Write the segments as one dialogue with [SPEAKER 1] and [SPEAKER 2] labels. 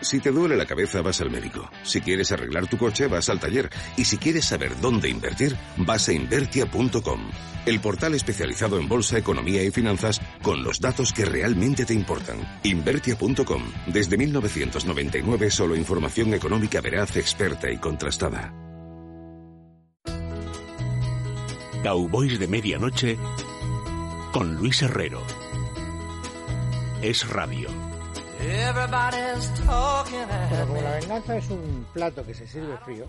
[SPEAKER 1] Si te duele la cabeza, vas al médico. Si quieres arreglar tu coche, vas al taller. Y si quieres saber dónde invertir, vas a invertia.com, el portal especializado en bolsa, economía y finanzas con los datos que realmente te importan. Invertia.com, desde 1999, solo información económica veraz, experta y contrastada.
[SPEAKER 2] Cowboys de Medianoche con Luis Herrero. Es radio.
[SPEAKER 3] Bueno, como la venganza es un plato que se sirve frío,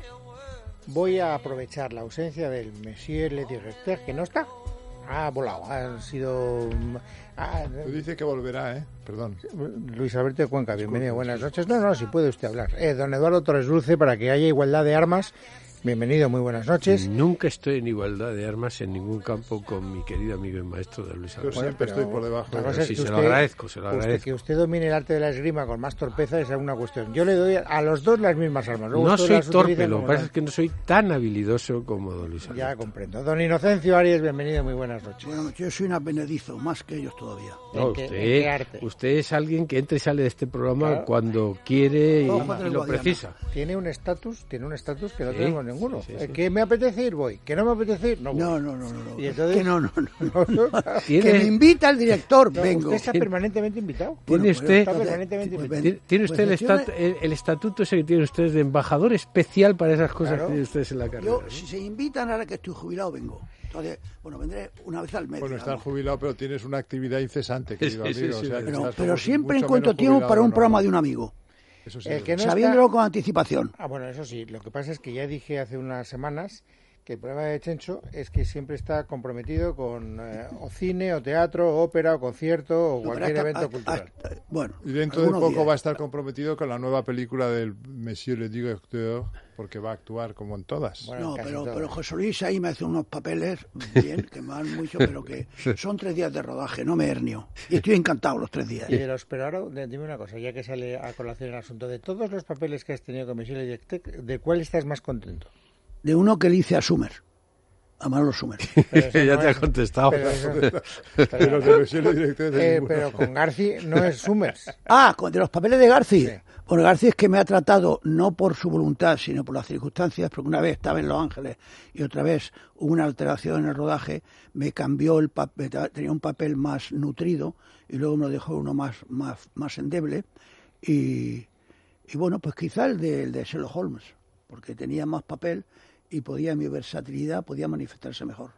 [SPEAKER 3] voy a aprovechar la ausencia del Monsieur Le Directeur, que no está. Ha volado, ha sido. mm, ha-
[SPEAKER 4] Tú dices que volverá, ¿eh? Perdón.
[SPEAKER 3] Luis Alberto de Cuenca, bienvenido, buenas noches. No, no, si puede usted hablar. Eh, don Eduardo Torres Dulce, para que haya igualdad de armas, bienvenido, muy buenas noches.
[SPEAKER 5] Nunca estoy en igualdad de armas en ningún campo con mi querido amigo y maestro de Luis Alberto.
[SPEAKER 4] Yo siempre
[SPEAKER 3] pero
[SPEAKER 4] estoy por debajo.
[SPEAKER 3] la
[SPEAKER 5] Pero
[SPEAKER 3] cosa es
[SPEAKER 5] sí,
[SPEAKER 3] que
[SPEAKER 5] se lo
[SPEAKER 3] usted-
[SPEAKER 5] agradezco, se lo
[SPEAKER 3] usted-
[SPEAKER 5] agradezco.
[SPEAKER 3] que usted domine el arte de la esgrima con más torpeza es una cuestión. Yo le doy a los dos las mismas armas. Luego
[SPEAKER 5] No
[SPEAKER 3] usted
[SPEAKER 5] soy
[SPEAKER 3] las utiliza
[SPEAKER 5] torpe, lo que
[SPEAKER 3] como
[SPEAKER 5] pasa
[SPEAKER 3] tal.
[SPEAKER 5] es que no soy tan habilidoso como don Luis Alberto.
[SPEAKER 3] Ya comprendo. Don Inocencio Arias, bienvenido, muy buenas noches.
[SPEAKER 6] Bueno, yo soy un advenedizo, más que ellos todavía.
[SPEAKER 5] No,
[SPEAKER 3] ¿En qué- en
[SPEAKER 5] usted,
[SPEAKER 3] qué arte?
[SPEAKER 5] usted es alguien que entra y sale de este programa
[SPEAKER 3] Claro.
[SPEAKER 5] cuando quiere y,
[SPEAKER 6] Ojo del
[SPEAKER 5] y lo
[SPEAKER 6] Guadiana.
[SPEAKER 5] precisa.
[SPEAKER 3] Tiene un estatus, tiene un estatus que no
[SPEAKER 5] Sí,
[SPEAKER 3] tenemos ninguno.
[SPEAKER 5] sí, sí,
[SPEAKER 3] Eh,
[SPEAKER 5] sí.
[SPEAKER 3] ¿Que me apetece ir? Voy. ¿Que no me apetece ir? No voy.
[SPEAKER 6] No, no, no, no. no.
[SPEAKER 3] Oh. ¿Y entonces?
[SPEAKER 6] Que no, no, no.
[SPEAKER 3] No,
[SPEAKER 5] Tiene,
[SPEAKER 6] Que me invita el director,
[SPEAKER 3] no,
[SPEAKER 6] vengo.
[SPEAKER 3] Usted está permanentemente invitado.
[SPEAKER 5] tiene
[SPEAKER 6] pues
[SPEAKER 5] usted-
[SPEAKER 6] entonces,
[SPEAKER 3] Está permanentemente
[SPEAKER 6] pues,
[SPEAKER 5] tiene- tiene usted el,
[SPEAKER 6] pues, yo me-
[SPEAKER 5] estat- el- el estatuto ese que tiene usted de embajador especial para esas cosas
[SPEAKER 3] Claro.
[SPEAKER 5] que tienen ustedes en la carrera.
[SPEAKER 6] Yo,
[SPEAKER 5] ¿no?
[SPEAKER 6] si se invitan ahora que estoy jubilado, vengo. Entonces, bueno, vendré una vez al mes.
[SPEAKER 4] Bueno, estás
[SPEAKER 6] digamos.
[SPEAKER 4] jubilado, pero tienes una actividad incesante, querido
[SPEAKER 5] Sí, sí,
[SPEAKER 4] amigo.
[SPEAKER 5] sí,
[SPEAKER 4] o sea, que
[SPEAKER 6] pero,
[SPEAKER 4] estás
[SPEAKER 6] pero
[SPEAKER 4] como
[SPEAKER 6] siempre
[SPEAKER 4] mucho
[SPEAKER 6] encuentro
[SPEAKER 4] menos
[SPEAKER 6] tiempo para
[SPEAKER 4] jubilado,
[SPEAKER 6] un
[SPEAKER 4] ¿no?
[SPEAKER 6] programa de un amigo,
[SPEAKER 4] Eso
[SPEAKER 5] Pues,
[SPEAKER 4] sí,
[SPEAKER 3] El
[SPEAKER 4] es
[SPEAKER 3] Eh, que no
[SPEAKER 6] sabiéndolo
[SPEAKER 3] está-
[SPEAKER 6] con anticipación.
[SPEAKER 3] Ah, bueno, eso sí. Lo que pasa es que ya dije hace unas semanas que el problema de Chencho es que siempre está comprometido con eh, o cine, o teatro, o ópera, o concierto, o
[SPEAKER 6] Lo
[SPEAKER 3] cualquier
[SPEAKER 6] verás
[SPEAKER 3] evento
[SPEAKER 6] hasta-
[SPEAKER 3] cultural.
[SPEAKER 6] hasta- bueno,
[SPEAKER 4] Y dentro de
[SPEAKER 6] algunos
[SPEAKER 4] poco
[SPEAKER 6] días.
[SPEAKER 4] va a estar comprometido con la nueva película del Monsieur le Directeur, porque va a actuar como en todas.
[SPEAKER 3] Bueno,
[SPEAKER 6] No,
[SPEAKER 3] casi
[SPEAKER 6] pero,
[SPEAKER 3] todo.
[SPEAKER 6] pero José Luis ahí me hace unos papeles bien, que me van mucho, pero que son tres días de rodaje, no me hernio. Y estoy encantado los tres días.
[SPEAKER 3] Y de los- pero ahora de- dime una cosa, ya que sale a colación el asunto, de todos los papeles que has tenido con Michelle Yectec, ¿de cuál estás más contento?
[SPEAKER 6] De uno que le hice a Sumer, a Manolo Sumer.
[SPEAKER 3] Pero eso
[SPEAKER 5] ya
[SPEAKER 3] no
[SPEAKER 5] te
[SPEAKER 3] es-
[SPEAKER 5] ha contestado.
[SPEAKER 3] pero eso-
[SPEAKER 4] Pero de Monsieur le Directeur de
[SPEAKER 3] Eh,
[SPEAKER 4] ninguno.
[SPEAKER 3] pero con Garci no es Summers.
[SPEAKER 6] Ah, con- de los papeles de Garci.
[SPEAKER 3] Sí.
[SPEAKER 6] Bueno, Garci es que me ha tratado no por su voluntad, sino por las circunstancias, porque una vez estaba en Los Ángeles y otra vez hubo una alteración en el rodaje, me cambió el papel, tenía un papel más nutrido y luego me lo dejó uno más, más, más endeble. Y, y bueno, pues quizá el de, el de Sherlock Holmes, porque tenía más papel y podía mi versatilidad podía manifestarse mejor.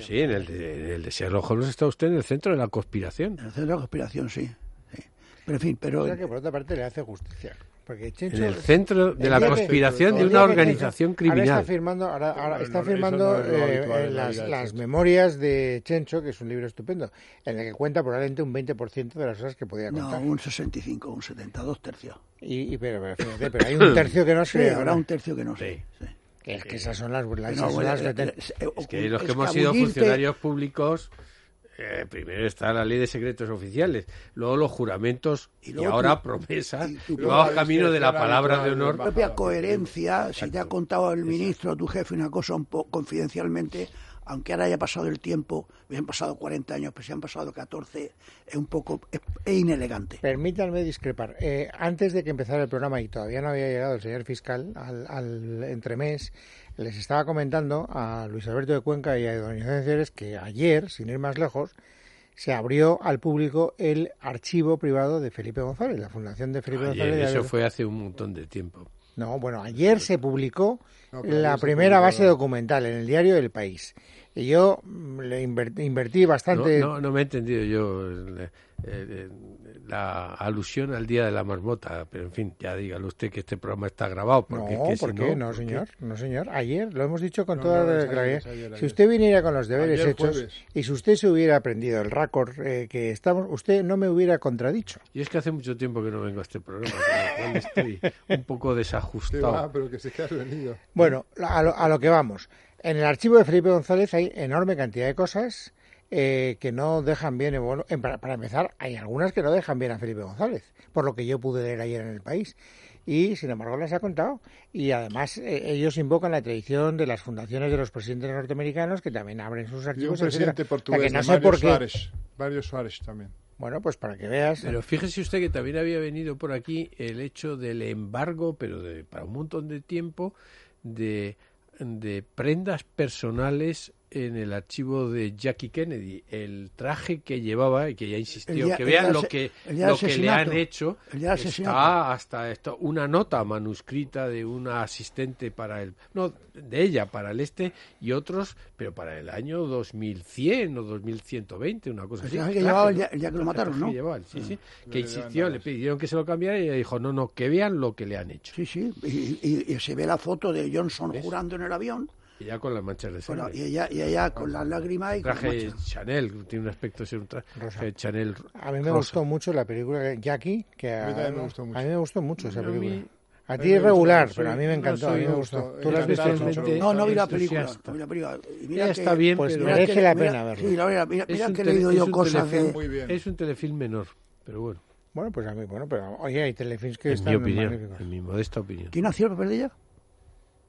[SPEAKER 5] sí, en el, de, en el de Sherlock Holmes está usted en el centro de la conspiración.
[SPEAKER 6] En el centro de conspiración, sí. sí. Pero en fin, pero...
[SPEAKER 3] O sea que por otra parte le hace justicia. Porque Chencho-
[SPEAKER 5] En el centro de
[SPEAKER 3] el
[SPEAKER 5] la
[SPEAKER 3] día que-
[SPEAKER 5] conspiración de
[SPEAKER 3] el
[SPEAKER 5] una
[SPEAKER 3] día que Chencho-
[SPEAKER 5] organización
[SPEAKER 3] Ahora
[SPEAKER 5] criminal.
[SPEAKER 3] está firmando, ahora, ahora
[SPEAKER 4] Bueno,
[SPEAKER 3] está
[SPEAKER 4] no,
[SPEAKER 3] firmando
[SPEAKER 4] eso no es lo
[SPEAKER 3] eh,
[SPEAKER 4] habitual en la
[SPEAKER 3] las,
[SPEAKER 4] vida de
[SPEAKER 3] las
[SPEAKER 4] Chencho.
[SPEAKER 3] memorias de Chencho, que es un libro estupendo, en el que cuenta probablemente un 20% de las cosas que podía
[SPEAKER 6] No,
[SPEAKER 3] contar.
[SPEAKER 6] un 65, un 72 tercios.
[SPEAKER 3] Y, y- pero, pero fíjate, pero hay un tercio que no
[SPEAKER 6] Sí,
[SPEAKER 3] se
[SPEAKER 6] habrá un tercio que no sé. Sí.
[SPEAKER 3] Que es que esas son las burlas.
[SPEAKER 6] No,
[SPEAKER 3] esas son
[SPEAKER 6] bueno,
[SPEAKER 3] las
[SPEAKER 6] eh,
[SPEAKER 3] meten-
[SPEAKER 6] eh, eh,
[SPEAKER 5] Es que los que hemos sido
[SPEAKER 6] escabullirte-
[SPEAKER 5] funcionarios públicos, eh, primero está la ley de secretos oficiales, luego los juramentos y,
[SPEAKER 6] Y luego
[SPEAKER 5] ahora
[SPEAKER 6] tu-
[SPEAKER 5] promesas,
[SPEAKER 6] y tu
[SPEAKER 5] y
[SPEAKER 6] propia
[SPEAKER 5] luego camino de la
[SPEAKER 4] discreción
[SPEAKER 5] palabra de
[SPEAKER 4] habitual,
[SPEAKER 5] honor.
[SPEAKER 6] La propia
[SPEAKER 4] Exacto.
[SPEAKER 6] coherencia, si te ha contado el ministro, tu jefe, una cosa un poco confidencialmente, aunque ahora haya pasado el tiempo, han pasado 40 años, pero se han pasado 14, es un poco es, es inelegante.
[SPEAKER 3] Permítanme discrepar. Eh, antes de que empezara el programa, y todavía no había llegado el señor fiscal al, al entremés, les estaba comentando a Luis Alberto de Cuenca y a Don Inocencio Eres que ayer, sin ir más lejos, se abrió al público el archivo privado de Felipe González, la fundación de Felipe
[SPEAKER 5] Ayer,
[SPEAKER 3] González. de
[SPEAKER 5] eso
[SPEAKER 3] Abel-
[SPEAKER 5] fue hace un montón de tiempo.
[SPEAKER 3] No, bueno, ayer se publicó
[SPEAKER 4] No, pero
[SPEAKER 3] la
[SPEAKER 4] ayer se
[SPEAKER 3] primera
[SPEAKER 4] publicó.
[SPEAKER 3] base documental en el diario del país. Y yo mm, le inver- invertí
[SPEAKER 5] No,
[SPEAKER 3] bastante.
[SPEAKER 5] no, no me he entendido yo eh, eh, la alusión al Día de la Marmota, pero en fin, ya dígalo usted que este programa está grabado. Porque
[SPEAKER 3] no,
[SPEAKER 5] es que si
[SPEAKER 3] ¿por qué? No,
[SPEAKER 5] ¿por qué?
[SPEAKER 3] señor, no, señor. Ayer lo hemos dicho con
[SPEAKER 4] No,
[SPEAKER 3] toda
[SPEAKER 4] no, es ayer,
[SPEAKER 3] claridad.
[SPEAKER 4] es ayer,
[SPEAKER 3] Si
[SPEAKER 4] ayer.
[SPEAKER 3] usted viniera con los deberes
[SPEAKER 4] Ayer
[SPEAKER 3] hechos
[SPEAKER 4] jueves.
[SPEAKER 3] y si usted se hubiera aprendido el récord eh, que estamos, usted no me hubiera contradicho.
[SPEAKER 5] Yo es que hace mucho tiempo que no vengo a este programa, con lo cual estoy un poco
[SPEAKER 4] Que
[SPEAKER 5] desajustado.
[SPEAKER 4] va, pero que se que has venido.
[SPEAKER 3] Bueno, a lo, a lo que vamos. En el archivo de Felipe González hay enorme cantidad de cosas eh, que no dejan bien. bueno, en- para, para empezar, hay algunas que no dejan bien a Felipe González, por lo que yo pude leer ayer en el país. Y sin embargo las ha contado. Y además eh, ellos invocan la tradición de las fundaciones de los presidentes norteamericanos que también abren sus
[SPEAKER 4] Y un
[SPEAKER 3] archivos. etcétera.
[SPEAKER 4] presidente
[SPEAKER 3] pues, O sea,
[SPEAKER 4] portugués,
[SPEAKER 3] que no
[SPEAKER 4] de
[SPEAKER 3] sé
[SPEAKER 4] Mario
[SPEAKER 3] por qué.
[SPEAKER 4] Suárez. Mario Suárez también.
[SPEAKER 3] Bueno, pues para que veas.
[SPEAKER 5] Pero fíjese usted que también había venido por aquí el hecho del embargo, pero de, para un montón de tiempo, de, de prendas personales en el archivo de Jackie Kennedy, el traje que llevaba y que ya
[SPEAKER 6] El
[SPEAKER 5] insistió,
[SPEAKER 6] día-
[SPEAKER 5] que
[SPEAKER 6] el
[SPEAKER 5] vean
[SPEAKER 6] día
[SPEAKER 5] lo
[SPEAKER 6] ase-
[SPEAKER 5] que,
[SPEAKER 6] el día
[SPEAKER 5] lo que le
[SPEAKER 6] asesinato.
[SPEAKER 5] han hecho,
[SPEAKER 6] El día asesinato.
[SPEAKER 5] está hasta esto, una nota manuscrita de una asistente para el, no, de ella para el este y otros, pero para el año 2100 o 2120, una cosa
[SPEAKER 6] El
[SPEAKER 5] así.
[SPEAKER 6] traje que
[SPEAKER 5] Traje,
[SPEAKER 6] llevaba el
[SPEAKER 5] ¿no?
[SPEAKER 6] día- el día que lo
[SPEAKER 5] El
[SPEAKER 6] mataron,
[SPEAKER 5] traje
[SPEAKER 6] ¿no?
[SPEAKER 5] que llevaba él, sí, sí,
[SPEAKER 4] No Ah,
[SPEAKER 5] que
[SPEAKER 4] le
[SPEAKER 5] insistió,
[SPEAKER 4] daban
[SPEAKER 5] le
[SPEAKER 4] nada.
[SPEAKER 5] pidieron que se lo cambiara y ella dijo, no, no, que vean lo que le han hecho.
[SPEAKER 6] Sí, sí, y, y- y se ve la foto de Johnson
[SPEAKER 5] ¿Ves?
[SPEAKER 6] jurando en el avión,
[SPEAKER 5] Y ya con las manchas de sangre.
[SPEAKER 6] bueno, y, ella, y ella con las lágrimas y con
[SPEAKER 5] traje
[SPEAKER 6] la mancha.
[SPEAKER 5] Chanel, tiene un aspecto de ser un traje Chanel.
[SPEAKER 3] A mí me
[SPEAKER 5] rosa.
[SPEAKER 3] gustó mucho la película de Jackie, que a,
[SPEAKER 4] A mí también me gustó mucho.
[SPEAKER 3] a mí me gustó mucho esa
[SPEAKER 5] No, a mí-
[SPEAKER 3] película. A
[SPEAKER 4] a mí
[SPEAKER 3] ti
[SPEAKER 4] me
[SPEAKER 3] es regular,
[SPEAKER 4] gustó,
[SPEAKER 3] pero a
[SPEAKER 4] soy-
[SPEAKER 3] mí me
[SPEAKER 4] no
[SPEAKER 3] encantó, a
[SPEAKER 4] soy
[SPEAKER 3] mí me
[SPEAKER 4] gusto,
[SPEAKER 3] gustó. Tú la has visto.
[SPEAKER 4] encantado,
[SPEAKER 5] visto?
[SPEAKER 4] mucho.
[SPEAKER 6] No, no vi la película,
[SPEAKER 5] Entusiasta.
[SPEAKER 6] no vi la película. Y mira
[SPEAKER 5] Ya
[SPEAKER 6] que-
[SPEAKER 5] está bien,
[SPEAKER 3] Pues
[SPEAKER 5] pero
[SPEAKER 6] mira
[SPEAKER 3] merece
[SPEAKER 6] que-
[SPEAKER 3] la
[SPEAKER 6] mira-
[SPEAKER 3] pena verlo.
[SPEAKER 6] sí, la verdad, mira,
[SPEAKER 5] es
[SPEAKER 6] mira
[SPEAKER 5] un
[SPEAKER 6] que he
[SPEAKER 5] tele-
[SPEAKER 6] leído
[SPEAKER 5] es
[SPEAKER 6] yo
[SPEAKER 5] un
[SPEAKER 6] cosas
[SPEAKER 5] telefilm-
[SPEAKER 6] de...
[SPEAKER 4] Muy bien.
[SPEAKER 5] Es un telefilm menor, pero bueno.
[SPEAKER 3] Bueno, pues a mí, bueno, pero oye, hay telefilms que
[SPEAKER 5] En mi
[SPEAKER 3] están
[SPEAKER 5] opinión,
[SPEAKER 3] magníficos.
[SPEAKER 5] en mi modesta opinión.
[SPEAKER 6] ¿Quién hacía el papel de ella?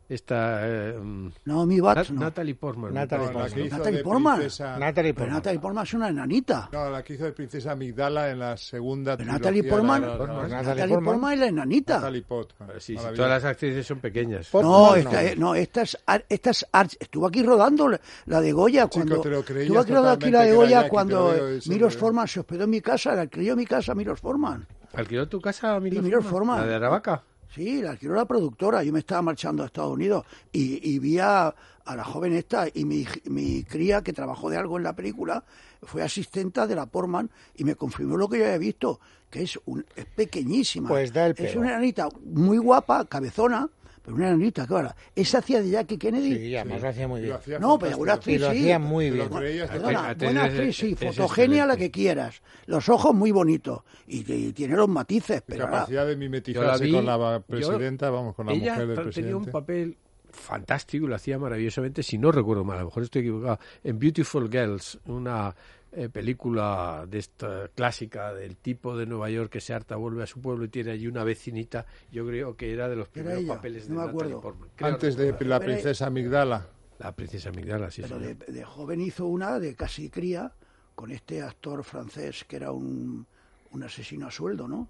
[SPEAKER 5] Esta eh, mm,
[SPEAKER 6] No, mi
[SPEAKER 5] Nat-
[SPEAKER 6] Batts, Ah, no.
[SPEAKER 5] Natalie Portman.
[SPEAKER 3] Natalie
[SPEAKER 4] No, la que
[SPEAKER 3] Portman.
[SPEAKER 4] hizo
[SPEAKER 6] Natalie
[SPEAKER 4] de
[SPEAKER 6] Portman.
[SPEAKER 4] princesa-
[SPEAKER 3] Natalie
[SPEAKER 6] Pero
[SPEAKER 3] Portman.
[SPEAKER 6] Natalie Portman es una enanita.
[SPEAKER 4] No, la que hizo de princesa Amigdala en la segunda
[SPEAKER 6] Pero Natalie
[SPEAKER 4] trilogía de
[SPEAKER 6] Portman-
[SPEAKER 4] la-
[SPEAKER 5] Portman.
[SPEAKER 4] la-
[SPEAKER 3] Natalie
[SPEAKER 6] Natalie
[SPEAKER 3] Portman.
[SPEAKER 6] Portman es la enanita.
[SPEAKER 4] Natalie Portman.
[SPEAKER 5] Sí, sí,
[SPEAKER 4] Maravilla.
[SPEAKER 5] todas las actrices son pequeñas.
[SPEAKER 3] Por-
[SPEAKER 6] No,
[SPEAKER 3] Portman,
[SPEAKER 6] esta,
[SPEAKER 3] no.
[SPEAKER 6] es- no, esta es, ar- esta es Arch. Estuvo aquí rodando la, la de Goya cuando.
[SPEAKER 4] te lo creías
[SPEAKER 6] estuvo aquí rodando aquí la
[SPEAKER 4] totalmente
[SPEAKER 6] de
[SPEAKER 4] que era
[SPEAKER 6] Goya
[SPEAKER 4] Jackie,
[SPEAKER 6] cuando
[SPEAKER 4] te lo digo, sí,
[SPEAKER 6] Miros
[SPEAKER 4] lo veo.
[SPEAKER 6] Forman se hospedó en mi casa, la alquiló mi casa Miros Forman.
[SPEAKER 5] ¿Alquiló tu casa, Milo
[SPEAKER 6] Sí, Milo
[SPEAKER 5] Forman?
[SPEAKER 6] Forman.
[SPEAKER 5] ¿La de Aravaca?
[SPEAKER 6] Sí, la alquiló la productora. Yo me estaba marchando a Estados Unidos y, y vi a, a la joven esta y mi, mi cría que trabajó de algo en la película fue asistenta de la Portman y me confirmó lo que yo había visto, que es, un, es pequeñísima.
[SPEAKER 3] Pues da el
[SPEAKER 6] es
[SPEAKER 3] pego.
[SPEAKER 6] una enanita muy guapa, cabezona, pero una enanita, que ahora, esa hacía de Jackie Kennedy.
[SPEAKER 3] Sí, y además lo hacía muy
[SPEAKER 4] Y lo
[SPEAKER 3] bien.
[SPEAKER 4] hacía
[SPEAKER 6] No, pero
[SPEAKER 4] fantástico.
[SPEAKER 6] una actriz
[SPEAKER 3] Y lo
[SPEAKER 6] sí.
[SPEAKER 3] hacía muy
[SPEAKER 4] Te lo
[SPEAKER 3] bien.
[SPEAKER 4] creías
[SPEAKER 6] Perdona,
[SPEAKER 5] Aten-
[SPEAKER 6] buena
[SPEAKER 5] Aten-
[SPEAKER 6] actriz, sí,
[SPEAKER 5] es- es
[SPEAKER 6] fotogenia la
[SPEAKER 5] excelente.
[SPEAKER 6] que quieras. Los ojos muy bonitos y, y tiene los matices, pero ahora-
[SPEAKER 4] capacidad de mimetizarse
[SPEAKER 5] vi,
[SPEAKER 4] con la
[SPEAKER 5] yo-
[SPEAKER 4] presidenta, vamos, con la
[SPEAKER 5] Ella
[SPEAKER 4] mujer del
[SPEAKER 5] ta- tenía un
[SPEAKER 4] presidente.
[SPEAKER 5] papel fantástico y lo hacía maravillosamente, si no recuerdo mal, a lo mejor estoy equivocado, en Beautiful Girls, una eh, película de esta clásica del tipo de Nueva York que se harta, vuelve a su pueblo y tiene allí una vecinita, yo creo que era de los
[SPEAKER 6] Era
[SPEAKER 5] primeros
[SPEAKER 6] ella,
[SPEAKER 5] papeles de
[SPEAKER 6] no me
[SPEAKER 5] Natalie
[SPEAKER 6] acuerdo.
[SPEAKER 5] Portman. Creo
[SPEAKER 4] Antes de
[SPEAKER 5] recordar.
[SPEAKER 4] la princesa Amigdala.
[SPEAKER 5] La princesa Migdala, sí,
[SPEAKER 6] Pero de,
[SPEAKER 5] señor.
[SPEAKER 6] de joven hizo una de casi cría con este actor francés que era un, un asesino a sueldo, ¿no?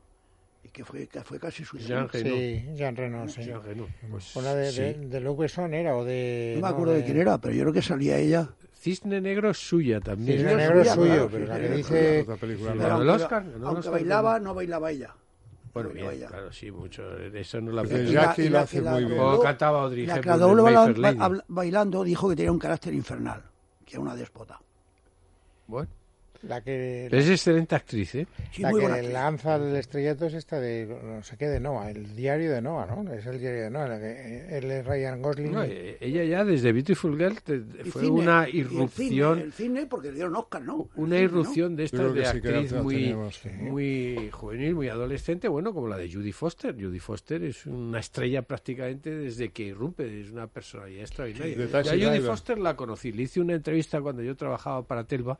[SPEAKER 6] Y que fue, que fue casi su
[SPEAKER 5] Jean
[SPEAKER 6] debut.
[SPEAKER 5] Reno.
[SPEAKER 3] Sí, Jean Reno, sí.
[SPEAKER 5] Jean Reno. Pues,
[SPEAKER 3] Una de,
[SPEAKER 5] sí.
[SPEAKER 3] de, de Luc Besson era o de...
[SPEAKER 6] No me acuerdo
[SPEAKER 5] eh.
[SPEAKER 6] de quién era, pero yo creo que salía ella.
[SPEAKER 5] Cisne Negro es suya también.
[SPEAKER 3] Cisne
[SPEAKER 6] Sí,
[SPEAKER 3] Negro es
[SPEAKER 6] suya,
[SPEAKER 3] suyo,
[SPEAKER 6] claro,
[SPEAKER 3] pero
[SPEAKER 6] sí,
[SPEAKER 3] la
[SPEAKER 6] sí,
[SPEAKER 3] que
[SPEAKER 6] sí,
[SPEAKER 3] dice...
[SPEAKER 4] otra película.
[SPEAKER 5] Ganó el
[SPEAKER 6] aunque-
[SPEAKER 5] Oscar, ganó el
[SPEAKER 6] aunque
[SPEAKER 5] Oscar
[SPEAKER 6] bailaba, no bailaba ella.
[SPEAKER 5] Bueno,
[SPEAKER 6] No
[SPEAKER 5] bien,
[SPEAKER 6] bailaba ella.
[SPEAKER 5] claro, sí, mucho. Eso no la
[SPEAKER 4] Pues
[SPEAKER 5] vi.
[SPEAKER 4] el
[SPEAKER 6] Y la-
[SPEAKER 4] Jackie
[SPEAKER 6] y
[SPEAKER 4] lo
[SPEAKER 6] la
[SPEAKER 4] hace
[SPEAKER 6] que la
[SPEAKER 4] muy bien.
[SPEAKER 6] dobló-
[SPEAKER 5] Como cantaba Audrey
[SPEAKER 6] La que
[SPEAKER 5] Hepburn
[SPEAKER 6] la
[SPEAKER 5] en
[SPEAKER 6] dobló
[SPEAKER 5] Mayfair
[SPEAKER 6] bailando,
[SPEAKER 5] Lane.
[SPEAKER 6] habla- bailando dijo que tenía un carácter infernal, que era una déspota.
[SPEAKER 5] Bueno,
[SPEAKER 3] La que...
[SPEAKER 5] es excelente actriz, ¿eh?
[SPEAKER 6] Sí,
[SPEAKER 3] la
[SPEAKER 6] muy
[SPEAKER 3] que
[SPEAKER 6] buena actriz.
[SPEAKER 3] lanza el estrellato es esta de no sé qué de Noah, el diario de Noah, ¿no? Es el diario de Noah, la que eh, él es Ryan Gosling.
[SPEAKER 5] No, eh, ella ya desde Beautiful Girl te-
[SPEAKER 6] Y
[SPEAKER 5] fue
[SPEAKER 6] cine,
[SPEAKER 5] una
[SPEAKER 6] y el cine,
[SPEAKER 5] irrupción,
[SPEAKER 6] El cine, porque le dieron Oscar, ¿no? El
[SPEAKER 5] una
[SPEAKER 6] cine, ¿no?
[SPEAKER 5] irrupción de
[SPEAKER 4] Yo
[SPEAKER 5] estas
[SPEAKER 4] creo que
[SPEAKER 5] de
[SPEAKER 4] sí que
[SPEAKER 5] actriz
[SPEAKER 4] la
[SPEAKER 5] muy,
[SPEAKER 4] tenemos, sí.
[SPEAKER 5] muy juvenil, muy adolescente, bueno, como la de Judy Foster. Judy Foster es una estrella prácticamente desde que irrumpe, es una personalidad extraordinaria.
[SPEAKER 4] de
[SPEAKER 5] Yo a
[SPEAKER 4] Taxi
[SPEAKER 5] Judy
[SPEAKER 4] Driver.
[SPEAKER 5] Foster la conocí, le hice una entrevista cuando yo trabajaba para Telva.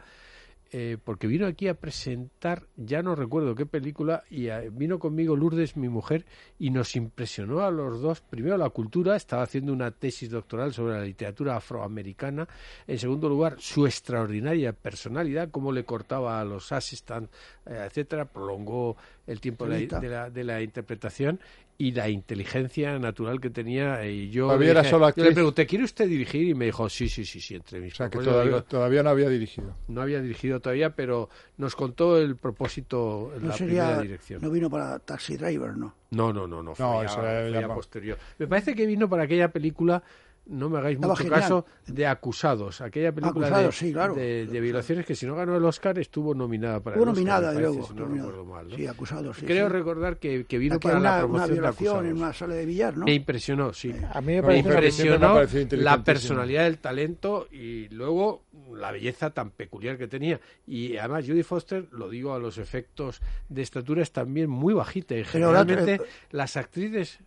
[SPEAKER 5] eh, porque vino aquí a presentar, ya no recuerdo qué película, y eh, vino conmigo Lourdes, mi mujer, y nos impresionó a los dos. Primero, la cultura, estaba haciendo una tesis doctoral sobre la literatura afroamericana. En segundo lugar, su extraordinaria personalidad, cómo le cortaba a los assistants, eh, etcétera, prolongó el tiempo de la, de la- de la interpretación y la inteligencia natural que tenía. eh, Y yo,
[SPEAKER 4] Todavía
[SPEAKER 5] le
[SPEAKER 4] era solo
[SPEAKER 5] yo le
[SPEAKER 4] actriz.
[SPEAKER 5] pregunté, ¿quiere usted dirigir? Y me dijo, sí, sí, sí, sí, entre mis
[SPEAKER 4] O sea, que
[SPEAKER 5] propósitos". Digo,
[SPEAKER 4] todavía, todavía no había dirigido.
[SPEAKER 5] no había dirigido todavía, pero nos contó el propósito en
[SPEAKER 6] No
[SPEAKER 5] la
[SPEAKER 6] sería,
[SPEAKER 5] primera dirección.
[SPEAKER 6] no vino para Taxi Driver, ¿no?
[SPEAKER 5] No, no, no, no, fue
[SPEAKER 4] No,
[SPEAKER 5] ya-
[SPEAKER 4] eso era
[SPEAKER 5] fue
[SPEAKER 4] ya
[SPEAKER 5] ya
[SPEAKER 4] pa-
[SPEAKER 5] posterior. Me parece que vino para aquella película, no me hagáis
[SPEAKER 6] Estaba
[SPEAKER 5] mucho
[SPEAKER 6] genial.
[SPEAKER 5] caso, de Acusados, aquella película de-
[SPEAKER 6] Acusados,
[SPEAKER 5] de,
[SPEAKER 6] sí, claro.
[SPEAKER 5] de, violaciones que si no ganó el Oscar estuvo nominada para
[SPEAKER 6] Estuvo
[SPEAKER 5] el Oscar, me
[SPEAKER 6] nominada, de
[SPEAKER 5] parece,
[SPEAKER 6] luego.
[SPEAKER 5] si
[SPEAKER 6] estuvo
[SPEAKER 5] no
[SPEAKER 6] nominada.
[SPEAKER 5] recuerdo mal, ¿no?
[SPEAKER 6] Sí, acusado, sí.
[SPEAKER 5] Creo
[SPEAKER 6] sí.
[SPEAKER 5] recordar que, que vino
[SPEAKER 6] Aquí
[SPEAKER 5] para
[SPEAKER 6] una,
[SPEAKER 5] la
[SPEAKER 6] una
[SPEAKER 5] promoción de
[SPEAKER 6] violación
[SPEAKER 5] Acusados.
[SPEAKER 6] en una sala de billar, ¿no?
[SPEAKER 5] Me impresionó, sí.
[SPEAKER 3] A mí me
[SPEAKER 5] Me
[SPEAKER 4] Pero
[SPEAKER 3] parece
[SPEAKER 4] mujer siempre me ha
[SPEAKER 5] impresionó
[SPEAKER 4] parecido
[SPEAKER 5] la
[SPEAKER 4] inteligentísima.
[SPEAKER 5] personalidad, el talento y luego la belleza tan peculiar que tenía. Y además Judy Foster, lo digo a los efectos de estatura, es también muy bajita. Y
[SPEAKER 6] Pero la otra-
[SPEAKER 5] generalmente las actrices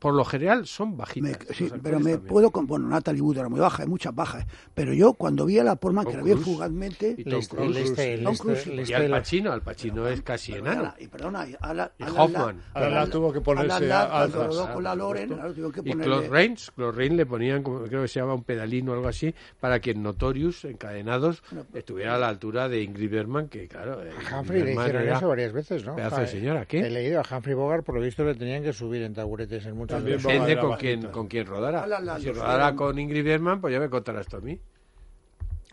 [SPEAKER 5] Por lo general son bajitas.
[SPEAKER 6] Me- sí,
[SPEAKER 5] los
[SPEAKER 6] pero
[SPEAKER 5] actores
[SPEAKER 6] me
[SPEAKER 5] también.
[SPEAKER 6] puedo. con- Bueno, Natalie Wood era muy baja, hay muchas bajas. Pero yo, cuando vi a la Portman, que
[SPEAKER 5] Tom
[SPEAKER 6] la vi
[SPEAKER 5] Cruise.
[SPEAKER 6] fugazmente.
[SPEAKER 3] Le-
[SPEAKER 5] Y Tom
[SPEAKER 3] le-
[SPEAKER 5] Cruise.
[SPEAKER 3] le- le-
[SPEAKER 6] Tom
[SPEAKER 3] le-
[SPEAKER 6] Cruise.
[SPEAKER 3] le-
[SPEAKER 5] este, Y
[SPEAKER 3] le-
[SPEAKER 5] Al Pacino, Al Pacino es casi
[SPEAKER 6] Perdona,
[SPEAKER 5] enano.
[SPEAKER 6] y perdona, y Alan-
[SPEAKER 5] Y
[SPEAKER 6] Alan
[SPEAKER 5] Hoffman.
[SPEAKER 6] Ladd-
[SPEAKER 4] Alan Ladd tuvo que ponerse
[SPEAKER 6] Alan Ladd,
[SPEAKER 4] alzas.
[SPEAKER 6] cuando rodó
[SPEAKER 5] Ah,
[SPEAKER 6] con la
[SPEAKER 5] por
[SPEAKER 6] Loren,
[SPEAKER 5] supuesto.
[SPEAKER 6] ahora tuvo que
[SPEAKER 5] Y
[SPEAKER 6] ponerle...
[SPEAKER 5] Claude Rains, Claude Rains le ponían, como creo que se llama, un pedalín o algo así, para que en Notorious, encadenados, estuviera a la altura de Ingrid Bergman, que claro. eh,
[SPEAKER 3] A Humphrey le
[SPEAKER 5] Bergman
[SPEAKER 3] hicieron
[SPEAKER 5] era-
[SPEAKER 3] eso varias veces, ¿no?
[SPEAKER 5] pedazo de señora, ¿qué?
[SPEAKER 3] He leído a Humphrey Bogart, por lo visto le tenían que subir en taburetes en muchos de
[SPEAKER 4] También
[SPEAKER 3] los-
[SPEAKER 4] Bogart.
[SPEAKER 5] Depende
[SPEAKER 4] era
[SPEAKER 5] con
[SPEAKER 4] bajito.
[SPEAKER 5] quién, con quién rodara.
[SPEAKER 6] Alan Ladd,
[SPEAKER 5] si
[SPEAKER 6] los
[SPEAKER 5] rodara
[SPEAKER 6] Bergman.
[SPEAKER 5] con Ingrid Bergman, pues ya me contarás tú a mí.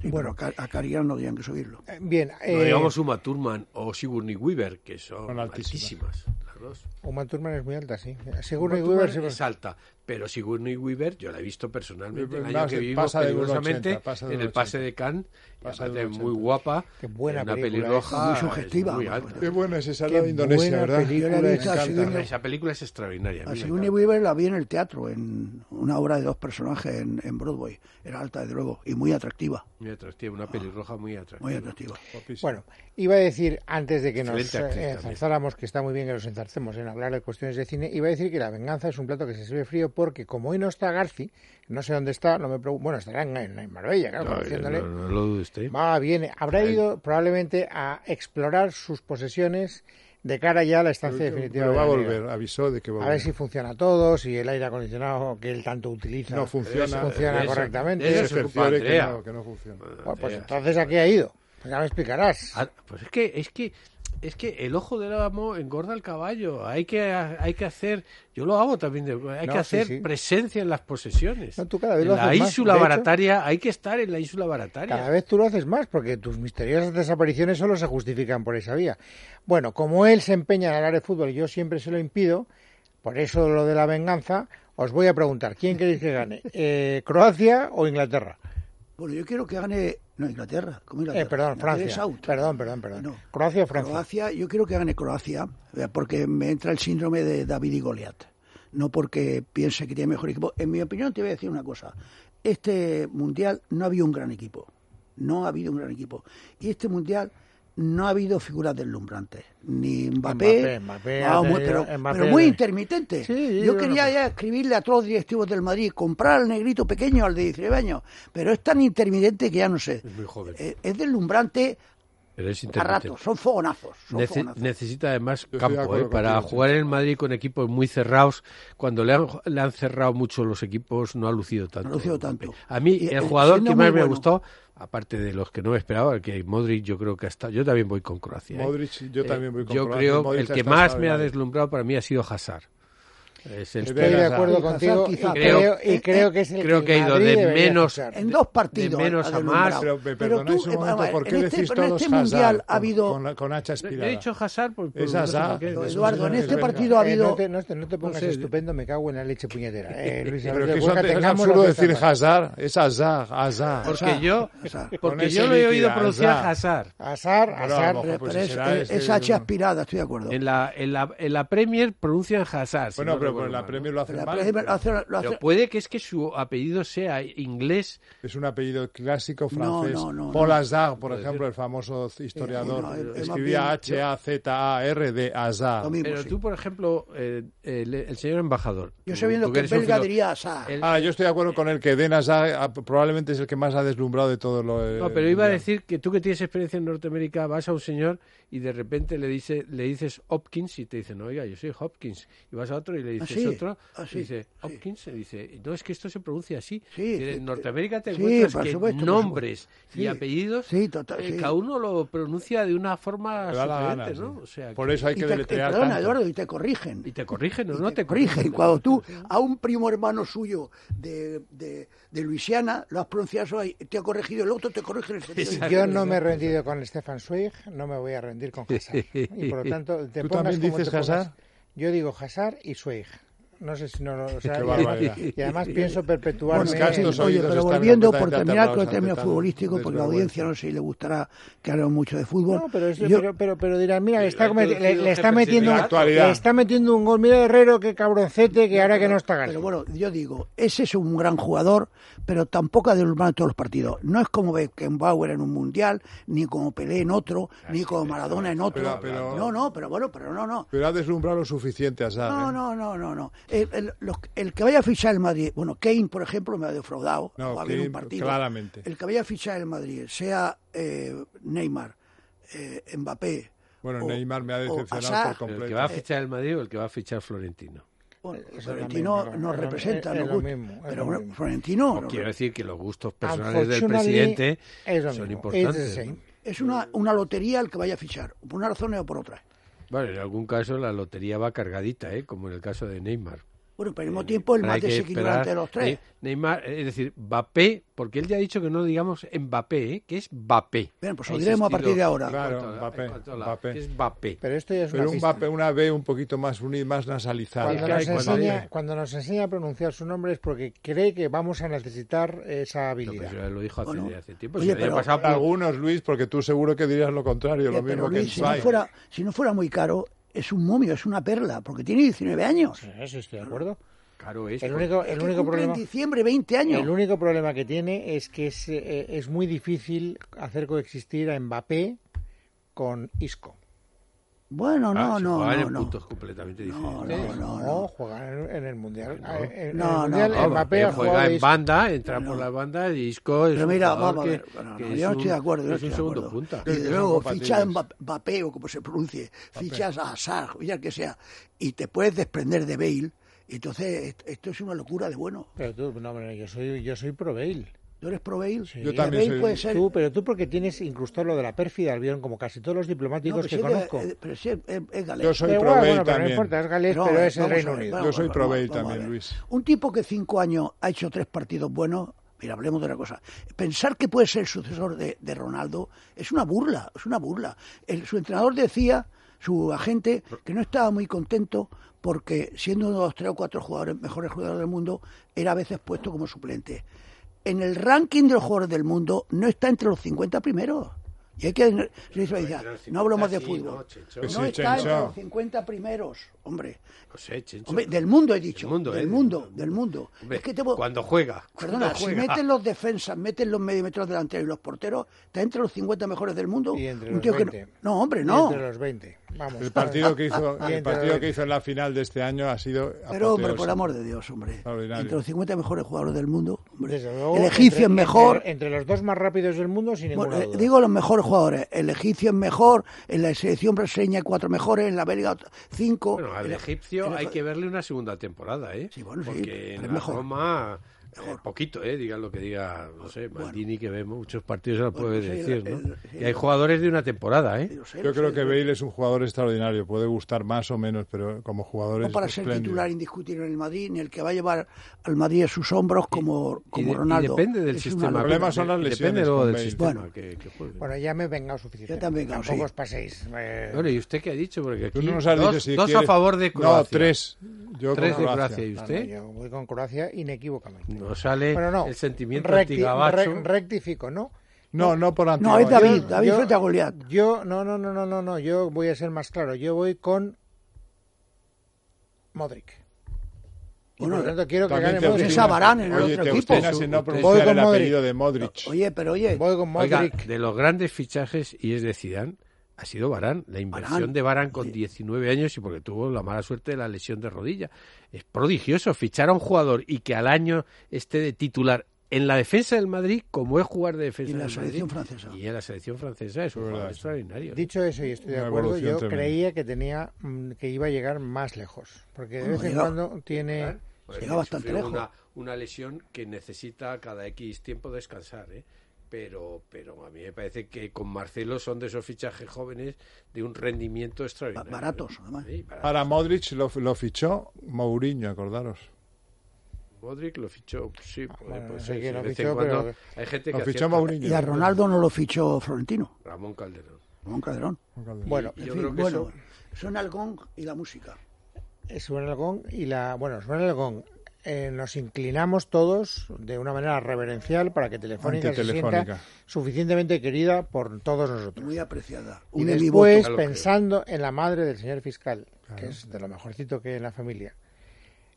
[SPEAKER 6] Y bueno, a Car- a Carrigan no tenían que subirlo.
[SPEAKER 3] Eh, Bien,
[SPEAKER 5] No
[SPEAKER 3] eh,
[SPEAKER 5] digamos Uma Thurman o Sigourney Weaver, que son,
[SPEAKER 4] Son altísimas.
[SPEAKER 5] altísimas. las dos.
[SPEAKER 3] Uma Thurman es muy alta, sí.
[SPEAKER 5] Uma
[SPEAKER 3] Seguro que
[SPEAKER 5] Thurman
[SPEAKER 3] Weaver siempre-
[SPEAKER 5] es alta, pero Sigourney Weaver yo la he visto personalmente el
[SPEAKER 4] Más
[SPEAKER 5] año que
[SPEAKER 4] de-
[SPEAKER 5] vivimos
[SPEAKER 4] pasa de un
[SPEAKER 5] peligrosamente
[SPEAKER 4] 80, pasa de
[SPEAKER 5] en
[SPEAKER 4] un
[SPEAKER 5] el pase
[SPEAKER 4] 80.
[SPEAKER 5] de Cannes,
[SPEAKER 4] Pasa
[SPEAKER 5] aparte
[SPEAKER 4] de un
[SPEAKER 5] muy
[SPEAKER 4] 80.
[SPEAKER 5] guapa,
[SPEAKER 3] Qué buena
[SPEAKER 5] en una
[SPEAKER 3] película ¿eh?
[SPEAKER 5] pelirroja,
[SPEAKER 6] esa. Muy sugestiva,
[SPEAKER 5] es muy
[SPEAKER 6] vamos,
[SPEAKER 5] alta. Ah,
[SPEAKER 4] Qué bueno es esa
[SPEAKER 3] Qué
[SPEAKER 4] la de Indonesia,
[SPEAKER 3] buena
[SPEAKER 4] ¿verdad?
[SPEAKER 3] película
[SPEAKER 4] Me
[SPEAKER 6] de
[SPEAKER 4] encanta.
[SPEAKER 6] Sigourney.
[SPEAKER 5] Esa película es extraordinaria. a
[SPEAKER 6] A
[SPEAKER 3] Pues
[SPEAKER 5] mí me
[SPEAKER 6] Sigourney
[SPEAKER 5] encanta.
[SPEAKER 6] Weaver la vi en el teatro, en una obra de dos personajes en, en Broadway. Era alta, desde luego, y muy atractiva,
[SPEAKER 5] Muy
[SPEAKER 3] Ah.
[SPEAKER 5] atractiva, una pelirroja muy atractiva.
[SPEAKER 6] muy atractiva.
[SPEAKER 4] Guapísima.
[SPEAKER 3] Bueno, iba a decir, antes de que nos
[SPEAKER 5] Excelente actriz
[SPEAKER 3] eh,
[SPEAKER 5] también.
[SPEAKER 3] enzarzáramos, que está muy bien que nos enzarcemos en hablar de cuestiones de cine, iba a decir que la venganza es un plato que se sirve frío porque como hoy no está Garci, no sé dónde está, no me pregunto, bueno, estará en, en Marbella, claro,
[SPEAKER 5] Ay,
[SPEAKER 3] conociéndole.
[SPEAKER 5] no, no lo ¿eh? dude usted.
[SPEAKER 3] Va, viene. Habrá
[SPEAKER 5] Ay.
[SPEAKER 3] ido probablemente a explorar sus posesiones de cara ya a la estancia definitiva.
[SPEAKER 4] Pero
[SPEAKER 3] de
[SPEAKER 4] va a
[SPEAKER 3] la liga.
[SPEAKER 4] volver, avisó de que va a
[SPEAKER 3] A ver
[SPEAKER 4] volver.
[SPEAKER 3] si funciona todo, si el aire acondicionado que él tanto utiliza
[SPEAKER 4] No funciona.
[SPEAKER 3] funciona
[SPEAKER 5] de eso-
[SPEAKER 3] correctamente.
[SPEAKER 5] de
[SPEAKER 4] Que
[SPEAKER 5] eso
[SPEAKER 4] se
[SPEAKER 5] se ocupa
[SPEAKER 4] cerciore que
[SPEAKER 5] Andrea.
[SPEAKER 4] no, que no funciona.
[SPEAKER 3] Bueno,
[SPEAKER 5] Eh,
[SPEAKER 3] pues entonces a qué ha ido. Pues ya me explicarás.
[SPEAKER 5] Ah, pues es que es que es que el ojo del amo engorda el caballo. Hay que hay que hacer, yo lo hago también, de- hay
[SPEAKER 3] No,
[SPEAKER 5] que
[SPEAKER 3] sí,
[SPEAKER 5] hacer
[SPEAKER 3] sí.
[SPEAKER 5] presencia en las posesiones.
[SPEAKER 3] No, tú cada vez
[SPEAKER 5] En
[SPEAKER 3] lo
[SPEAKER 5] la
[SPEAKER 3] haces más,
[SPEAKER 5] ínsula
[SPEAKER 3] de hecho.
[SPEAKER 5] barataria, hay que estar en la ínsula barataria.
[SPEAKER 3] Cada vez tú lo haces más, porque tus misteriosas desapariciones solo se justifican por esa vía. Bueno, como él se empeña en hablar de fútbol y yo siempre se lo impido, por eso lo de la venganza, os voy a preguntar, ¿quién queréis que gane? Eh, ¿Croacia o Inglaterra?
[SPEAKER 6] Bueno, yo quiero que gane. No, Inglaterra. ¿Cómo Inglaterra?
[SPEAKER 3] Eh, perdón,
[SPEAKER 6] Inglaterra
[SPEAKER 3] Francia.
[SPEAKER 6] es out.
[SPEAKER 3] Perdón, perdón, perdón.
[SPEAKER 6] No.
[SPEAKER 3] Croacia o Francia.
[SPEAKER 6] Croacia, yo quiero que gane Croacia, eh, porque me entra el síndrome de David y Goliat. No porque piense que tiene mejor equipo. En mi opinión, te voy a decir una cosa. Este mundial no ha habido un gran equipo. No ha habido un gran equipo. Y este mundial no ha habido figuras deslumbrantes. Ni
[SPEAKER 3] Mbappé,
[SPEAKER 6] Mbappé.
[SPEAKER 3] Mbappé,
[SPEAKER 6] vamos,
[SPEAKER 3] ha tenido-
[SPEAKER 6] pero,
[SPEAKER 3] Mbappé-
[SPEAKER 6] pero muy intermitente.
[SPEAKER 3] Sí, sí,
[SPEAKER 6] yo
[SPEAKER 3] bueno,
[SPEAKER 6] quería
[SPEAKER 3] pues-
[SPEAKER 6] ya escribirle a todos los directivos del Madrid, comprar al negrito pequeño, al de 19 años. Pero es tan intermitente que ya no sé.
[SPEAKER 5] Es muy joven.
[SPEAKER 6] Eh, Es deslumbrante
[SPEAKER 5] Pero es
[SPEAKER 6] a
[SPEAKER 5] intermitente.
[SPEAKER 6] ratos, son fogonazos. Son
[SPEAKER 5] Nece-
[SPEAKER 6] fogonazos.
[SPEAKER 5] necesita además
[SPEAKER 4] Yo estoy de
[SPEAKER 5] campo
[SPEAKER 4] acuerdo
[SPEAKER 5] ¿eh? para
[SPEAKER 4] contigo, sí.
[SPEAKER 5] jugar en el Madrid con equipos muy cerrados. Cuando le han, le han cerrado mucho los equipos, no ha lucido tanto.
[SPEAKER 6] No ha lucido tanto.
[SPEAKER 5] A mí,
[SPEAKER 6] Y, eh,
[SPEAKER 5] el jugador
[SPEAKER 6] siendo
[SPEAKER 5] que más
[SPEAKER 6] muy
[SPEAKER 5] me ha
[SPEAKER 6] bueno.
[SPEAKER 5] gustado, aparte de los que no me esperaba, el que Modric, yo creo que hasta. Yo también voy con Croacia. ¿eh?
[SPEAKER 4] Modric, yo
[SPEAKER 5] Eh,
[SPEAKER 4] también voy con
[SPEAKER 5] Yo
[SPEAKER 4] Croacia.
[SPEAKER 5] creo
[SPEAKER 4] Modric
[SPEAKER 5] el
[SPEAKER 4] ha
[SPEAKER 5] que
[SPEAKER 4] estado
[SPEAKER 5] más
[SPEAKER 4] sabe
[SPEAKER 5] me ha
[SPEAKER 4] nadie.
[SPEAKER 5] deslumbrado para mí ha sido Hazard. Es
[SPEAKER 4] Estoy
[SPEAKER 5] el que-
[SPEAKER 3] Estoy de
[SPEAKER 4] Hazard.
[SPEAKER 3] acuerdo
[SPEAKER 6] Hazard,
[SPEAKER 3] contigo
[SPEAKER 6] quizá,
[SPEAKER 3] y
[SPEAKER 5] pero-
[SPEAKER 3] creo, y creo que es el
[SPEAKER 5] creo que ha ido
[SPEAKER 3] Madrid
[SPEAKER 5] de
[SPEAKER 3] debería
[SPEAKER 5] menos-
[SPEAKER 3] fichar.
[SPEAKER 6] en
[SPEAKER 5] de-
[SPEAKER 6] dos partidos.
[SPEAKER 5] de menos
[SPEAKER 6] ha
[SPEAKER 5] a más.
[SPEAKER 6] deslumbrado.
[SPEAKER 4] Pero me perdonáis
[SPEAKER 6] tú,
[SPEAKER 4] un
[SPEAKER 6] eh,
[SPEAKER 4] momento,
[SPEAKER 6] vamos a ver,
[SPEAKER 4] ¿por qué
[SPEAKER 6] en
[SPEAKER 4] decís
[SPEAKER 6] este, en
[SPEAKER 4] todos
[SPEAKER 6] este
[SPEAKER 4] Hazard
[SPEAKER 6] mundial
[SPEAKER 4] con-
[SPEAKER 6] ha habido.
[SPEAKER 4] Con, la- con hacha aspirada.
[SPEAKER 5] He dicho Hazard por, por-
[SPEAKER 4] Es
[SPEAKER 5] no sé
[SPEAKER 4] Hazard.
[SPEAKER 5] por qué.
[SPEAKER 4] Pero
[SPEAKER 6] Eduardo, en
[SPEAKER 4] es
[SPEAKER 6] este
[SPEAKER 4] verdad.
[SPEAKER 6] partido ha
[SPEAKER 3] Eh,
[SPEAKER 6] habido.
[SPEAKER 3] no, te, no te- no te pongas
[SPEAKER 5] sé.
[SPEAKER 3] estupendo, me cago en la leche puñetera. Eh, Luis,
[SPEAKER 4] Pero que
[SPEAKER 3] nunca
[SPEAKER 4] eso antes- es
[SPEAKER 3] tengamos
[SPEAKER 4] absurdo
[SPEAKER 3] las
[SPEAKER 4] decir
[SPEAKER 3] cosas mal.
[SPEAKER 4] Hazard. Es Hazard, Hazard.
[SPEAKER 5] Porque yo,
[SPEAKER 6] Hazard.
[SPEAKER 4] Con
[SPEAKER 5] porque
[SPEAKER 4] ese
[SPEAKER 5] yo lo he
[SPEAKER 4] líquido,
[SPEAKER 5] oído pronunciar
[SPEAKER 4] Hazard.
[SPEAKER 5] Hazard.
[SPEAKER 3] Azar,
[SPEAKER 4] Bueno,
[SPEAKER 3] azar.
[SPEAKER 4] vamos.
[SPEAKER 6] Pero
[SPEAKER 4] pues
[SPEAKER 6] es,
[SPEAKER 4] será
[SPEAKER 6] es-
[SPEAKER 4] ese-
[SPEAKER 6] es hacha aspirada, estoy de acuerdo.
[SPEAKER 5] En la, en la, en la Premier pronuncian Hazard. si
[SPEAKER 4] Bueno,
[SPEAKER 5] no
[SPEAKER 4] pero
[SPEAKER 5] recuerdo
[SPEAKER 4] con la
[SPEAKER 5] mal, ¿no?
[SPEAKER 4] Premier lo hace
[SPEAKER 6] Pero la
[SPEAKER 4] mal.
[SPEAKER 6] Premier hace- lo hace-
[SPEAKER 5] Pero puede que es que su apellido sea inglés.
[SPEAKER 4] Es un apellido clásico
[SPEAKER 6] No,
[SPEAKER 4] francés.
[SPEAKER 6] no, no,
[SPEAKER 4] Paul
[SPEAKER 6] no.
[SPEAKER 4] Hazard, por ejemplo, el famoso historiador.
[SPEAKER 6] No, no, es- es más
[SPEAKER 4] escribía
[SPEAKER 6] bien-
[SPEAKER 4] H-A-Z-A-R de
[SPEAKER 6] lo
[SPEAKER 4] Hazard.
[SPEAKER 6] mismo,
[SPEAKER 5] Pero
[SPEAKER 6] sí.
[SPEAKER 5] tú, por ejemplo, eh, el, el señor embajador.
[SPEAKER 6] Yo
[SPEAKER 5] tú-
[SPEAKER 6] sabiendo
[SPEAKER 5] tú
[SPEAKER 6] que
[SPEAKER 5] eres un
[SPEAKER 6] Belga
[SPEAKER 5] filo-
[SPEAKER 6] diría Hazard.
[SPEAKER 5] el-
[SPEAKER 4] Ah, yo estoy de acuerdo con el que Den Hazard ah, probablemente es el que más ha deslumbrado de todo lo. eh,
[SPEAKER 5] No, pero iba a
[SPEAKER 4] mundial.
[SPEAKER 5] decir que tú que tienes experiencia en Norteamérica vas a un señor y de repente le dice, le dices Hopkins y te dicen, oiga, yo soy Hopkins. Y vas a otro y le dices
[SPEAKER 6] sí,
[SPEAKER 5] otro.
[SPEAKER 6] ah,
[SPEAKER 5] y
[SPEAKER 6] sí,
[SPEAKER 5] dice
[SPEAKER 6] sí.
[SPEAKER 5] Hopkins y dice, no, es que esto se pronuncia así.
[SPEAKER 6] Sí,
[SPEAKER 5] Y
[SPEAKER 6] sí,
[SPEAKER 5] en Norteamérica te
[SPEAKER 6] sí,
[SPEAKER 5] encuentras
[SPEAKER 6] por
[SPEAKER 5] que
[SPEAKER 6] supuesto, por
[SPEAKER 5] nombres
[SPEAKER 6] supuesto.
[SPEAKER 5] y
[SPEAKER 6] Sí,
[SPEAKER 5] apellidos,
[SPEAKER 6] sí, total,
[SPEAKER 5] eh,
[SPEAKER 6] sí.
[SPEAKER 5] cada uno lo pronuncia de una forma
[SPEAKER 4] Me da la
[SPEAKER 5] diferente,
[SPEAKER 4] gana,
[SPEAKER 5] ¿no?
[SPEAKER 4] sí.
[SPEAKER 5] O sea,
[SPEAKER 4] Por
[SPEAKER 5] que-
[SPEAKER 4] eso hay
[SPEAKER 6] Y
[SPEAKER 4] que
[SPEAKER 6] te- y
[SPEAKER 4] deletrear.
[SPEAKER 6] perdona,
[SPEAKER 4] tanto.
[SPEAKER 6] Eduardo, y te corrigen.
[SPEAKER 5] Y te corrigen, ¿no?
[SPEAKER 6] Y
[SPEAKER 5] no te corrigen.
[SPEAKER 6] Cuando tú a un primo hermano suyo de, de, de Luisiana lo has pronunciado, eso ahí, te ha corregido el otro, te corrige el sentido.
[SPEAKER 5] Exacto.
[SPEAKER 3] Yo no me he rendido con Stefan Zweig, no me voy a rendir con Hazard. Y por lo tanto, te
[SPEAKER 4] ¿Tú
[SPEAKER 3] pongas
[SPEAKER 4] también
[SPEAKER 3] como te
[SPEAKER 4] dices
[SPEAKER 3] pongas.
[SPEAKER 4] Hazard?
[SPEAKER 3] Yo digo Hazard y Zweig. No sé si no lo. o sea,
[SPEAKER 4] Qué
[SPEAKER 3] y-
[SPEAKER 4] barbaridad.
[SPEAKER 3] y, además pienso
[SPEAKER 6] Bueno,
[SPEAKER 3] perpetuarme.
[SPEAKER 4] Los gastos
[SPEAKER 6] sí, oye,
[SPEAKER 4] oídos
[SPEAKER 6] pero
[SPEAKER 4] están
[SPEAKER 6] volviendo por
[SPEAKER 4] completamente
[SPEAKER 6] terminar con
[SPEAKER 4] atados
[SPEAKER 6] el
[SPEAKER 4] ante
[SPEAKER 6] término
[SPEAKER 4] tal
[SPEAKER 6] futbolístico, porque la
[SPEAKER 4] desvergüenza.
[SPEAKER 6] audiencia no sé si le gustará que hablemos mucho de fútbol.
[SPEAKER 3] No, pero, es-
[SPEAKER 6] Yo-
[SPEAKER 3] pero, pero, pero dirán, mira, le está,
[SPEAKER 5] tú
[SPEAKER 3] cometi-
[SPEAKER 5] dices
[SPEAKER 3] le, le está
[SPEAKER 5] que
[SPEAKER 3] metiendo,
[SPEAKER 4] en la actualidad.
[SPEAKER 3] le está metiendo un gol. Mira Herrero, qué cabroncete, que ahora que no está
[SPEAKER 6] Pero
[SPEAKER 3] ganando.
[SPEAKER 6] bueno, yo digo, ese es un gran jugador, pero tampoco ha deslumbrado en todos los partidos. No es como Beckenbauer en un mundial, ni como Pelé en otro, ni como Maradona en otro.
[SPEAKER 4] pero-
[SPEAKER 6] no, no, pero bueno, pero no, no.
[SPEAKER 4] Pero ha deslumbrado lo suficiente, Hazard.
[SPEAKER 6] No,
[SPEAKER 4] ¿eh?
[SPEAKER 6] no, no, no, no. el, el- los- el que vaya a fichar el Madrid, bueno, Kane, por ejemplo, me ha defraudado.
[SPEAKER 4] No,
[SPEAKER 6] va a haber
[SPEAKER 4] Kane,
[SPEAKER 6] un partido.
[SPEAKER 4] claramente.
[SPEAKER 6] El que vaya a fichar el Madrid, sea eh, Neymar, eh, Mbappé.
[SPEAKER 4] Bueno,
[SPEAKER 6] o-
[SPEAKER 4] Neymar me ha
[SPEAKER 6] o
[SPEAKER 4] decepcionado por
[SPEAKER 6] Hazard,
[SPEAKER 5] Pero
[SPEAKER 4] completo.
[SPEAKER 5] el que va a
[SPEAKER 6] Eh.
[SPEAKER 5] fichar el Madrid o el que va a fichar Florentino.
[SPEAKER 6] Bueno,
[SPEAKER 3] Es lo
[SPEAKER 6] Florentino
[SPEAKER 3] mismo,
[SPEAKER 6] nos
[SPEAKER 3] es lo-
[SPEAKER 6] representa,
[SPEAKER 3] es
[SPEAKER 6] nos
[SPEAKER 3] lo
[SPEAKER 6] gusta.
[SPEAKER 3] mismo, es
[SPEAKER 6] pero
[SPEAKER 3] lo
[SPEAKER 6] bueno,
[SPEAKER 3] mismo.
[SPEAKER 6] Florentino
[SPEAKER 5] O
[SPEAKER 6] nos
[SPEAKER 5] quiero decir que los gustos personales del
[SPEAKER 3] Unfortunately,
[SPEAKER 5] presidente
[SPEAKER 3] es lo
[SPEAKER 5] son
[SPEAKER 3] mismo. It's
[SPEAKER 5] importantes.
[SPEAKER 3] the same.
[SPEAKER 6] Es una, una lotería el que vaya a fichar, por una razón o por otra.
[SPEAKER 5] Bueno, en algún caso la lotería va cargadita, ¿eh? como en el caso de Neymar.
[SPEAKER 6] Bueno, pero al
[SPEAKER 3] Eh,
[SPEAKER 6] mismo tiempo el
[SPEAKER 5] Pero
[SPEAKER 6] más
[SPEAKER 5] hay que
[SPEAKER 6] desequilibrante de
[SPEAKER 5] esperar.
[SPEAKER 6] los tres.
[SPEAKER 5] Ne- Neymar, es decir, Mbappé, porque él ya ha dicho que no digamos Mbappé, ¿eh? que es Mbappé.
[SPEAKER 6] Bien, pues lo
[SPEAKER 5] Ha
[SPEAKER 6] diremos a
[SPEAKER 5] insistido
[SPEAKER 6] partir de ahora.
[SPEAKER 5] en
[SPEAKER 4] Claro,
[SPEAKER 5] cuanto a-
[SPEAKER 4] Mbappé,
[SPEAKER 5] en cuanto a la-
[SPEAKER 4] Mbappé.
[SPEAKER 5] que Es Mbappé.
[SPEAKER 3] Pero esto ya es
[SPEAKER 4] Pero
[SPEAKER 3] una
[SPEAKER 4] un
[SPEAKER 3] pista.
[SPEAKER 4] Mbappé, una B un poquito más unida, más nasalizada.
[SPEAKER 3] Cuando
[SPEAKER 5] que
[SPEAKER 3] nos,
[SPEAKER 5] hay cuando
[SPEAKER 3] enseña,
[SPEAKER 5] hay-
[SPEAKER 3] cuando nos enseña a pronunciar su nombre es porque cree que vamos a necesitar esa
[SPEAKER 5] No, pero
[SPEAKER 3] habilidad.
[SPEAKER 5] eso lo dijo hace,
[SPEAKER 6] Bueno,
[SPEAKER 5] hace tiempo. se
[SPEAKER 6] oye,
[SPEAKER 5] le había
[SPEAKER 6] pero-
[SPEAKER 5] pasado por-
[SPEAKER 4] Algunos, Luis, porque tú seguro que dirías lo contrario,
[SPEAKER 6] Oye,
[SPEAKER 4] lo mismo
[SPEAKER 6] Eh, pero
[SPEAKER 4] que
[SPEAKER 6] Luis, si no,
[SPEAKER 4] Inside.
[SPEAKER 6] fuera, si no fuera muy caro, es un momio, es una perla, porque tiene 19 años.
[SPEAKER 3] Eso estoy de acuerdo.
[SPEAKER 5] Claro, es.
[SPEAKER 3] El
[SPEAKER 5] porque-
[SPEAKER 3] único,
[SPEAKER 6] Ah. Es
[SPEAKER 3] el
[SPEAKER 6] que
[SPEAKER 3] único
[SPEAKER 6] cumple
[SPEAKER 3] problema.
[SPEAKER 6] en diciembre 20 años.
[SPEAKER 3] El único problema que tiene es que es, eh, es muy difícil hacer coexistir a Mbappé con Isco.
[SPEAKER 6] Bueno,
[SPEAKER 5] Ah,
[SPEAKER 6] no,
[SPEAKER 5] se
[SPEAKER 6] no,
[SPEAKER 5] jugaban
[SPEAKER 6] no,
[SPEAKER 5] en
[SPEAKER 6] no.
[SPEAKER 5] puntos completamente
[SPEAKER 6] No,
[SPEAKER 5] diferentes.
[SPEAKER 6] no, no, no.
[SPEAKER 3] juegan en el Mundial. eh,
[SPEAKER 5] No.
[SPEAKER 3] En- En,
[SPEAKER 6] No,
[SPEAKER 3] el
[SPEAKER 6] no,
[SPEAKER 3] mundial
[SPEAKER 6] no,
[SPEAKER 3] Mbappé
[SPEAKER 5] él
[SPEAKER 3] ha jugado
[SPEAKER 5] juega
[SPEAKER 3] de
[SPEAKER 5] en
[SPEAKER 3] Isco.
[SPEAKER 5] banda, entra
[SPEAKER 6] No.
[SPEAKER 5] por la banda y Isco es
[SPEAKER 6] Pero
[SPEAKER 5] un
[SPEAKER 6] mira,
[SPEAKER 5] jugador
[SPEAKER 6] vamos a
[SPEAKER 5] que-
[SPEAKER 6] ver, bueno, no,
[SPEAKER 5] que
[SPEAKER 6] yo
[SPEAKER 5] es
[SPEAKER 6] no estoy de
[SPEAKER 5] un-
[SPEAKER 6] acuerdo. yo no
[SPEAKER 5] Es un
[SPEAKER 6] estoy de
[SPEAKER 5] segundo
[SPEAKER 6] acuerdo.
[SPEAKER 5] punta.
[SPEAKER 6] Y desde
[SPEAKER 4] son
[SPEAKER 6] luego,
[SPEAKER 4] compatibles.
[SPEAKER 6] fichas a Mba- Mbappé o como se pronuncie, fichas a Hazard, fichas que sea, y te puedes desprender de Bale, y entonces est- esto es una locura de bueno.
[SPEAKER 3] Pero tú, no, hombre, yo soy, yo soy pro Bale.
[SPEAKER 6] ¿Tú eres pro Bale?
[SPEAKER 3] Sí.
[SPEAKER 4] Yo también
[SPEAKER 6] Bale
[SPEAKER 4] soy-
[SPEAKER 6] puede ser...
[SPEAKER 3] Tú, pero tú porque tienes incrustado lo de la pérfida Albión, como casi todos los
[SPEAKER 6] No,
[SPEAKER 3] diplomáticos
[SPEAKER 6] pero
[SPEAKER 3] que
[SPEAKER 6] sí es de-
[SPEAKER 3] conozco.
[SPEAKER 6] eh, pero sí es- es- es galés.
[SPEAKER 4] Yo soy
[SPEAKER 3] Da
[SPEAKER 4] pro
[SPEAKER 3] igual,
[SPEAKER 4] Bale
[SPEAKER 3] bueno, pero no
[SPEAKER 4] también.
[SPEAKER 3] importa, es galés,
[SPEAKER 6] No,
[SPEAKER 3] pero
[SPEAKER 6] eh,
[SPEAKER 3] es el
[SPEAKER 6] vamos
[SPEAKER 3] Reino
[SPEAKER 6] a ver,
[SPEAKER 3] Unido.
[SPEAKER 6] vamos
[SPEAKER 4] Yo soy
[SPEAKER 6] a ver,
[SPEAKER 4] pro Bale
[SPEAKER 6] vamos a ver.
[SPEAKER 4] también, Luis.
[SPEAKER 6] Un tipo que cinco años ha hecho tres partidos buenos. Mira, hablemos de una cosa. Pensar que puede ser el sucesor de, de Ronaldo es una burla, es una burla. El- su entrenador decía, su agente, que no estaba muy contento porque siendo uno de los tres o cuatro jugadores, mejores jugadores del mundo, era a veces puesto como suplente. En el ranking de los jugadores del mundo no está entre los 50 primeros. Y hay que... No hablo más de
[SPEAKER 5] Sí, no,
[SPEAKER 6] fútbol.
[SPEAKER 5] Checho.
[SPEAKER 4] Pues
[SPEAKER 6] No
[SPEAKER 4] sí,
[SPEAKER 6] está entre
[SPEAKER 4] Chencho.
[SPEAKER 6] los 50 primeros, hombre.
[SPEAKER 5] No sé, Chencho.
[SPEAKER 6] Hombre, del mundo he dicho.
[SPEAKER 5] Del mundo,
[SPEAKER 6] del,
[SPEAKER 5] eh,
[SPEAKER 6] mundo del mundo,
[SPEAKER 5] Hombre,
[SPEAKER 6] Es que te voy-
[SPEAKER 5] Cuando juega.
[SPEAKER 6] Perdona,
[SPEAKER 5] cuando
[SPEAKER 6] si
[SPEAKER 5] juega.
[SPEAKER 6] meten los defensas, meten los mediometros delanteros y los porteros, está entre los 50 mejores del mundo.
[SPEAKER 3] Y entre
[SPEAKER 6] un
[SPEAKER 3] los
[SPEAKER 6] tío que no-
[SPEAKER 3] 20.
[SPEAKER 6] no, hombre,
[SPEAKER 3] Y
[SPEAKER 6] no.
[SPEAKER 3] Entre los 20. Vamos.
[SPEAKER 4] El partido que
[SPEAKER 3] Y
[SPEAKER 4] hizo, el
[SPEAKER 3] entre
[SPEAKER 4] partido
[SPEAKER 3] los-
[SPEAKER 4] que hizo en la final de este año ha sido
[SPEAKER 6] Pero, hombre,
[SPEAKER 4] apoteósico.
[SPEAKER 6] por amor de Dios, hombre.
[SPEAKER 4] Extraordinario.
[SPEAKER 6] Entre los 50 mejores jugadores del mundo, hombre.
[SPEAKER 3] Desde luego,
[SPEAKER 6] el egipcio
[SPEAKER 3] entre-
[SPEAKER 6] es mejor.
[SPEAKER 3] Entre, entre los dos más rápidos del mundo, sin ninguna
[SPEAKER 6] Bueno, eh,
[SPEAKER 3] duda.
[SPEAKER 6] digo los mejores jugadores. El egipcio es mejor. En la selección brasileña hay cuatro mejores. En la belga ot- cinco.
[SPEAKER 5] Bueno, al
[SPEAKER 6] El-
[SPEAKER 5] egipcio
[SPEAKER 6] el-
[SPEAKER 5] hay que verle una segunda temporada, ¿eh?
[SPEAKER 6] Sí, bueno, sí,
[SPEAKER 5] Porque
[SPEAKER 6] pero
[SPEAKER 5] en la
[SPEAKER 6] es mejor.
[SPEAKER 5] Roma, eh, poquito, ¿eh? Diga lo que diga, no sé, Maldini, que vemos muchos partidos, se lo
[SPEAKER 6] Bueno,
[SPEAKER 5] puede
[SPEAKER 6] sí,
[SPEAKER 5] decir,
[SPEAKER 6] el-
[SPEAKER 5] ¿no?
[SPEAKER 6] el- sí,
[SPEAKER 5] y hay
[SPEAKER 6] el-
[SPEAKER 5] jugadores de una temporada, ¿eh?
[SPEAKER 6] lo sé, lo
[SPEAKER 4] Yo
[SPEAKER 6] sé,
[SPEAKER 4] creo que
[SPEAKER 6] lo-
[SPEAKER 4] Bale es un jugador extraordinario. Puede gustar más o menos, pero como jugador
[SPEAKER 6] No
[SPEAKER 4] es
[SPEAKER 6] para ser
[SPEAKER 4] espléndido.
[SPEAKER 6] titular indiscutible en el Madrid, ni el que va a llevar al Madrid a sus hombros como,
[SPEAKER 5] Y
[SPEAKER 6] como
[SPEAKER 5] de- y
[SPEAKER 6] Ronaldo.
[SPEAKER 5] depende del
[SPEAKER 6] Es una
[SPEAKER 5] sistema.
[SPEAKER 4] El
[SPEAKER 6] locura.
[SPEAKER 4] problema son las
[SPEAKER 5] Y Depende
[SPEAKER 4] lesiones
[SPEAKER 5] luego
[SPEAKER 4] con
[SPEAKER 5] del
[SPEAKER 4] Bale.
[SPEAKER 5] sistema
[SPEAKER 6] Bueno.
[SPEAKER 5] que, que juegue. Bueno.
[SPEAKER 3] Bueno, ya me he vengado suficiente.
[SPEAKER 6] Yo también, claro,
[SPEAKER 3] Tampoco
[SPEAKER 6] sí.
[SPEAKER 3] os paséis. eh,
[SPEAKER 5] ¿y usted qué ha dicho? Porque aquí
[SPEAKER 4] Tú no nos has
[SPEAKER 5] dos,
[SPEAKER 4] dicho si
[SPEAKER 5] dos a
[SPEAKER 4] quieres-
[SPEAKER 5] favor de Croacia.
[SPEAKER 4] No, tres. Yo con
[SPEAKER 5] Tres de
[SPEAKER 4] Croacia.
[SPEAKER 5] Croacia. ¿Y
[SPEAKER 3] no, no,
[SPEAKER 5] usted?
[SPEAKER 3] yo voy con Croacia inequívocamente.
[SPEAKER 5] No sale
[SPEAKER 3] Bueno, no.
[SPEAKER 5] el sentimiento
[SPEAKER 3] Recti-
[SPEAKER 5] antigabacho.
[SPEAKER 3] re- rectifico, ¿no.
[SPEAKER 4] No, no por
[SPEAKER 6] No, es
[SPEAKER 4] Antigua.
[SPEAKER 6] David, David frente a Goliat.
[SPEAKER 3] Yo, no, no, no, no, no, no. Yo voy a ser más claro. Yo voy con Modric. Y
[SPEAKER 6] Bueno,
[SPEAKER 3] por lo tanto quiero que
[SPEAKER 4] También
[SPEAKER 3] gane
[SPEAKER 4] te
[SPEAKER 6] Modric.
[SPEAKER 3] Modric.
[SPEAKER 4] obstinas-
[SPEAKER 6] Esa Varane en el
[SPEAKER 4] Oye,
[SPEAKER 6] otro
[SPEAKER 4] te
[SPEAKER 6] equipo.
[SPEAKER 4] obstinas en no
[SPEAKER 5] Voy
[SPEAKER 4] pronunciar
[SPEAKER 3] con
[SPEAKER 4] el
[SPEAKER 3] Modric.
[SPEAKER 4] apellido de Modric.
[SPEAKER 6] Oye, pero oye,
[SPEAKER 3] Voy con
[SPEAKER 5] Oiga,
[SPEAKER 3] Modric.
[SPEAKER 5] de los grandes fichajes, y es de Zidane, ha sido Barán. La inversión
[SPEAKER 6] Varane.
[SPEAKER 5] de Barán con 19 años y porque tuvo la mala suerte de la lesión de rodilla. Es prodigioso fichar a un jugador y que al año esté de titular en la defensa del Madrid, como es jugar de defensa
[SPEAKER 6] Y en la
[SPEAKER 5] del
[SPEAKER 6] selección
[SPEAKER 5] Madrid,
[SPEAKER 6] francesa.
[SPEAKER 5] Y en la selección francesa es un
[SPEAKER 4] Es verdad,
[SPEAKER 5] jugador
[SPEAKER 4] sí.
[SPEAKER 5] extraordinario. ¿eh?
[SPEAKER 3] Dicho eso, y estoy de
[SPEAKER 4] Una
[SPEAKER 3] acuerdo,
[SPEAKER 4] evolución
[SPEAKER 3] yo
[SPEAKER 4] tremenda.
[SPEAKER 3] creía que tenía mm, que iba a llegar más lejos, porque de
[SPEAKER 6] Bueno,
[SPEAKER 3] vez en
[SPEAKER 6] llega-
[SPEAKER 3] cuando tiene
[SPEAKER 5] Varane, pues,
[SPEAKER 6] Llega bastante
[SPEAKER 5] sufrió
[SPEAKER 6] lejos.
[SPEAKER 5] Una, una lesión que necesita cada X tiempo descansar, ¿eh? Pero, pero a mí me parece que con Marcelo son de esos fichajes jóvenes de un rendimiento
[SPEAKER 6] ba-
[SPEAKER 5] extraordinario.
[SPEAKER 6] baratos, además.
[SPEAKER 5] Sí,
[SPEAKER 3] Ah.
[SPEAKER 5] barato.
[SPEAKER 4] Para Modric lo, lo fichó Mourinho, acordaros.
[SPEAKER 5] Modric lo fichó, pues sí, puede-
[SPEAKER 3] bueno, no
[SPEAKER 5] puede
[SPEAKER 3] sé
[SPEAKER 5] ser,
[SPEAKER 3] quién
[SPEAKER 5] sí,
[SPEAKER 3] lo
[SPEAKER 5] de vez
[SPEAKER 3] fichó,
[SPEAKER 5] en cuando
[SPEAKER 3] pero-
[SPEAKER 5] hay gente
[SPEAKER 4] Lo
[SPEAKER 5] que
[SPEAKER 4] fichó
[SPEAKER 5] acierta.
[SPEAKER 4] Mourinho.
[SPEAKER 6] Y a Ronaldo no lo fichó Florentino,
[SPEAKER 5] Ramón Calderón.
[SPEAKER 6] Ramón Calderón.
[SPEAKER 3] bueno,
[SPEAKER 5] Yo
[SPEAKER 6] En
[SPEAKER 5] creo
[SPEAKER 6] fin,
[SPEAKER 5] que
[SPEAKER 6] bueno,
[SPEAKER 5] eso-
[SPEAKER 6] suena el gong y la música.
[SPEAKER 3] suena el gong y la bueno, suena el gong. Eh, nos inclinamos todos de una manera reverencial para que Telefónica se sienta
[SPEAKER 4] Antitelefónica.
[SPEAKER 3] suficientemente querida por todos nosotros.
[SPEAKER 6] Muy apreciada.
[SPEAKER 3] Y
[SPEAKER 6] Une mi
[SPEAKER 3] después,
[SPEAKER 6] voto.
[SPEAKER 5] voto.
[SPEAKER 3] pensando en la madre del señor fiscal, que es de lo mejorcito que hay en la familia,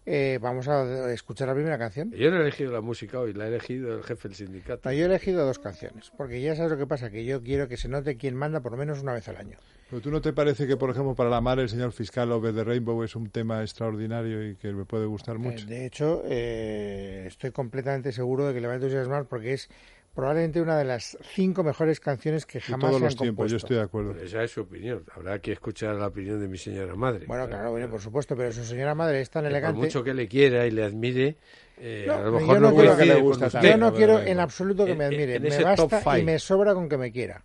[SPEAKER 3] eh, vamos a escuchar la primera canción.
[SPEAKER 5] Yo no he elegido la música hoy, la ha elegido el jefe del sindicato.
[SPEAKER 3] No, yo he elegido dos canciones, porque ya sabes lo que pasa, que yo quiero que se note quién manda por lo menos una vez al año.
[SPEAKER 4] Pero tú no te parece que, por ejemplo, para la madre el señor fiscal Over de Rainbow es un tema extraordinario y que me puede gustar mucho.
[SPEAKER 3] Eh, De hecho, eh, estoy completamente seguro de que le va a entusiasmar porque es probablemente una de las cinco mejores canciones que
[SPEAKER 4] De
[SPEAKER 3] jamás
[SPEAKER 4] todos
[SPEAKER 3] se han
[SPEAKER 4] los tiempos,
[SPEAKER 3] compuesto.
[SPEAKER 4] yo estoy de acuerdo.
[SPEAKER 5] Pero Esa es su opinión. Habrá que escuchar la opinión de mi señora madre.
[SPEAKER 3] Bueno, claro, bueno, por supuesto, pero su señora madre es tan
[SPEAKER 5] Que Por
[SPEAKER 3] elegante.
[SPEAKER 5] mucho que le quiera y le admire, eh,
[SPEAKER 3] No,
[SPEAKER 5] a lo
[SPEAKER 3] pero
[SPEAKER 5] mejor
[SPEAKER 3] yo
[SPEAKER 5] no,
[SPEAKER 3] no quiero que
[SPEAKER 5] coincide
[SPEAKER 4] le
[SPEAKER 5] con
[SPEAKER 4] guste
[SPEAKER 5] usted.
[SPEAKER 4] tanto.
[SPEAKER 3] Yo no
[SPEAKER 4] Venga,
[SPEAKER 3] quiero
[SPEAKER 4] venga,
[SPEAKER 3] en
[SPEAKER 4] venga.
[SPEAKER 3] absoluto que
[SPEAKER 5] En-
[SPEAKER 3] me admire,
[SPEAKER 5] en
[SPEAKER 3] me
[SPEAKER 5] ese
[SPEAKER 3] basta
[SPEAKER 5] top
[SPEAKER 3] y
[SPEAKER 5] five.
[SPEAKER 3] me sobra con que me quiera.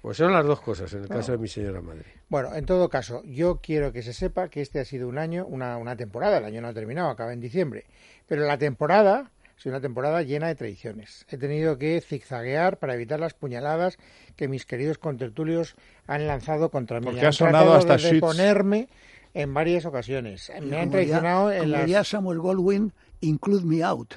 [SPEAKER 5] Pues son las dos cosas, en el caso de mi señora madre.
[SPEAKER 3] Bueno, en todo caso, yo quiero que se sepa que este ha sido un año, una, una temporada, el año no ha terminado, acaba en diciembre, pero la temporada es una temporada llena de traiciones. He tenido que zigzaguear para evitar las puñaladas que mis queridos contertulios han lanzado contra mí.
[SPEAKER 4] Porque
[SPEAKER 3] Han
[SPEAKER 4] ha sonado
[SPEAKER 3] tratado
[SPEAKER 4] hasta
[SPEAKER 3] de
[SPEAKER 4] Sheets.
[SPEAKER 3] ponerme en varias ocasiones.
[SPEAKER 6] Y
[SPEAKER 3] Me han
[SPEAKER 6] como
[SPEAKER 3] traicionado
[SPEAKER 6] diría-
[SPEAKER 3] en
[SPEAKER 6] como
[SPEAKER 3] las...
[SPEAKER 6] diría Samuel Goldwyn, include me out.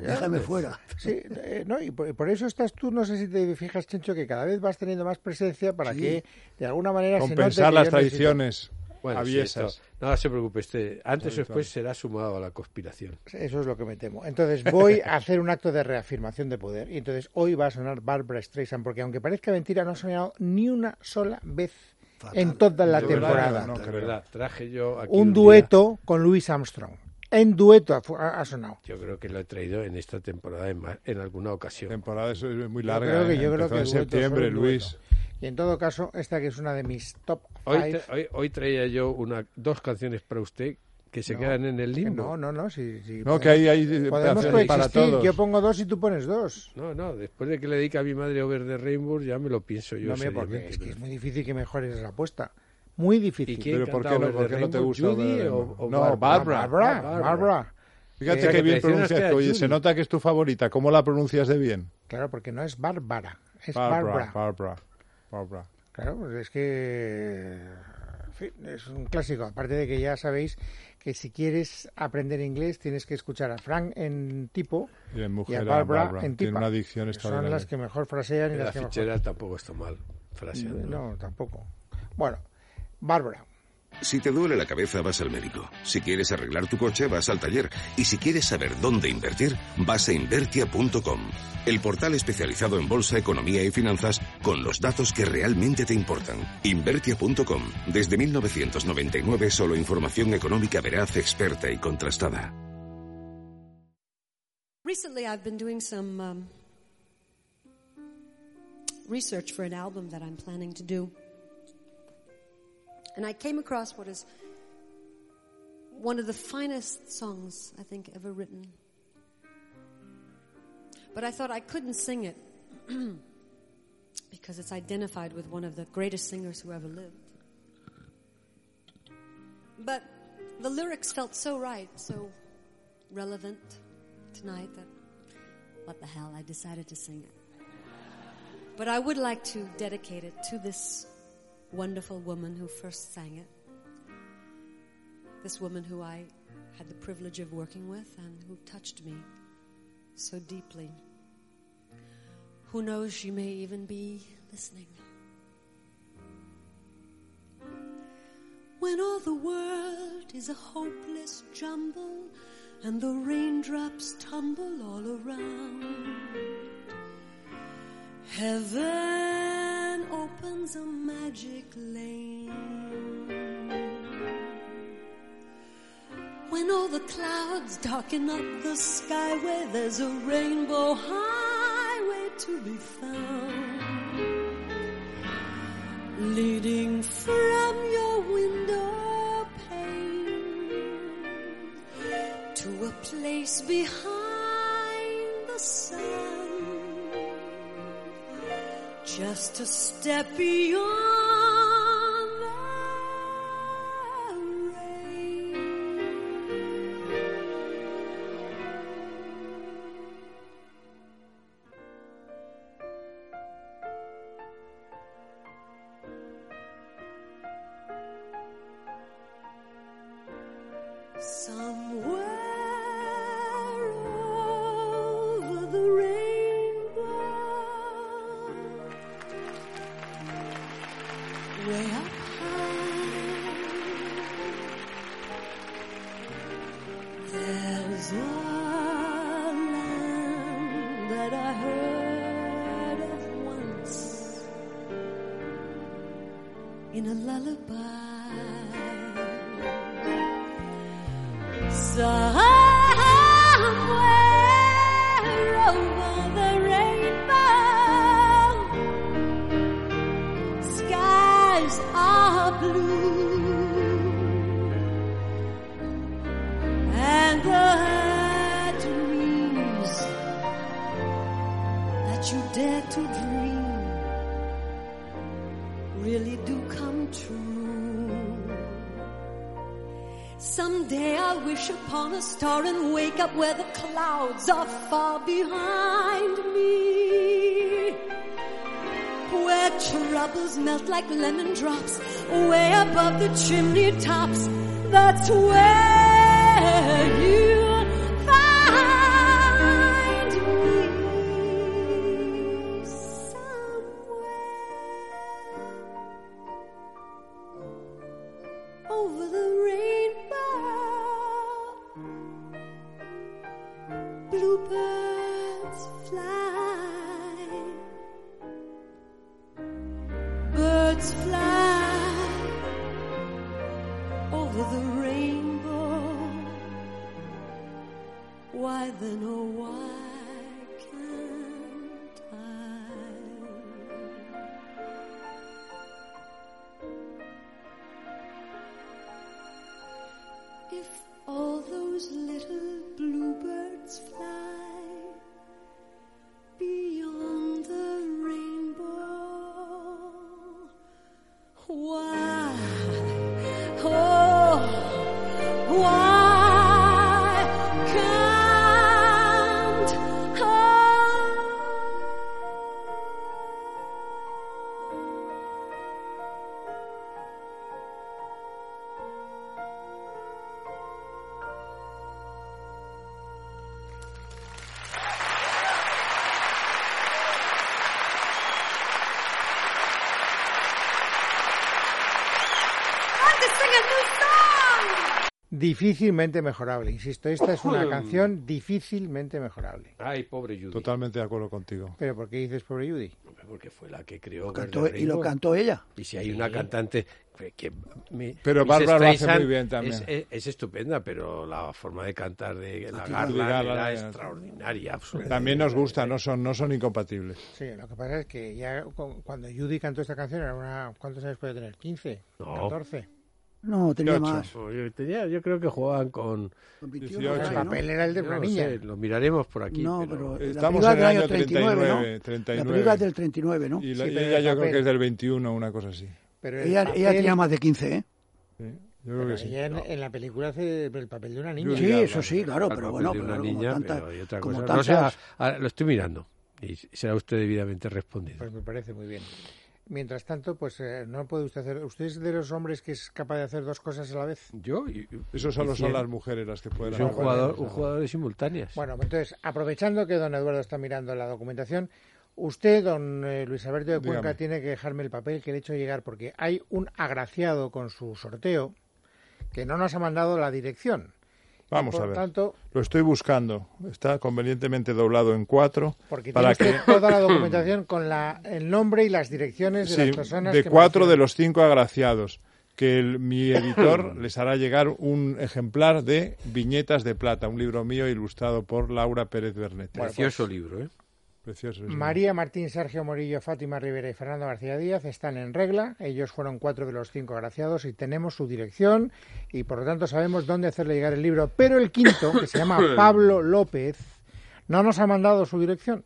[SPEAKER 6] Déjame fuera.
[SPEAKER 3] Sí, eh, no, y por, y por eso estás tú, no sé si te fijas, Chencho, que cada vez vas teniendo más presencia para
[SPEAKER 6] Sí.
[SPEAKER 3] que de alguna manera se note
[SPEAKER 4] Compensar
[SPEAKER 3] que
[SPEAKER 4] las
[SPEAKER 3] yo necesito-
[SPEAKER 4] traiciones
[SPEAKER 5] sí,
[SPEAKER 4] aviesas.
[SPEAKER 5] esto- no se preocupe usted. Antes o
[SPEAKER 4] Habitual.
[SPEAKER 5] después será sumado a la conspiración.
[SPEAKER 3] Pues Eso es lo que me temo. Entonces voy a hacer un acto de reafirmación de poder. Y entonces hoy va a sonar Barbara Streisand, porque aunque parezca mentira, no ha sonado ni una sola vez
[SPEAKER 6] Fatal.
[SPEAKER 3] en toda la
[SPEAKER 4] De verdad,
[SPEAKER 3] temporada.
[SPEAKER 4] no,
[SPEAKER 5] De
[SPEAKER 4] creo.
[SPEAKER 5] verdad, traje yo aquí
[SPEAKER 3] Un
[SPEAKER 5] día-
[SPEAKER 3] dueto con Louis Armstrong. En dueto ha, fu- ha- ha sonado.
[SPEAKER 5] Yo creo que lo he traído en esta temporada en, ma- en alguna ocasión.
[SPEAKER 4] temporada es es muy
[SPEAKER 3] Yo
[SPEAKER 4] larga.
[SPEAKER 3] creo que- yo
[SPEAKER 4] ¿eh?
[SPEAKER 3] creo
[SPEAKER 4] Empezó
[SPEAKER 3] que
[SPEAKER 4] en
[SPEAKER 3] dueto,
[SPEAKER 4] septiembre,
[SPEAKER 3] solo un dueto.
[SPEAKER 4] Luis.
[SPEAKER 3] Y en todo caso, esta que es una de mis top
[SPEAKER 5] Hoy,
[SPEAKER 3] five.
[SPEAKER 5] tra- hoy, hoy traía yo una, dos canciones para usted que se
[SPEAKER 3] No,
[SPEAKER 5] quedan en el
[SPEAKER 3] No,
[SPEAKER 5] limbo.
[SPEAKER 3] no, no. si- si
[SPEAKER 4] No, que ahí hay
[SPEAKER 3] podemos
[SPEAKER 4] operaciones para
[SPEAKER 3] coexistir.
[SPEAKER 4] todos.
[SPEAKER 3] Yo pongo dos y tú pones dos.
[SPEAKER 5] No, no, después de que le dedica a mi madre Over the Rainbow, ya me lo pienso yo.
[SPEAKER 3] no me porque
[SPEAKER 5] seriamente,
[SPEAKER 3] es que
[SPEAKER 5] pero-
[SPEAKER 3] es muy difícil que mejores esa apuesta. Muy difícil.
[SPEAKER 5] ¿Y quién
[SPEAKER 4] Pero ¿por
[SPEAKER 5] canta
[SPEAKER 4] qué no,
[SPEAKER 5] Over
[SPEAKER 4] por
[SPEAKER 5] the
[SPEAKER 4] qué no te
[SPEAKER 5] Rainbow?
[SPEAKER 4] gusta Over the
[SPEAKER 5] ¿Judy o-
[SPEAKER 4] Rainbow?
[SPEAKER 5] o
[SPEAKER 4] No,
[SPEAKER 5] Barbara?
[SPEAKER 4] Barbara.
[SPEAKER 3] Barbara,
[SPEAKER 5] Barbara.
[SPEAKER 3] Barbra.
[SPEAKER 4] Fíjate
[SPEAKER 5] Esa
[SPEAKER 4] que
[SPEAKER 5] que
[SPEAKER 4] bien
[SPEAKER 5] te decía, no es que
[SPEAKER 4] pronunciaste.
[SPEAKER 5] era
[SPEAKER 4] Oye,
[SPEAKER 5] Judy.
[SPEAKER 4] se nota que es tu favorita. ¿Cómo la pronuncias de bien?
[SPEAKER 3] Claro, porque no es Bárbara, es
[SPEAKER 4] Barbara.
[SPEAKER 3] Bárbara.
[SPEAKER 4] Barbara. Barbara.
[SPEAKER 3] Claro, pues es que en fin, es un clásico. Aparte de que ya sabéis que si quieres aprender inglés tienes que escuchar a Frank en tipo
[SPEAKER 4] Y en
[SPEAKER 3] y a
[SPEAKER 4] mujer, a
[SPEAKER 3] Barbara,
[SPEAKER 4] Barbara.
[SPEAKER 3] en
[SPEAKER 4] Tiene
[SPEAKER 3] tipa.
[SPEAKER 4] una adicción
[SPEAKER 3] que son
[SPEAKER 4] extraordinaria.
[SPEAKER 3] las que mejor frasean y
[SPEAKER 5] La
[SPEAKER 3] las que mejor...
[SPEAKER 5] fichera tampoco está mal. fraseando.
[SPEAKER 3] No, tampoco. Bueno, Bárbara.
[SPEAKER 1] Si te duele la cabeza, vas al médico. Si quieres arreglar tu coche, vas al taller. Y si quieres saber dónde invertir, vas a invertia.com, el portal especializado en bolsa, economía y finanzas con los datos que realmente te importan. Invertia.com, desde 1999, solo información económica veraz, experta y contrastada.
[SPEAKER 7] Recently, I've been doing some um, research for an album that I'm planning to do. And I came across what is one of the finest songs I think ever written. But I thought I couldn't sing it because it's identified with one of the greatest singers who ever lived. But the lyrics felt so right, so relevant tonight that what the hell, I decided to sing it. But I would like to dedicate it to this wonderful woman who first sang it. This woman who I had the privilege of working with and who touched me so deeply. Who knows, she may even be listening. When all the world is a hopeless jumble and the raindrops tumble all around, heaven opens a magic lane. When all the clouds darken up the skyway, there's a rainbow highway to be found leading from your window pane to a place behind the sun just a step beyond the rain Somewhere over the rainbow, way up high, There's a land that I heard of once in a lullaby. Somewhere over oh, the rainbow, skies are blue and the dreams that you dare to dream really do come true. Someday I'll wish upon a star and wake up where the clouds are far behind me. Where troubles melt like lemon drops, way above the chimney tops. That's where you'll find me somewhere over the rainbow. Bluebirds fly. Birds fly over the rainbow. Why then, oh, why can't I? If all those little bluebirds fly beyond the rainbow, why, oh, why can't I?
[SPEAKER 3] Difícilmente mejorable, insisto, esta es una canción difícilmente mejorable.
[SPEAKER 5] Ay, pobre Judy.
[SPEAKER 4] Totalmente de acuerdo contigo.
[SPEAKER 3] Pero ¿por qué dices pobre Judy?
[SPEAKER 5] Porque fue la que creó
[SPEAKER 6] Cantó-
[SPEAKER 5] Verdi
[SPEAKER 6] y lo
[SPEAKER 5] Rainbow.
[SPEAKER 6] cantó ella.
[SPEAKER 5] Y si hay una cantante que... que mi-
[SPEAKER 4] Pero
[SPEAKER 5] Miss
[SPEAKER 4] Bárbara lo hace
[SPEAKER 5] Streisand
[SPEAKER 4] muy bien también.
[SPEAKER 5] Es, es- es estupenda, pero la forma de cantar
[SPEAKER 3] Ah,
[SPEAKER 5] de la
[SPEAKER 4] Judy
[SPEAKER 5] Garland
[SPEAKER 4] Garland
[SPEAKER 5] era
[SPEAKER 4] era-
[SPEAKER 5] extraordinaria. absolutamente.
[SPEAKER 4] También nos gusta, no son, no son incompatibles.
[SPEAKER 3] Sí, lo que pasa es que ya cu- cuando Judy cantó esta canción era una... ¿Cuántos años puede tener? ¿15?
[SPEAKER 5] No.
[SPEAKER 3] ¿14?
[SPEAKER 6] No, tenía
[SPEAKER 4] 18.
[SPEAKER 6] más.
[SPEAKER 5] Yo, tenía- yo creo que jugaban con...
[SPEAKER 6] Con 21
[SPEAKER 4] 18.
[SPEAKER 6] por ahí,
[SPEAKER 3] El
[SPEAKER 6] ¿no?
[SPEAKER 3] papel era el de
[SPEAKER 5] yo
[SPEAKER 3] una
[SPEAKER 5] no
[SPEAKER 3] niña.
[SPEAKER 5] sé, lo miraremos por aquí.
[SPEAKER 6] No,
[SPEAKER 5] pero...
[SPEAKER 6] pero,
[SPEAKER 4] Estamos
[SPEAKER 6] la película
[SPEAKER 4] en el año
[SPEAKER 6] del año 39, ¿no?
[SPEAKER 4] 39.
[SPEAKER 6] La película es del 39, ¿no?
[SPEAKER 4] Y la-
[SPEAKER 3] Sí,
[SPEAKER 4] y
[SPEAKER 3] pero
[SPEAKER 4] ella
[SPEAKER 3] el
[SPEAKER 4] yo creo
[SPEAKER 3] papel.
[SPEAKER 4] que es del 21 o una cosa así.
[SPEAKER 3] Pero el
[SPEAKER 6] Ella, ella
[SPEAKER 3] papel-
[SPEAKER 6] tenía más de 15, ¿eh?
[SPEAKER 4] Sí, Yo creo
[SPEAKER 3] pero
[SPEAKER 4] que sí.
[SPEAKER 3] ella en, en la película hace el papel de una niña.
[SPEAKER 6] Sí, eso sí, claro,
[SPEAKER 5] al papel
[SPEAKER 6] pero bueno,
[SPEAKER 5] de
[SPEAKER 6] pero
[SPEAKER 5] una
[SPEAKER 6] como
[SPEAKER 5] niña,
[SPEAKER 6] tantas-
[SPEAKER 5] pero hay otra
[SPEAKER 6] como
[SPEAKER 5] cosa. No
[SPEAKER 6] tantas-
[SPEAKER 5] sé, ah, ah, lo estoy mirando y será usted debidamente respondido.
[SPEAKER 3] Pues me parece muy bien. Mientras tanto, pues eh, no puede usted hacer... ¿Usted es de los hombres que es capaz de hacer dos cosas a la vez?
[SPEAKER 5] Yo y-
[SPEAKER 4] Eso solo son
[SPEAKER 5] Cien.
[SPEAKER 4] las mujeres las que pueden
[SPEAKER 5] soy un
[SPEAKER 4] hacer cualquier
[SPEAKER 5] jugador,
[SPEAKER 4] cosa.
[SPEAKER 5] un jugador de simultáneas.
[SPEAKER 3] Bueno, pues entonces, aprovechando que don Eduardo está mirando la documentación, usted, don eh, Luis Alberto de Cuenca,
[SPEAKER 4] Dígame.
[SPEAKER 3] tiene que dejarme el papel que le he hecho llegar porque hay un agraciado con su sorteo que no nos ha mandado la dirección.
[SPEAKER 4] Vamos
[SPEAKER 3] Por
[SPEAKER 4] a ver.
[SPEAKER 3] tanto,
[SPEAKER 4] Lo estoy buscando. Está convenientemente doblado en cuatro.
[SPEAKER 3] porque
[SPEAKER 4] para
[SPEAKER 3] tiene
[SPEAKER 4] que
[SPEAKER 3] usted toda la documentación con la, el nombre y las direcciones de
[SPEAKER 4] Sí,
[SPEAKER 3] las personas
[SPEAKER 4] de
[SPEAKER 3] que
[SPEAKER 4] cuatro de
[SPEAKER 3] mencionan.
[SPEAKER 4] los cinco agraciados que el- mi editor les hará llegar un ejemplar de Viñetas de Plata, un libro mío ilustrado por Laura Pérez Bernet.
[SPEAKER 6] pues,
[SPEAKER 3] pues,
[SPEAKER 5] Precioso libro, ¿eh?
[SPEAKER 4] Precioso. sí.
[SPEAKER 3] María Martín, Sergio Morillo, Fátima Rivera y Fernando García Díaz están en regla. Ellos fueron cuatro de los cinco agraciados y tenemos su dirección y por lo tanto sabemos dónde hacerle llegar el libro. Pero el quinto, que se llama Pablo López, no nos ha mandado su dirección.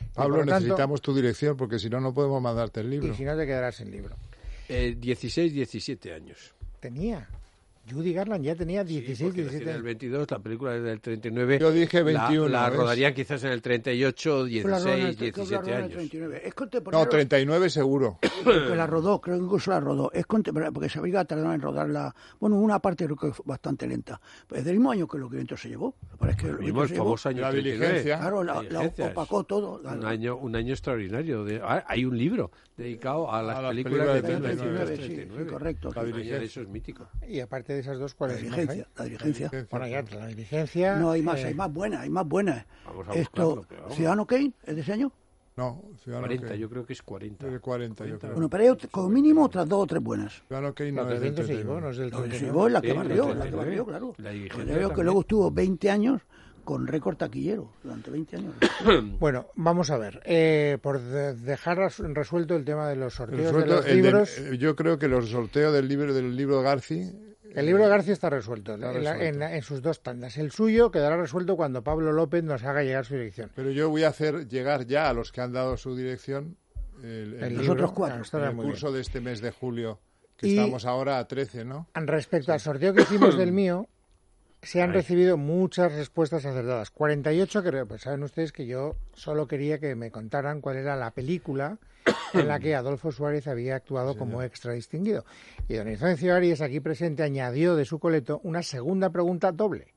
[SPEAKER 3] Y, por
[SPEAKER 4] Pablo,
[SPEAKER 3] lo tanto,
[SPEAKER 4] necesitamos tu dirección porque si no, no podemos mandarte el libro.
[SPEAKER 3] Y si no te quedarás sin libro.
[SPEAKER 5] Eh, 16, 17 años.
[SPEAKER 3] Tenía. Judy Garland ya tenía 16,
[SPEAKER 5] Sí, porque nació
[SPEAKER 3] 17
[SPEAKER 5] en el
[SPEAKER 3] años.
[SPEAKER 5] 22, la película es del 39.
[SPEAKER 4] Yo dije
[SPEAKER 5] La-
[SPEAKER 4] 21,
[SPEAKER 5] La,
[SPEAKER 4] ¿ves?
[SPEAKER 5] rodarían quizás en el 38,
[SPEAKER 6] Creo que Pues la rodó en el
[SPEAKER 5] 16, 17
[SPEAKER 6] 39,
[SPEAKER 5] años.
[SPEAKER 6] 39. Es contemporáneo.
[SPEAKER 4] No, 39 seguro.
[SPEAKER 6] que la rodó, creo que incluso la rodó. Es contemporánea, porque se había tardado en rodarla. Bueno, una parte creo que fue bastante lenta. Pues del mismo año que el viento se llevó. Pero es que
[SPEAKER 5] Lo Pues
[SPEAKER 6] Locriento
[SPEAKER 5] mismo el
[SPEAKER 6] se llevó-
[SPEAKER 5] famoso año
[SPEAKER 4] La
[SPEAKER 5] 39.
[SPEAKER 4] diligencia.
[SPEAKER 6] Claro, la, la
[SPEAKER 5] Diligencias.
[SPEAKER 6] opacó todo. La-
[SPEAKER 5] Un año, un año extraordinario. de- ah, hay un libro dedicado a las, películas, de Ah,
[SPEAKER 6] la- la-
[SPEAKER 5] 39.
[SPEAKER 4] 39,
[SPEAKER 6] 39, sí, sí, correcto.
[SPEAKER 5] Un año de eso es mítico.
[SPEAKER 3] Y aparte aparte de esas dos, ¿cuál
[SPEAKER 6] La
[SPEAKER 3] es? más,
[SPEAKER 6] dirigencia,
[SPEAKER 3] eh?
[SPEAKER 6] la dirigencia.
[SPEAKER 3] Bueno, ya, la diligencia.
[SPEAKER 6] No, hay más,
[SPEAKER 3] eh,
[SPEAKER 6] hay más buenas, hay más buenas.
[SPEAKER 5] Vamos a
[SPEAKER 6] Esto,
[SPEAKER 5] buscarlo, pero vamos.
[SPEAKER 6] Ciudadano Kane, el diseño.
[SPEAKER 4] No, Ciudadano
[SPEAKER 5] 40,
[SPEAKER 4] Kane.
[SPEAKER 5] yo creo que es 40.
[SPEAKER 4] Yo de 40, yo creo.
[SPEAKER 6] Bueno, pero hay ot- como mínimo otras dos o tres buenas.
[SPEAKER 4] Ciudadano Kane
[SPEAKER 3] No,
[SPEAKER 4] no es del
[SPEAKER 3] 300 se
[SPEAKER 4] 39.
[SPEAKER 3] llevó, no es del
[SPEAKER 6] No, yo
[SPEAKER 3] 39.
[SPEAKER 6] llevo la
[SPEAKER 5] Sí,
[SPEAKER 6] que más
[SPEAKER 5] el
[SPEAKER 6] dio, la que
[SPEAKER 5] 39.
[SPEAKER 6] más dio, claro.
[SPEAKER 5] La
[SPEAKER 6] La
[SPEAKER 5] dirigencia
[SPEAKER 6] que
[SPEAKER 5] también.
[SPEAKER 6] luego estuvo 20 años con récord taquillero, durante 20 años.
[SPEAKER 3] Bueno, vamos a ver. eh, por de- dejar ras- resuelto el tema de los
[SPEAKER 4] El
[SPEAKER 3] sorteos
[SPEAKER 4] sueldo-
[SPEAKER 3] de los
[SPEAKER 4] el del-
[SPEAKER 3] libros,
[SPEAKER 4] eh, yo creo que los sorteos del libro del libro Garci.
[SPEAKER 3] el libro de García está resuelto,
[SPEAKER 4] Está
[SPEAKER 3] en, la-
[SPEAKER 4] resuelto.
[SPEAKER 3] en la- en sus dos tandas. El suyo quedará resuelto cuando Pablo López nos haga llegar su dirección.
[SPEAKER 4] Pero yo voy a hacer llegar ya a los que han dado su dirección el, el-
[SPEAKER 3] El
[SPEAKER 6] Los
[SPEAKER 4] el
[SPEAKER 3] libro,
[SPEAKER 6] otros cuatro.
[SPEAKER 3] ah, estará muy bien.
[SPEAKER 4] curso de este mes de julio, que
[SPEAKER 3] Y-
[SPEAKER 4] estamos ahora a 13, ¿no?
[SPEAKER 3] Respecto al sorteo que hicimos del mío, se han recibido muchas respuestas acertadas. 48 creo, pues saben ustedes que yo solo quería que me contaran cuál era la película en la que Adolfo Suárez había actuado como extra distinguido. Y don Inocencio Arias, aquí presente, añadió de su coleto una segunda pregunta doble.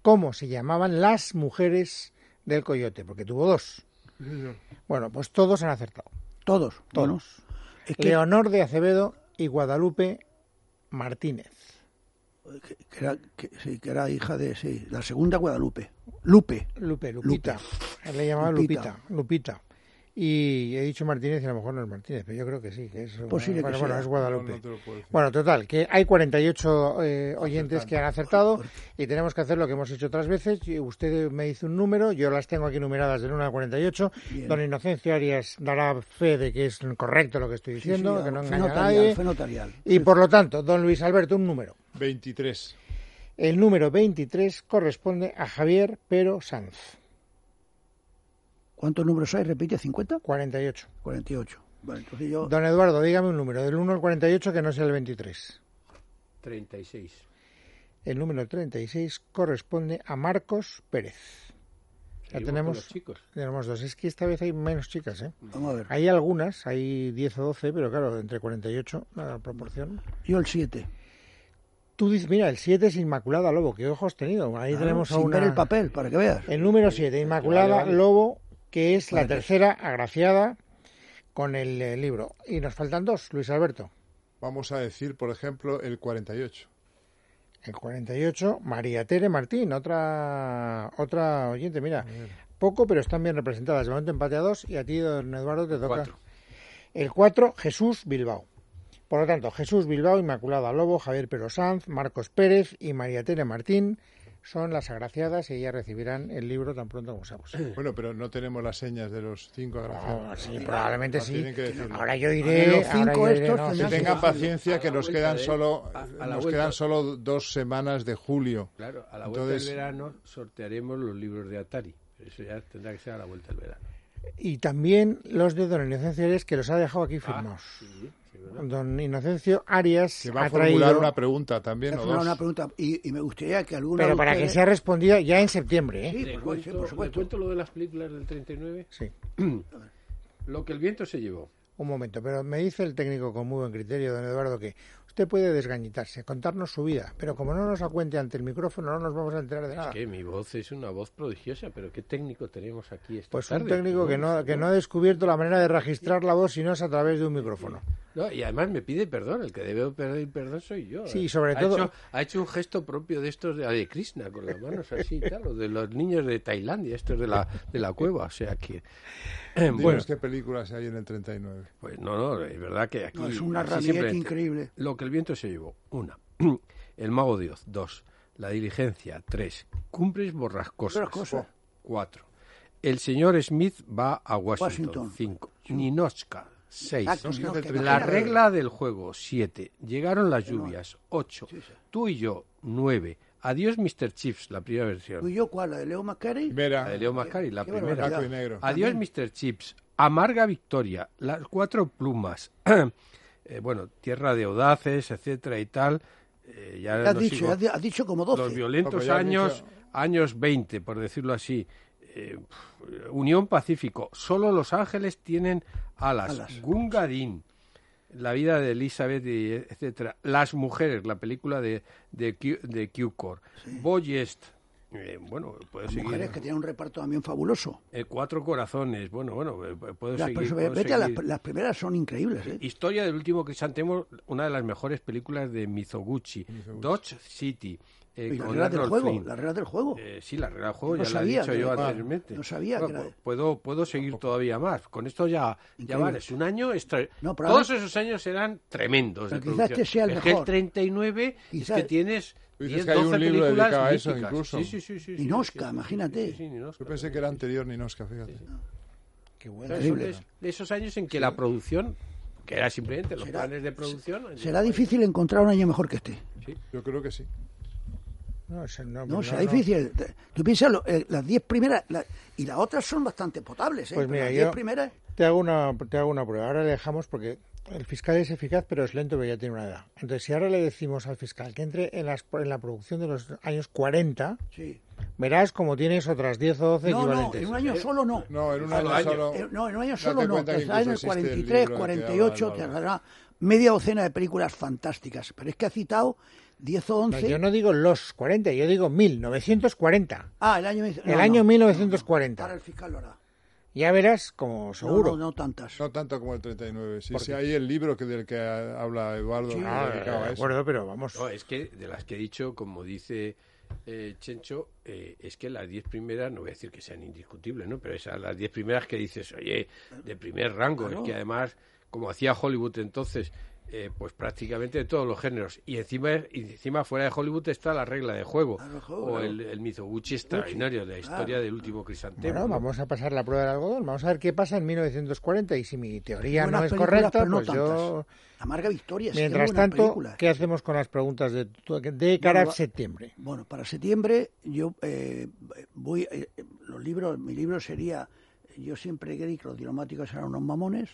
[SPEAKER 3] ¿Cómo se llamaban las mujeres del coyote? Porque tuvo dos. Bueno, pues todos han acertado.
[SPEAKER 6] Todos, todos. Es que,
[SPEAKER 3] Leonor de Acevedo y Guadalupe Martínez.
[SPEAKER 6] que- que era, que- sí, que era hija de, sí, la segunda Guadalupe. Lupe.
[SPEAKER 3] Lupe, Lupita. Él le llamaba Lupita.
[SPEAKER 6] Lupita.
[SPEAKER 3] Lupita. Y he dicho Martínez y a lo mejor no es Martínez, pero yo creo que Pues sí, que es,
[SPEAKER 6] Posible que
[SPEAKER 3] bueno, bueno,
[SPEAKER 6] sea.
[SPEAKER 3] es Guadalupe.
[SPEAKER 4] No, no te lo puedo decir.
[SPEAKER 3] bueno, total, que hay 48 eh, oyentes que han acertado y tenemos que hacer lo que hemos hecho otras veces. Y Usted me dice un número, yo las tengo aquí numeradas del 1 al 48. Don Inocencio Arias dará fe de que es correcto lo que estoy
[SPEAKER 6] Sí, sí,
[SPEAKER 3] diciendo, que no
[SPEAKER 6] fue
[SPEAKER 3] engaña a
[SPEAKER 6] notarial,
[SPEAKER 3] nadie.
[SPEAKER 6] fue notarial.
[SPEAKER 3] Y por lo tanto, don Luis Alberto, un número.
[SPEAKER 4] 23.
[SPEAKER 3] El número 23 corresponde a Javier Pero Sanz,
[SPEAKER 6] ¿Cuántos números hay? Repite, 50,
[SPEAKER 3] 48.
[SPEAKER 6] 48. Bueno, entonces yo
[SPEAKER 3] Don Eduardo, dígame un número, del 1 al 48 que no sea el 23.
[SPEAKER 5] 36.
[SPEAKER 3] El número 36 corresponde a Marcos Pérez. Ya
[SPEAKER 5] Seguimos
[SPEAKER 3] tenemos-
[SPEAKER 5] con los chicos.
[SPEAKER 3] Tenemos dos. Es que esta vez hay menos chicas, ¿eh?
[SPEAKER 6] vamos a ver.
[SPEAKER 3] Hay algunas, hay 10 o 12, pero claro, entre 48, la proporción.
[SPEAKER 6] Yo el 7.
[SPEAKER 3] Tú dices, mira, el 7 es Inmaculada Lobo, qué ojos tenido. Ahí tenemos a
[SPEAKER 6] sin ver
[SPEAKER 3] una...
[SPEAKER 6] el papel para que veas.
[SPEAKER 3] El número 7, Inmaculada
[SPEAKER 5] vale.
[SPEAKER 3] Lobo, que es la
[SPEAKER 6] Vale, pues.
[SPEAKER 3] tercera agraciada con el eh, libro. Y nos faltan dos, Luis Alberto.
[SPEAKER 4] Vamos a decir, por ejemplo, el 48.
[SPEAKER 3] El 48, María Tere Martín, otra otra oyente, mira. Poco, pero están bien representadas. De momento empate a dos y a ti, don Eduardo, te toca.
[SPEAKER 5] Cuatro.
[SPEAKER 3] El 4, Jesús Bilbao. Por lo tanto, Jesús Bilbao, Inmaculada Lobo, Javier Pero Sanz, Marcos Pérez y María Tere Martín son las agraciadas y ellas recibirán el libro tan pronto como seamos.
[SPEAKER 4] Bueno, pero no tenemos las señas de los cinco
[SPEAKER 6] Ah,
[SPEAKER 4] agraciados.
[SPEAKER 3] sí, probablemente
[SPEAKER 4] no
[SPEAKER 3] sí.
[SPEAKER 4] tienen que decirlo.
[SPEAKER 3] Ahora yo
[SPEAKER 6] De
[SPEAKER 3] iré.
[SPEAKER 6] los
[SPEAKER 3] ahora
[SPEAKER 6] cinco
[SPEAKER 3] yo iré,
[SPEAKER 6] estos
[SPEAKER 3] no,
[SPEAKER 6] tendrán
[SPEAKER 3] sí, sí,
[SPEAKER 6] que
[SPEAKER 4] Tengan
[SPEAKER 3] sí.
[SPEAKER 4] paciencia que
[SPEAKER 5] A la
[SPEAKER 4] nos
[SPEAKER 5] vuelta
[SPEAKER 4] quedan
[SPEAKER 5] de-
[SPEAKER 4] solo
[SPEAKER 5] a- a la
[SPEAKER 4] nos
[SPEAKER 5] vuelta.
[SPEAKER 4] quedan solo dos semanas de julio.
[SPEAKER 5] Claro, a la vuelta
[SPEAKER 4] Entonces-
[SPEAKER 5] del verano sortearemos los libros de Atari. Eso ya tendrá que ser a la vuelta del verano.
[SPEAKER 3] Y también los de Don Inocencio Arias, que los ha dejado aquí firmados.
[SPEAKER 5] Sí, sí, ¿verdad?
[SPEAKER 3] Don Inocencio Arias
[SPEAKER 4] Se va
[SPEAKER 3] ha
[SPEAKER 4] a formular
[SPEAKER 3] traído-
[SPEAKER 4] una pregunta también
[SPEAKER 6] Voy a
[SPEAKER 4] o
[SPEAKER 6] hacer
[SPEAKER 4] dos.
[SPEAKER 6] una pregunta y, y me gustaría que alguno
[SPEAKER 3] Pero
[SPEAKER 6] de
[SPEAKER 3] para que
[SPEAKER 6] ustedes-
[SPEAKER 3] sea respondida ya en septiembre, ¿eh?
[SPEAKER 6] Sí,
[SPEAKER 5] ¿Le
[SPEAKER 6] por,
[SPEAKER 5] cuento,
[SPEAKER 6] sí, por
[SPEAKER 5] le
[SPEAKER 6] supuesto.
[SPEAKER 5] cuento lo de las películas del 39?
[SPEAKER 3] Sí.
[SPEAKER 5] Lo que el viento se llevó.
[SPEAKER 3] Un momento, pero me dice el técnico con muy buen criterio, don Eduardo, que usted puede desgañitarse, contarnos su vida, pero como no nos la cuente ante el micrófono, no nos vamos a enterar de
[SPEAKER 6] Ah.
[SPEAKER 3] nada.
[SPEAKER 5] Que mi voz es una voz prodigiosa, pero ¿qué técnico tenemos aquí esta
[SPEAKER 3] Pues un
[SPEAKER 5] tarde?
[SPEAKER 3] técnico que no, que no ha descubierto la manera de registrar la voz si no es a través de un micrófono.
[SPEAKER 5] No, y además me pide perdón, el que debe pedir perdón soy yo. ¿eh?
[SPEAKER 3] Sí, y sobre
[SPEAKER 5] ha
[SPEAKER 3] todo-
[SPEAKER 5] Hecho, ha hecho un gesto propio de estos de Hare Krishna, con las manos así y tal, o de los niños de Tailandia, estos de la, de la cueva. O sea que. eh,
[SPEAKER 4] Dinos
[SPEAKER 5] bueno,
[SPEAKER 4] qué películas hay en el 39.
[SPEAKER 5] pues no, no, es verdad que aquí.
[SPEAKER 6] No, es una
[SPEAKER 5] así
[SPEAKER 6] rabieta
[SPEAKER 5] siempre-
[SPEAKER 6] increíble.
[SPEAKER 5] Lo que el viento se llevó. Una. El mago de Oz. Dos. La diligencia. Tres. Cumbres borrascosas.
[SPEAKER 6] Borrascosas.
[SPEAKER 5] Cuatro. El señor Smith va a Washington.
[SPEAKER 6] Washington.
[SPEAKER 5] Cinco. Ninochka. Seis.
[SPEAKER 6] Exacto, Ninochka
[SPEAKER 4] del
[SPEAKER 6] de
[SPEAKER 5] La
[SPEAKER 6] Ninochka.
[SPEAKER 5] regla del juego. Siete. Llegaron las lluvias. Ocho. Tú y yo. Nueve. Adiós, Mr. Chips, la primera
[SPEAKER 6] ¿Tú y
[SPEAKER 5] versión.
[SPEAKER 6] yo cuál? ¿La de Leo McCarthy?
[SPEAKER 5] La
[SPEAKER 4] Mira,
[SPEAKER 5] de Leo Mascari, la
[SPEAKER 6] Qué
[SPEAKER 5] primera.
[SPEAKER 4] blanco y negro.
[SPEAKER 5] Adiós, Mr. Chips. Amarga victoria. Las cuatro plumas. Eh, bueno, tierra de audaces, etcétera y tal. Eh, ya
[SPEAKER 6] Has
[SPEAKER 5] no
[SPEAKER 6] dicho,
[SPEAKER 5] sigo.
[SPEAKER 6] has, di- has dicho como
[SPEAKER 5] Los
[SPEAKER 6] 12.
[SPEAKER 4] Hombre,
[SPEAKER 5] violentos
[SPEAKER 4] ya has
[SPEAKER 5] años,
[SPEAKER 4] dicho-
[SPEAKER 5] años 20, por decirlo así. Eh, pf, Unión Pacífico. Solo los ángeles tienen alas.
[SPEAKER 6] Alas.
[SPEAKER 5] Gungadin. La vida de Elizabeth, y etcétera. Las mujeres, la película de, de, Q- de Q-Core. Boyest, Eh, bueno, puedo seguir.
[SPEAKER 6] Mujeres que tienen un reparto también fabuloso.
[SPEAKER 5] Eh, cuatro corazones. Bueno, bueno, eh, puedo
[SPEAKER 6] Las-
[SPEAKER 5] seguir.
[SPEAKER 6] pues,
[SPEAKER 5] puedo
[SPEAKER 6] vete a las,
[SPEAKER 5] seguir.
[SPEAKER 6] las primeras son increíbles. ¿eh?
[SPEAKER 5] Historia del último crisantemo, una de las mejores películas de Mizoguchi. Dodge City. eh,
[SPEAKER 6] Y las
[SPEAKER 5] con
[SPEAKER 6] reglas del
[SPEAKER 5] Arnold
[SPEAKER 6] juego,
[SPEAKER 5] Flynn.
[SPEAKER 6] las reglas del juego.
[SPEAKER 5] Eh, sí, la regla del juego
[SPEAKER 6] No
[SPEAKER 5] ya
[SPEAKER 6] sabía
[SPEAKER 5] la he
[SPEAKER 6] que
[SPEAKER 5] dicho yo
[SPEAKER 6] era-
[SPEAKER 5] anteriormente.
[SPEAKER 6] no sabía
[SPEAKER 5] Bueno,
[SPEAKER 6] que era-
[SPEAKER 5] pu- puedo, puedo seguir todavía más. Con esto ya, ya
[SPEAKER 6] Increíble.
[SPEAKER 5] vale. Es un año. extra-
[SPEAKER 6] No, pero
[SPEAKER 5] Todos
[SPEAKER 6] ahora-
[SPEAKER 5] esos años eran tremendos. de
[SPEAKER 6] Pero quizás
[SPEAKER 5] producción.
[SPEAKER 6] este sea el
[SPEAKER 5] Es que
[SPEAKER 6] mejor.
[SPEAKER 5] 39
[SPEAKER 6] Quizás-
[SPEAKER 5] es que tienes
[SPEAKER 4] Tú dices
[SPEAKER 5] 10,
[SPEAKER 4] que hay un
[SPEAKER 5] 12
[SPEAKER 4] libro
[SPEAKER 5] películas
[SPEAKER 4] dedicado a eso
[SPEAKER 5] míticas.
[SPEAKER 4] incluso.
[SPEAKER 5] Sí, sí, sí, sí, sí,
[SPEAKER 6] Ninosca,
[SPEAKER 5] sí, sí,
[SPEAKER 6] imagínate.
[SPEAKER 5] Sí, sí, Ninosca.
[SPEAKER 4] Yo pensé que era anterior Ninosca, fíjate.
[SPEAKER 6] Qué
[SPEAKER 5] O
[SPEAKER 6] bueno,
[SPEAKER 5] sea,
[SPEAKER 6] increíble.
[SPEAKER 5] son de- de esos años en que la producción, que era simplemente los
[SPEAKER 6] Será-
[SPEAKER 5] planes de producción... pues, han
[SPEAKER 6] Será
[SPEAKER 5] llegado ahí.
[SPEAKER 6] difícil encontrar un año mejor que este.
[SPEAKER 4] Yo creo que sí.
[SPEAKER 3] No, ese no,
[SPEAKER 6] No,
[SPEAKER 3] no,
[SPEAKER 6] será
[SPEAKER 3] no.
[SPEAKER 6] difícil. Tú piensas, lo- eh, las 10 primeras la- y las otras son bastante potables. ¿eh?
[SPEAKER 3] Pues
[SPEAKER 6] Pero
[SPEAKER 3] mira,
[SPEAKER 6] las
[SPEAKER 3] yo-
[SPEAKER 6] 10 primeras.
[SPEAKER 3] Te hago, una, te hago una prueba. Ahora le dejamos porque el fiscal es eficaz, pero es lento, pero ya tiene una edad. Entonces, si ahora le decimos al fiscal que entre en, las, en la producción de los años 40,
[SPEAKER 6] Sí.
[SPEAKER 3] verás como tienes otras 10 o 12
[SPEAKER 6] No, no,
[SPEAKER 3] equivalentes.
[SPEAKER 6] en un año solo no.
[SPEAKER 4] Eh, No, en un
[SPEAKER 5] Solo
[SPEAKER 4] año
[SPEAKER 5] año.
[SPEAKER 4] solo.
[SPEAKER 6] Eh, No, en un año
[SPEAKER 4] Date
[SPEAKER 6] solo no.
[SPEAKER 4] cuenta que
[SPEAKER 6] Te saldrá en el
[SPEAKER 4] incluso existe
[SPEAKER 6] 43,
[SPEAKER 4] libro que
[SPEAKER 6] 48,
[SPEAKER 4] te
[SPEAKER 6] te
[SPEAKER 4] daba Álvaro.
[SPEAKER 6] saldrá media docena de películas fantásticas. Pero es que ha citado 10 o
[SPEAKER 3] No,
[SPEAKER 6] 11.
[SPEAKER 3] yo no digo los 40, yo digo 1940.
[SPEAKER 6] Ah, el año, me-
[SPEAKER 3] El año 1940.
[SPEAKER 6] Para el fiscal lo hará. No,
[SPEAKER 3] Ya verás como seguro.
[SPEAKER 6] No, no, tantas.
[SPEAKER 4] No tanto como el 39. Sí, sí, hay el libro que del que ha- habla Eduardo que
[SPEAKER 3] Ah,
[SPEAKER 4] dedicaba a
[SPEAKER 3] de
[SPEAKER 4] eso.
[SPEAKER 3] acuerdo, pero vamos.
[SPEAKER 5] No, es que de las que he dicho, como dice eh, Chencho, eh, es que las 10 primeras, no voy a decir que sean indiscutibles, ¿no? Pero esas las 10 primeras que dices, oye, de primer rango,
[SPEAKER 6] Claro.
[SPEAKER 5] es que además, como hacía Hollywood entonces, eh, pues prácticamente de todos los géneros. Y encima, y encima fuera de Hollywood está la regla de juego,
[SPEAKER 6] Claro, el juego,
[SPEAKER 5] o
[SPEAKER 6] claro.
[SPEAKER 5] el, el Mizoguchi extraordinario, la historia
[SPEAKER 6] claro.
[SPEAKER 5] del último crisantemo.
[SPEAKER 3] Bueno,
[SPEAKER 5] ¿no?
[SPEAKER 3] vamos a pasar la prueba del algodón. Vamos a ver qué pasa en 1940 y si mi teoría no
[SPEAKER 6] Buenas
[SPEAKER 3] es
[SPEAKER 6] películas,
[SPEAKER 3] correcta,
[SPEAKER 6] pero no
[SPEAKER 3] pues yo.
[SPEAKER 6] tantas. Amarga Victoria. es que
[SPEAKER 3] Mientras
[SPEAKER 6] buena
[SPEAKER 3] tanto,
[SPEAKER 6] película.
[SPEAKER 3] ¿qué hacemos con las preguntas de, de cara
[SPEAKER 6] Bueno,
[SPEAKER 3] a
[SPEAKER 6] va-
[SPEAKER 3] septiembre?
[SPEAKER 6] Bueno, para septiembre yo eh, voy, eh, los libros, mi libro sería, yo siempre creí que los diplomáticos eran unos mamones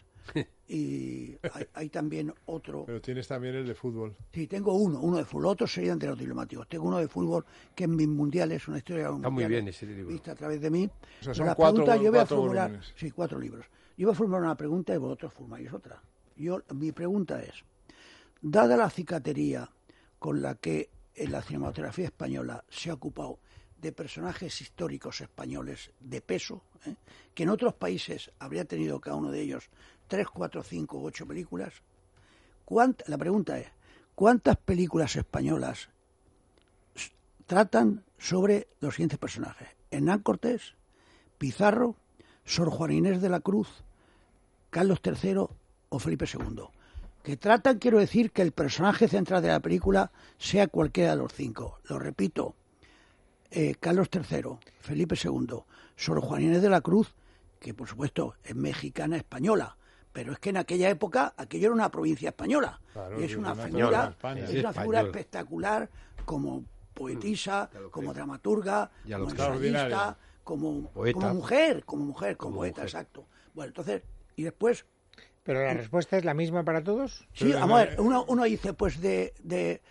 [SPEAKER 6] y hay, hay también otro,
[SPEAKER 4] Pero tienes también el de fútbol.
[SPEAKER 6] sí, tengo uno, uno de fútbol, otro serían de los diplomáticos, tengo uno de fútbol que en mis mundiales, una historia de los
[SPEAKER 5] Está muy
[SPEAKER 6] mundiales,
[SPEAKER 5] bien ese libro.
[SPEAKER 6] vista a través de mí.
[SPEAKER 4] sea,
[SPEAKER 6] Pero
[SPEAKER 4] son
[SPEAKER 6] las
[SPEAKER 4] cuatro-
[SPEAKER 6] preguntas yo voy a
[SPEAKER 4] cuatro
[SPEAKER 6] formular,
[SPEAKER 4] volúmenes.
[SPEAKER 6] sí, cuatro libros, yo voy a formular una pregunta y vosotros formáis otra. Yo, mi pregunta es, dada la cicatería con la que en la cinematografía española se ha ocupado de personajes históricos españoles de peso, ¿eh? que en otros países habría tenido cada uno de ellos tres, cuatro, cinco, ocho películas, ¿cuánt- la pregunta es, ¿cuántas películas españolas s- tratan sobre los siguientes personajes? Hernán Cortés, Pizarro, Sor Juan Inés de la Cruz, Carlos III o Felipe II. Que tratan, quiero decir, que el personaje central de la película sea cualquiera de los cinco. Lo repito, eh, Carlos III, Felipe II, Sor Juan Inés de la Cruz, que por supuesto es mexicana española, pero es que en aquella época aquello era una provincia española.
[SPEAKER 4] Claro,
[SPEAKER 6] y es
[SPEAKER 4] es
[SPEAKER 6] una,
[SPEAKER 4] una
[SPEAKER 6] figura,
[SPEAKER 4] española,
[SPEAKER 6] es
[SPEAKER 5] España.
[SPEAKER 6] una
[SPEAKER 5] Es
[SPEAKER 6] figura
[SPEAKER 5] español.
[SPEAKER 6] espectacular como poetisa,
[SPEAKER 5] Mm, ya lo
[SPEAKER 6] como
[SPEAKER 5] creo.
[SPEAKER 6] dramaturga,
[SPEAKER 5] Ya lo
[SPEAKER 6] como
[SPEAKER 5] creo.
[SPEAKER 6] ensayista,
[SPEAKER 4] Extraordinaria.
[SPEAKER 6] como,
[SPEAKER 5] Poeta.
[SPEAKER 6] como mujer, como mujer, como,
[SPEAKER 5] Como
[SPEAKER 6] poeta,
[SPEAKER 5] mujer.
[SPEAKER 6] exacto. Bueno, entonces, y después
[SPEAKER 3] Pero
[SPEAKER 6] Mm.
[SPEAKER 3] la respuesta es la misma para todos.
[SPEAKER 6] Sí,
[SPEAKER 4] Pero,
[SPEAKER 6] vamos a ver,
[SPEAKER 4] eh,
[SPEAKER 6] uno, uno dice, pues de, de,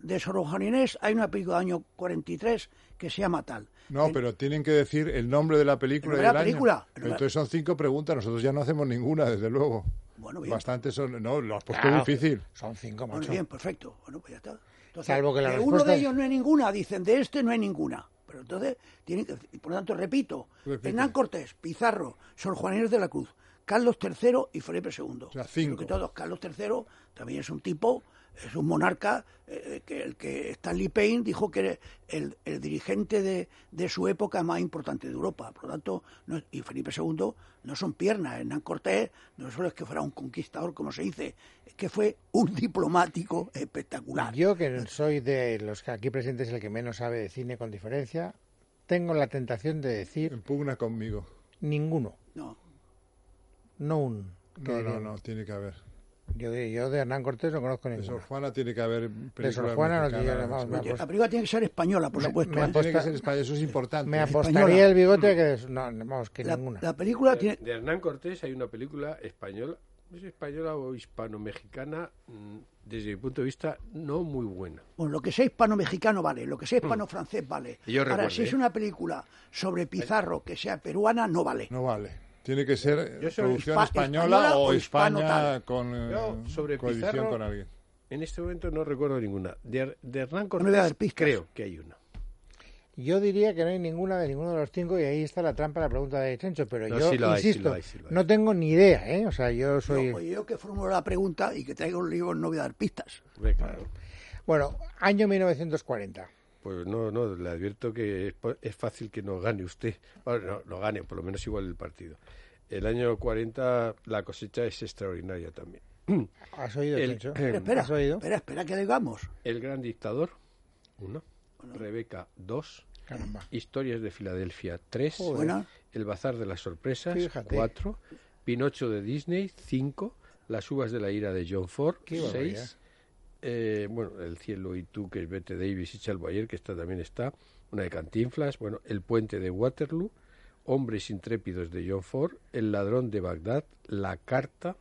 [SPEAKER 6] de Sor Juana Inés hay una película del año 43 que se llama tal.
[SPEAKER 4] No, pero tienen que decir el nombre de la película
[SPEAKER 6] El
[SPEAKER 4] y
[SPEAKER 6] nombre de
[SPEAKER 4] el
[SPEAKER 6] la
[SPEAKER 4] año.
[SPEAKER 6] película.
[SPEAKER 4] Pero entonces son cinco preguntas. Nosotros ya no hacemos ninguna, desde luego.
[SPEAKER 6] Bueno, bien.
[SPEAKER 4] Bastante son. No, lo has puesto
[SPEAKER 3] Claro,
[SPEAKER 4] difícil.
[SPEAKER 3] Son cinco,
[SPEAKER 6] Bueno,
[SPEAKER 3] macho.
[SPEAKER 6] bien, perfecto. Bueno, pues ya está. Entonces,
[SPEAKER 3] Salvo que la
[SPEAKER 6] de uno
[SPEAKER 3] respuesta
[SPEAKER 6] de
[SPEAKER 3] es-
[SPEAKER 6] ellos no hay ninguna, dicen, de este no hay ninguna. Pero entonces, tienen que, y por lo tanto, repito,
[SPEAKER 4] Repite.
[SPEAKER 6] Hernán Cortés, Pizarro, Sor Juan Inés de la Cruz, Carlos III y Felipe II.
[SPEAKER 4] sea, cinco.
[SPEAKER 6] Pero que todos, Carlos III también es un tipo, es un monarca, eh, que el que Stanley Payne dijo que era el, el dirigente de, de su época más importante de Europa. Por lo tanto, no- y Felipe II no son piernas. Hernán Cortés no solo es que fuera un conquistador, como se dice, es que fue un diplomático espectacular.
[SPEAKER 3] Yo, que soy de los que aquí presentes el que menos sabe de cine con diferencia, tengo la tentación de decir
[SPEAKER 4] Empugna conmigo.
[SPEAKER 3] ninguno,
[SPEAKER 6] No,
[SPEAKER 3] no un. que
[SPEAKER 4] No, no,
[SPEAKER 3] dirían.
[SPEAKER 4] no, tiene que haber.
[SPEAKER 3] Yo, de- yo de Hernán Cortés no conozco
[SPEAKER 4] De Sor
[SPEAKER 3] ninguno.
[SPEAKER 4] Juana tiene que haber.
[SPEAKER 3] De Sor
[SPEAKER 4] películas
[SPEAKER 3] Juana no tiene
[SPEAKER 4] mexicanas,
[SPEAKER 3] nada más,
[SPEAKER 4] seguro.
[SPEAKER 3] vamos.
[SPEAKER 6] la película tiene que ser española, por supuesto.
[SPEAKER 3] me
[SPEAKER 6] ¿eh?
[SPEAKER 3] aposta-
[SPEAKER 4] Tiene que ser en España, eso es importante.
[SPEAKER 3] Me
[SPEAKER 6] Española.
[SPEAKER 3] apostaría el
[SPEAKER 5] Mm.
[SPEAKER 3] bigote que... es- No, no, vamos, que
[SPEAKER 6] La,
[SPEAKER 3] ninguna.
[SPEAKER 6] la película
[SPEAKER 5] de,
[SPEAKER 6] tiene...
[SPEAKER 5] de Hernán Cortés hay una película española, es española o hispano-mexicana, mm, desde mi punto de vista, no muy buena.
[SPEAKER 6] Bueno, lo que sea hispano-mexicano vale, lo que sea hispano-francés vale.
[SPEAKER 5] Y yo
[SPEAKER 6] Ahora,
[SPEAKER 5] recuerde,
[SPEAKER 6] si es
[SPEAKER 5] ¿eh?
[SPEAKER 6] una película sobre Pizarro que sea peruana, no vale.
[SPEAKER 4] No vale. Tiene que ser
[SPEAKER 5] Yo soy
[SPEAKER 4] producción
[SPEAKER 6] hispa-
[SPEAKER 4] española,
[SPEAKER 6] española o
[SPEAKER 4] o
[SPEAKER 6] hispano
[SPEAKER 4] España
[SPEAKER 6] tal.
[SPEAKER 4] con eh,
[SPEAKER 5] Yo, sobre
[SPEAKER 4] coedición
[SPEAKER 5] Pizarro-
[SPEAKER 4] con alguien.
[SPEAKER 5] En este momento no recuerdo ninguna. De, de Hernán
[SPEAKER 6] voy a dar
[SPEAKER 5] Cortés
[SPEAKER 6] pistas.
[SPEAKER 5] creo que hay una.
[SPEAKER 3] Yo diría que no hay ninguna de ninguno de los cinco y ahí está la trampa la pregunta de Chencho, pero
[SPEAKER 5] No,
[SPEAKER 3] yo
[SPEAKER 5] sí lo hay, sí
[SPEAKER 3] insisto,
[SPEAKER 5] lo hay, sí lo hay.
[SPEAKER 3] no tengo ni idea, ¿eh? O sea, yo soy...
[SPEAKER 6] No, pues yo que formulo la pregunta y que traiga un libro no voy a dar pistas.
[SPEAKER 5] Venga,
[SPEAKER 3] Bueno, año 1940.
[SPEAKER 5] Pues no, no, le advierto que es, po- es fácil que nos gane usted. Bueno, no, no gane, por lo menos igual el partido. El año 40 la cosecha es extraordinaria también.
[SPEAKER 3] ¿Has oído,
[SPEAKER 5] El-
[SPEAKER 3] Chencho?
[SPEAKER 5] eh,
[SPEAKER 6] Pero espera,
[SPEAKER 3] ¿Has oído?
[SPEAKER 6] espera, espera que digamos.
[SPEAKER 5] El gran dictador, uno. Rebeca, dos.
[SPEAKER 3] Caramba.
[SPEAKER 5] Historias de Filadelfia, tres.
[SPEAKER 6] Buena.
[SPEAKER 5] El Bazar de las Sorpresas,
[SPEAKER 3] Fíjate.
[SPEAKER 5] cuatro. Pinocho de Disney, cinco. Las Uvas de la Ira de John Ford,
[SPEAKER 3] Qué barbaridad.
[SPEAKER 5] seis. Eh, bueno, El Cielo y tú, que es Bette Davis y Charles Boyer, que esta también está. Una de Cantinflas. Bueno, El Puente de Waterloo. Hombres Intrépidos de John Ford. El Ladrón de Bagdad. La Carta.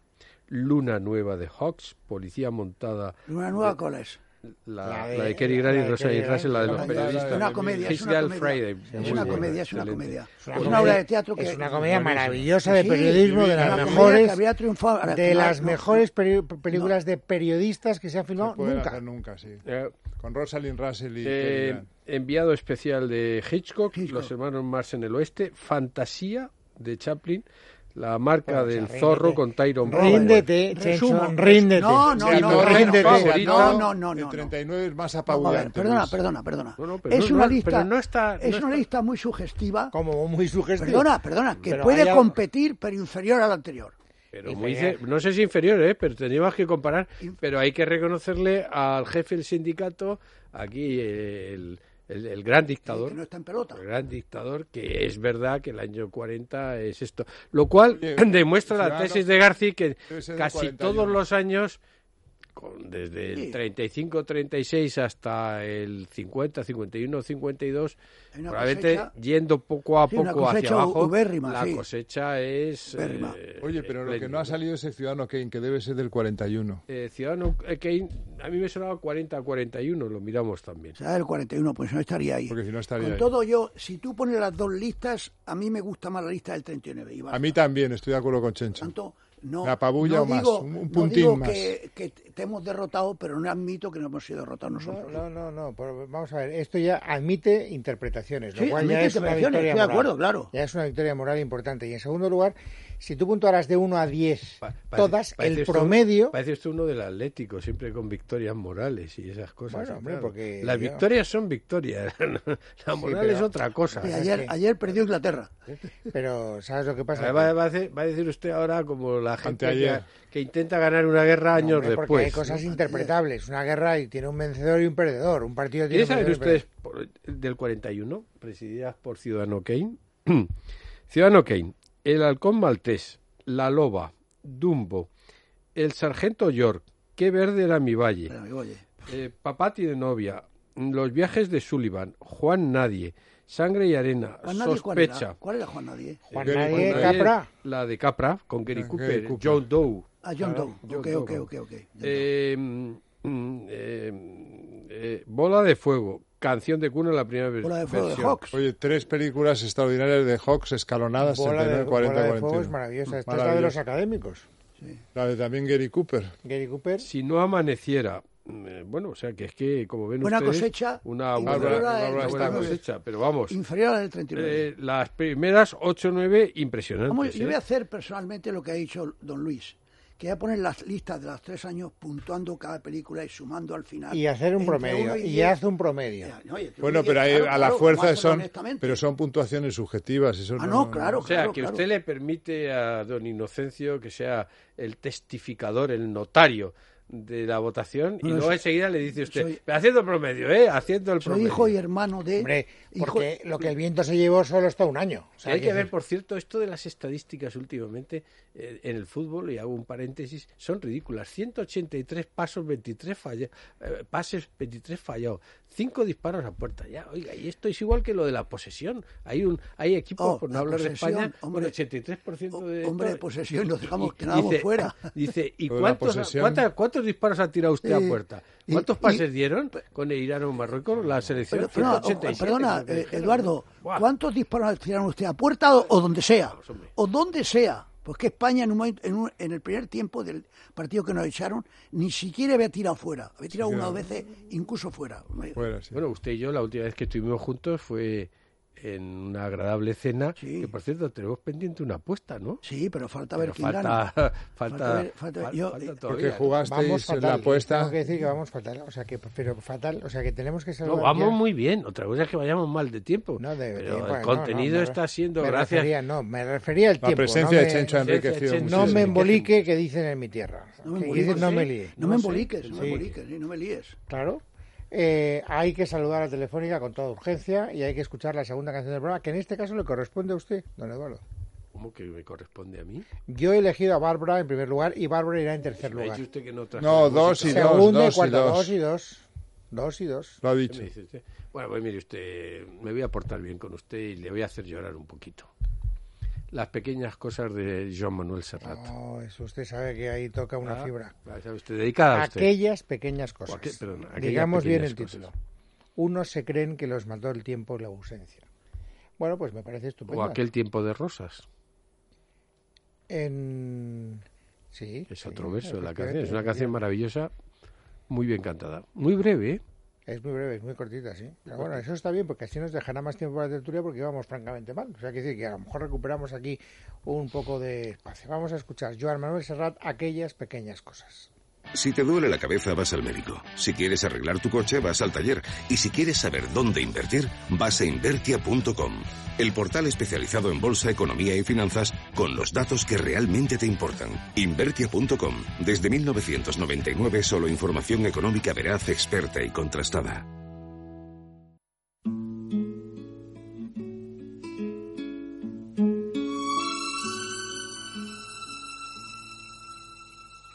[SPEAKER 5] Luna Nueva de Hawks. Policía Montada.
[SPEAKER 6] Una nueva cola es.
[SPEAKER 5] La,
[SPEAKER 3] La
[SPEAKER 5] la
[SPEAKER 3] de-
[SPEAKER 5] de, Kerry Grant
[SPEAKER 3] la
[SPEAKER 5] y
[SPEAKER 3] de
[SPEAKER 5] Rosa
[SPEAKER 3] Cary
[SPEAKER 5] y
[SPEAKER 3] Grant,
[SPEAKER 5] Russell, la de
[SPEAKER 3] la
[SPEAKER 5] los
[SPEAKER 3] de-
[SPEAKER 5] periodistas.
[SPEAKER 6] Es una comedia, es
[SPEAKER 5] His
[SPEAKER 6] una
[SPEAKER 5] Girl
[SPEAKER 6] comedia.
[SPEAKER 5] Friday.
[SPEAKER 6] Es
[SPEAKER 5] muy
[SPEAKER 6] una
[SPEAKER 5] buena,
[SPEAKER 6] comedia, es una
[SPEAKER 5] excelente.
[SPEAKER 6] comedia.
[SPEAKER 3] Es una
[SPEAKER 6] Es
[SPEAKER 3] comedia-
[SPEAKER 6] una obra de teatro que
[SPEAKER 3] Es una comedia maravillosa
[SPEAKER 6] Sí,
[SPEAKER 3] de periodismo, de
[SPEAKER 6] una
[SPEAKER 3] las
[SPEAKER 6] comedia que
[SPEAKER 3] mejores,
[SPEAKER 6] habría triunfado. Ahora,
[SPEAKER 3] de
[SPEAKER 6] no,
[SPEAKER 3] las
[SPEAKER 6] no,
[SPEAKER 3] mejores peri- películas de periodistas que se han
[SPEAKER 4] No
[SPEAKER 3] filmado
[SPEAKER 4] puede
[SPEAKER 3] nunca.
[SPEAKER 4] hacer nunca, sí.
[SPEAKER 5] Eh,
[SPEAKER 4] Con Rosalind Russell y Cary
[SPEAKER 5] eh,
[SPEAKER 4] Grant.
[SPEAKER 5] enviado especial de Hitchcock,
[SPEAKER 6] Hitchcock.
[SPEAKER 5] Los hermanos Mars en el Oeste, Fantasía de Chaplin, La
[SPEAKER 3] Bueno, o
[SPEAKER 5] marca
[SPEAKER 3] sea,
[SPEAKER 5] del
[SPEAKER 3] ríndete.
[SPEAKER 5] zorro con Tyrone Power.
[SPEAKER 3] Ríndete,
[SPEAKER 6] Resumo.
[SPEAKER 3] Chencho, ríndete.
[SPEAKER 6] No, no,
[SPEAKER 5] Sí,
[SPEAKER 6] no,
[SPEAKER 5] no,
[SPEAKER 6] no,
[SPEAKER 5] ríndete.
[SPEAKER 6] no, no, no, no,
[SPEAKER 4] El
[SPEAKER 6] no.
[SPEAKER 4] 39 es más
[SPEAKER 6] Vamos a
[SPEAKER 4] apabullante.
[SPEAKER 6] ver, perdona,
[SPEAKER 4] Luis.
[SPEAKER 6] perdona, perdona.
[SPEAKER 5] No, no, pero
[SPEAKER 6] Es
[SPEAKER 5] no,
[SPEAKER 6] una
[SPEAKER 5] no,
[SPEAKER 6] lista,
[SPEAKER 5] pero no está-
[SPEAKER 6] es
[SPEAKER 5] no
[SPEAKER 6] una
[SPEAKER 5] está-
[SPEAKER 6] lista muy sugestiva.
[SPEAKER 3] Como muy sugestivo.
[SPEAKER 6] Perdona, perdona, que
[SPEAKER 3] Pero
[SPEAKER 6] puede
[SPEAKER 3] hay algo-
[SPEAKER 6] competir pero inferior al anterior.
[SPEAKER 5] Pero muy ce- no sé si inferior, ¿eh? pero teníamos que comparar. Pero hay que reconocerle al jefe del sindicato, aquí eh, el, el- el gran dictador.
[SPEAKER 6] Que no está en pelota.
[SPEAKER 5] El gran dictador, que es verdad que el año 40 es esto. Lo cual
[SPEAKER 4] Oye,
[SPEAKER 5] demuestra la
[SPEAKER 4] Ciudadano,
[SPEAKER 5] tesis de García que
[SPEAKER 4] debe ser del
[SPEAKER 5] casi
[SPEAKER 4] 41.
[SPEAKER 5] todos los años, con, desde el
[SPEAKER 6] Sí.
[SPEAKER 5] 35-36 hasta el 50, 51, 52,
[SPEAKER 6] Hay una
[SPEAKER 5] probablemente
[SPEAKER 6] cosecha-
[SPEAKER 5] yendo poco a
[SPEAKER 6] Sí, una
[SPEAKER 5] poco hacia
[SPEAKER 6] cosecha
[SPEAKER 5] abajo,
[SPEAKER 6] ubérrima,
[SPEAKER 5] la
[SPEAKER 6] sí.
[SPEAKER 5] cosecha es... eh,
[SPEAKER 6] Ubérrima.
[SPEAKER 4] Oye, pero lo que no
[SPEAKER 5] espléndida.
[SPEAKER 4] ha salido es el Ciudadano Kane, que debe ser del 41.
[SPEAKER 5] Eh, Ciudadano Kane, a mí me sonaba 40-41, lo miramos también.
[SPEAKER 6] O sea, el 41, pues no estaría ahí.
[SPEAKER 4] Porque si no estaría
[SPEAKER 6] Con
[SPEAKER 4] ahí.
[SPEAKER 6] todo yo, si tú pones las dos listas, a mí me gusta más la lista del 39. y basta.
[SPEAKER 4] A mí también, estoy de acuerdo con Chencho.
[SPEAKER 6] tanto, no,
[SPEAKER 4] Me apabulla
[SPEAKER 6] no
[SPEAKER 4] o más,
[SPEAKER 6] digo-
[SPEAKER 4] un- un
[SPEAKER 6] no
[SPEAKER 4] puntín
[SPEAKER 6] digo
[SPEAKER 4] más.
[SPEAKER 6] Que, que te hemos derrotado, pero no admito que no hemos sido derrotados nosotros.
[SPEAKER 3] No, no, no, no, pero vamos a ver, esto ya admite interpretaciones, lo
[SPEAKER 6] Sí,
[SPEAKER 3] cual
[SPEAKER 6] admite
[SPEAKER 3] ya es una
[SPEAKER 6] interpretaciones,
[SPEAKER 3] victoria
[SPEAKER 6] estoy de
[SPEAKER 3] moral.
[SPEAKER 6] acuerdo, claro.
[SPEAKER 3] Ya es una victoria moral importante. Y en segundo lugar, si tú puntuaras de 1 a 10
[SPEAKER 5] Pa- parece-
[SPEAKER 3] todas,
[SPEAKER 5] parece
[SPEAKER 3] el
[SPEAKER 5] usted-
[SPEAKER 3] promedio...
[SPEAKER 5] Parece usted uno del Atlético, siempre con victorias morales y esas cosas.
[SPEAKER 3] Bueno, hombre, porque
[SPEAKER 5] Las
[SPEAKER 3] yo-
[SPEAKER 5] victorias son victorias. La moral
[SPEAKER 3] pero-
[SPEAKER 5] es otra cosa. ¿eh?
[SPEAKER 6] Sí,
[SPEAKER 3] es
[SPEAKER 6] ayer,
[SPEAKER 3] que-
[SPEAKER 6] ayer perdió Inglaterra.
[SPEAKER 3] Pero, ¿sabes lo que pasa?
[SPEAKER 5] Va, va- va a hacer- va a decir usted ahora como la gente que,
[SPEAKER 4] Anteayer.
[SPEAKER 5] que intenta ganar una guerra
[SPEAKER 3] No,
[SPEAKER 5] años
[SPEAKER 3] hombre, porque
[SPEAKER 5] después.
[SPEAKER 3] hay cosas interpretables. Una guerra y tiene un vencedor y un perdedor. Un partido tiene
[SPEAKER 5] ¿Quieren
[SPEAKER 3] un
[SPEAKER 5] saber
[SPEAKER 3] vencedor y un
[SPEAKER 5] ustedes por- del 41, presididas por Ciudadano Kane? Ciudadano Kane, el halcón maltés, la loba, Dumbo, el sargento York, qué verde era mi valle.
[SPEAKER 6] Pero, digo, oye,
[SPEAKER 5] Eh, papá tiene novia. Los viajes de Sullivan. Juan Nadie. Sangre y arena.
[SPEAKER 6] Juan Nadie, ¿cuál era?
[SPEAKER 5] sospecha.
[SPEAKER 6] ¿Cuál era Juan Nadie?
[SPEAKER 3] Juan
[SPEAKER 4] Gary
[SPEAKER 3] Nadie,
[SPEAKER 4] Cooper.
[SPEAKER 3] Capra.
[SPEAKER 5] La de Capra con Gary
[SPEAKER 4] Con
[SPEAKER 5] Cooper.
[SPEAKER 4] Gary Cooper.
[SPEAKER 5] John Doe.
[SPEAKER 6] Ah, John
[SPEAKER 5] Ah,
[SPEAKER 6] Doe.
[SPEAKER 5] John
[SPEAKER 6] Ok,
[SPEAKER 5] Doe.
[SPEAKER 6] ok, ok, ok. John Doe.
[SPEAKER 5] Eh, mm, eh, eh, Bola de fuego. Canción de cuna en la primera ver-
[SPEAKER 6] Bola de fuego de
[SPEAKER 5] versión.
[SPEAKER 6] Hawks.
[SPEAKER 4] Oye, tres películas extraordinarias de Hawks escalonadas,
[SPEAKER 3] Bola de,
[SPEAKER 4] 39, 40,
[SPEAKER 3] bola de fuego es
[SPEAKER 4] 41.
[SPEAKER 3] maravillosa. Esta es la de los
[SPEAKER 4] Maravillosa.
[SPEAKER 3] académicos.
[SPEAKER 4] La de también Gary Cooper.
[SPEAKER 3] Gary Cooper.
[SPEAKER 5] Si no amaneciera. Mm, eh, Bueno, o sea que es que, como ven
[SPEAKER 6] Buena
[SPEAKER 5] ustedes,
[SPEAKER 6] cosecha,
[SPEAKER 5] una,
[SPEAKER 6] inferior
[SPEAKER 5] buena-
[SPEAKER 6] a
[SPEAKER 5] una
[SPEAKER 6] la del
[SPEAKER 5] buena
[SPEAKER 6] 39.
[SPEAKER 5] cosecha, pero vamos,
[SPEAKER 6] Inferior al del 39.
[SPEAKER 5] eh, las primeras 8-9 impresionantes.
[SPEAKER 6] Vamos, yo
[SPEAKER 5] ¿eh?
[SPEAKER 6] voy a hacer personalmente lo que ha dicho don Luis, que voy a poner las listas de los tres años puntuando cada película y sumando al final.
[SPEAKER 3] Y hacer un
[SPEAKER 6] Ah, Entre
[SPEAKER 3] promedio.
[SPEAKER 6] uno
[SPEAKER 3] Y
[SPEAKER 6] diez.
[SPEAKER 3] haz un promedio.
[SPEAKER 6] Ya, oye, que
[SPEAKER 4] Bueno,
[SPEAKER 6] oye,
[SPEAKER 4] pero ahí
[SPEAKER 6] claro,
[SPEAKER 4] a la
[SPEAKER 6] claro, vamos a
[SPEAKER 4] fuerza
[SPEAKER 6] hacerlo
[SPEAKER 4] son,
[SPEAKER 6] honestamente.
[SPEAKER 4] pero son puntuaciones subjetivas. Eso
[SPEAKER 6] Ah,
[SPEAKER 4] claro.
[SPEAKER 6] no, claro.
[SPEAKER 5] O sea, que
[SPEAKER 6] claro.
[SPEAKER 5] usted le permite a don Inocencio que sea el testificador, el notario de la votación y
[SPEAKER 6] No,
[SPEAKER 5] luego
[SPEAKER 6] soy-
[SPEAKER 5] enseguida le dice usted,
[SPEAKER 6] soy-
[SPEAKER 5] haciendo promedio, ¿eh? Haciendo el
[SPEAKER 6] Soy
[SPEAKER 5] promedio.
[SPEAKER 6] hijo y hermano de...
[SPEAKER 3] Hombre,
[SPEAKER 6] hijo-
[SPEAKER 3] porque lo que el viento se llevó solo está un año. O sea,
[SPEAKER 5] hay que
[SPEAKER 3] decir-
[SPEAKER 5] ver, por cierto, esto de las estadísticas últimamente eh, en el fútbol, y hago un paréntesis, son ridículas. 183 pasos, 23 falla, eh, pases, 23 fallados, 5 disparos a puerta. Ya, oiga, y esto es igual que lo de la posesión. Hay un hay equipos,
[SPEAKER 6] Oh,
[SPEAKER 5] por no
[SPEAKER 6] la
[SPEAKER 5] hablar de
[SPEAKER 6] posesión,
[SPEAKER 5] España,
[SPEAKER 6] hombre. Oh,
[SPEAKER 5] con 83% de.
[SPEAKER 6] Hombre,
[SPEAKER 5] esto,
[SPEAKER 6] posesión, nos dejamos,
[SPEAKER 5] Y-
[SPEAKER 6] quedábamos fuera.
[SPEAKER 5] Dice, ¿y
[SPEAKER 4] Lo de la
[SPEAKER 5] cuántos,
[SPEAKER 4] posesión.
[SPEAKER 5] cuántas- cuántos disparos ha tirado usted
[SPEAKER 6] Eh,
[SPEAKER 5] a puerta?
[SPEAKER 6] y-
[SPEAKER 5] ¿Cuántos
[SPEAKER 6] y-
[SPEAKER 5] pases dieron con el Irán o Marruecos? La selección
[SPEAKER 6] Pero, perdona,
[SPEAKER 5] 187,
[SPEAKER 6] perdona,
[SPEAKER 5] creo que
[SPEAKER 6] eh,
[SPEAKER 5] dijeron.
[SPEAKER 6] Eduardo,
[SPEAKER 5] Buah.
[SPEAKER 6] ¿cuántos disparos tiraron usted a puerta o, o donde sea?
[SPEAKER 5] hombre.
[SPEAKER 6] O donde sea. Pues que España en, un momento- en un- en el primer tiempo del partido que nos echaron ni siquiera había tirado fuera, había tirado
[SPEAKER 4] Sí,
[SPEAKER 6] unas
[SPEAKER 4] claro.
[SPEAKER 6] veces incluso fuera.
[SPEAKER 4] Fuera, sí.
[SPEAKER 5] Bueno, usted y yo la última vez que estuvimos juntos fue en una agradable cena,
[SPEAKER 6] Sí.
[SPEAKER 5] que por cierto tenemos pendiente una apuesta, ¿no?
[SPEAKER 6] Sí, pero falta ver
[SPEAKER 5] Pero
[SPEAKER 6] quién
[SPEAKER 5] falta,
[SPEAKER 6] gana.
[SPEAKER 5] falta,
[SPEAKER 6] Falta ver- falta-
[SPEAKER 5] fal-
[SPEAKER 6] yo-
[SPEAKER 5] falta
[SPEAKER 6] porque
[SPEAKER 4] Porque
[SPEAKER 5] todavía, ¿no?
[SPEAKER 4] jugasteis en la
[SPEAKER 3] Tengo
[SPEAKER 4] apuesta.
[SPEAKER 3] que decir que vamos fatal, o sea que pero fatal, o sea que tenemos que
[SPEAKER 5] No,
[SPEAKER 3] salvar.
[SPEAKER 5] vamos
[SPEAKER 3] ya-
[SPEAKER 5] muy bien. Otra cosa es que vayamos mal de tiempo.
[SPEAKER 3] No, de- de-
[SPEAKER 5] pero
[SPEAKER 3] bueno,
[SPEAKER 5] el
[SPEAKER 3] no,
[SPEAKER 5] contenido
[SPEAKER 3] no, me-
[SPEAKER 5] está siendo
[SPEAKER 3] me
[SPEAKER 5] gracias.
[SPEAKER 3] refería- no, me refería al
[SPEAKER 4] La
[SPEAKER 3] tiempo.
[SPEAKER 4] presencia
[SPEAKER 3] no
[SPEAKER 4] de
[SPEAKER 3] me-
[SPEAKER 4] Chencho ha enriquecido
[SPEAKER 5] Chencho-
[SPEAKER 3] No me
[SPEAKER 4] muchísimo.
[SPEAKER 3] embolique que dicen en mi tierra.
[SPEAKER 6] No me
[SPEAKER 3] Que
[SPEAKER 6] embolique,
[SPEAKER 3] dicen, no
[SPEAKER 6] sí.
[SPEAKER 3] me líe.
[SPEAKER 6] No,
[SPEAKER 5] No
[SPEAKER 6] me
[SPEAKER 5] sé.
[SPEAKER 6] emboliques, no me
[SPEAKER 3] Sí.
[SPEAKER 6] emboliques, sí, no me líes.
[SPEAKER 3] Claro. Eh, hay que saludar a Telefónica con toda urgencia y hay que escuchar la segunda canción del programa, que en este caso le corresponde a usted, don Eduardo.
[SPEAKER 5] ¿Cómo que me corresponde a mí?
[SPEAKER 3] Yo he elegido a Bárbara en primer lugar y Bárbara irá en tercer
[SPEAKER 5] Me ha
[SPEAKER 3] lugar.
[SPEAKER 5] dicho usted que no traje
[SPEAKER 4] No,
[SPEAKER 5] la
[SPEAKER 4] dos
[SPEAKER 5] música.
[SPEAKER 4] y dos,
[SPEAKER 3] Segundo
[SPEAKER 4] dos
[SPEAKER 3] y
[SPEAKER 4] y
[SPEAKER 3] cuarto,
[SPEAKER 4] dos.
[SPEAKER 3] dos y dos. Dos y dos.
[SPEAKER 4] Lo ha
[SPEAKER 5] ¿Qué
[SPEAKER 4] dicho.
[SPEAKER 5] me dice usted? Bueno, pues mire usted, me voy a portar bien con usted y le voy a hacer llorar un poquito. Las pequeñas cosas de Joan Manuel Serrat.
[SPEAKER 3] No, eso usted sabe que ahí toca una
[SPEAKER 5] Ah,
[SPEAKER 3] fibra.
[SPEAKER 5] ah, ¿sabe usted? Dedicada a usted.
[SPEAKER 3] Aquellas pequeñas cosas.
[SPEAKER 5] aquel- perdón, aquellas
[SPEAKER 3] Digamos bien el
[SPEAKER 5] pequeñas
[SPEAKER 3] título.
[SPEAKER 5] cosas.
[SPEAKER 3] Unos se creen que los mató el tiempo y la ausencia. Bueno, pues me parece estupendo.
[SPEAKER 5] O aquel tiempo de rosas.
[SPEAKER 3] En... Sí.
[SPEAKER 5] Es
[SPEAKER 3] sí,
[SPEAKER 5] otro verso de la
[SPEAKER 3] efectivamente,
[SPEAKER 5] canción. Es una
[SPEAKER 3] efectivamente.
[SPEAKER 5] canción maravillosa, muy bien cantada. Muy breve, ¿eh?
[SPEAKER 3] Es muy breve, es muy cortita, sí. Pero bueno, eso está bien porque así nos dejará más tiempo para la tertulia porque íbamos francamente mal. O sea, que decir que a lo mejor recuperamos aquí un poco de espacio. Vamos a escuchar Joan Manuel Serrat, aquellas pequeñas cosas.
[SPEAKER 1] Si te duele la cabeza, vas al médico. Si quieres arreglar tu coche, vas al taller. Y si quieres saber dónde invertir, vas a invertia.com, el portal especializado en bolsa, economía y finanzas con los datos que realmente te importan. Invertia.com, desde 1999, solo información económica veraz, experta y contrastada.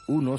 [SPEAKER 7] Uno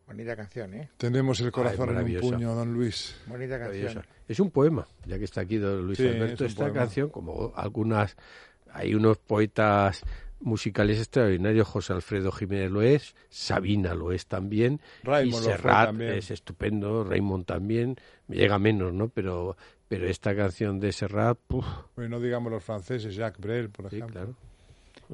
[SPEAKER 3] Bonita canción, ¿eh?
[SPEAKER 4] Tenemos el corazón en un
[SPEAKER 5] maravilloso.
[SPEAKER 4] puño, don Luis.
[SPEAKER 3] Bonita canción.
[SPEAKER 5] Maravillosa. Es un poema, ya que está aquí don Luis
[SPEAKER 4] Sí,
[SPEAKER 5] Alberto.
[SPEAKER 4] es un
[SPEAKER 5] Esta
[SPEAKER 4] poema.
[SPEAKER 5] canción, como algunas, hay unos poetas musicales extraordinarios, José Alfredo Jiménez lo es, Sabina lo es también,
[SPEAKER 4] Raymond
[SPEAKER 5] y
[SPEAKER 4] lo fue
[SPEAKER 5] Serrat
[SPEAKER 4] también.
[SPEAKER 5] es estupendo, Raymond también, me llega menos, ¿no? Pero, pero esta canción de Serrat, puf,
[SPEAKER 4] Bueno, no digamos los franceses, Jacques Brel, por
[SPEAKER 5] sí,
[SPEAKER 4] ejemplo.
[SPEAKER 5] claro.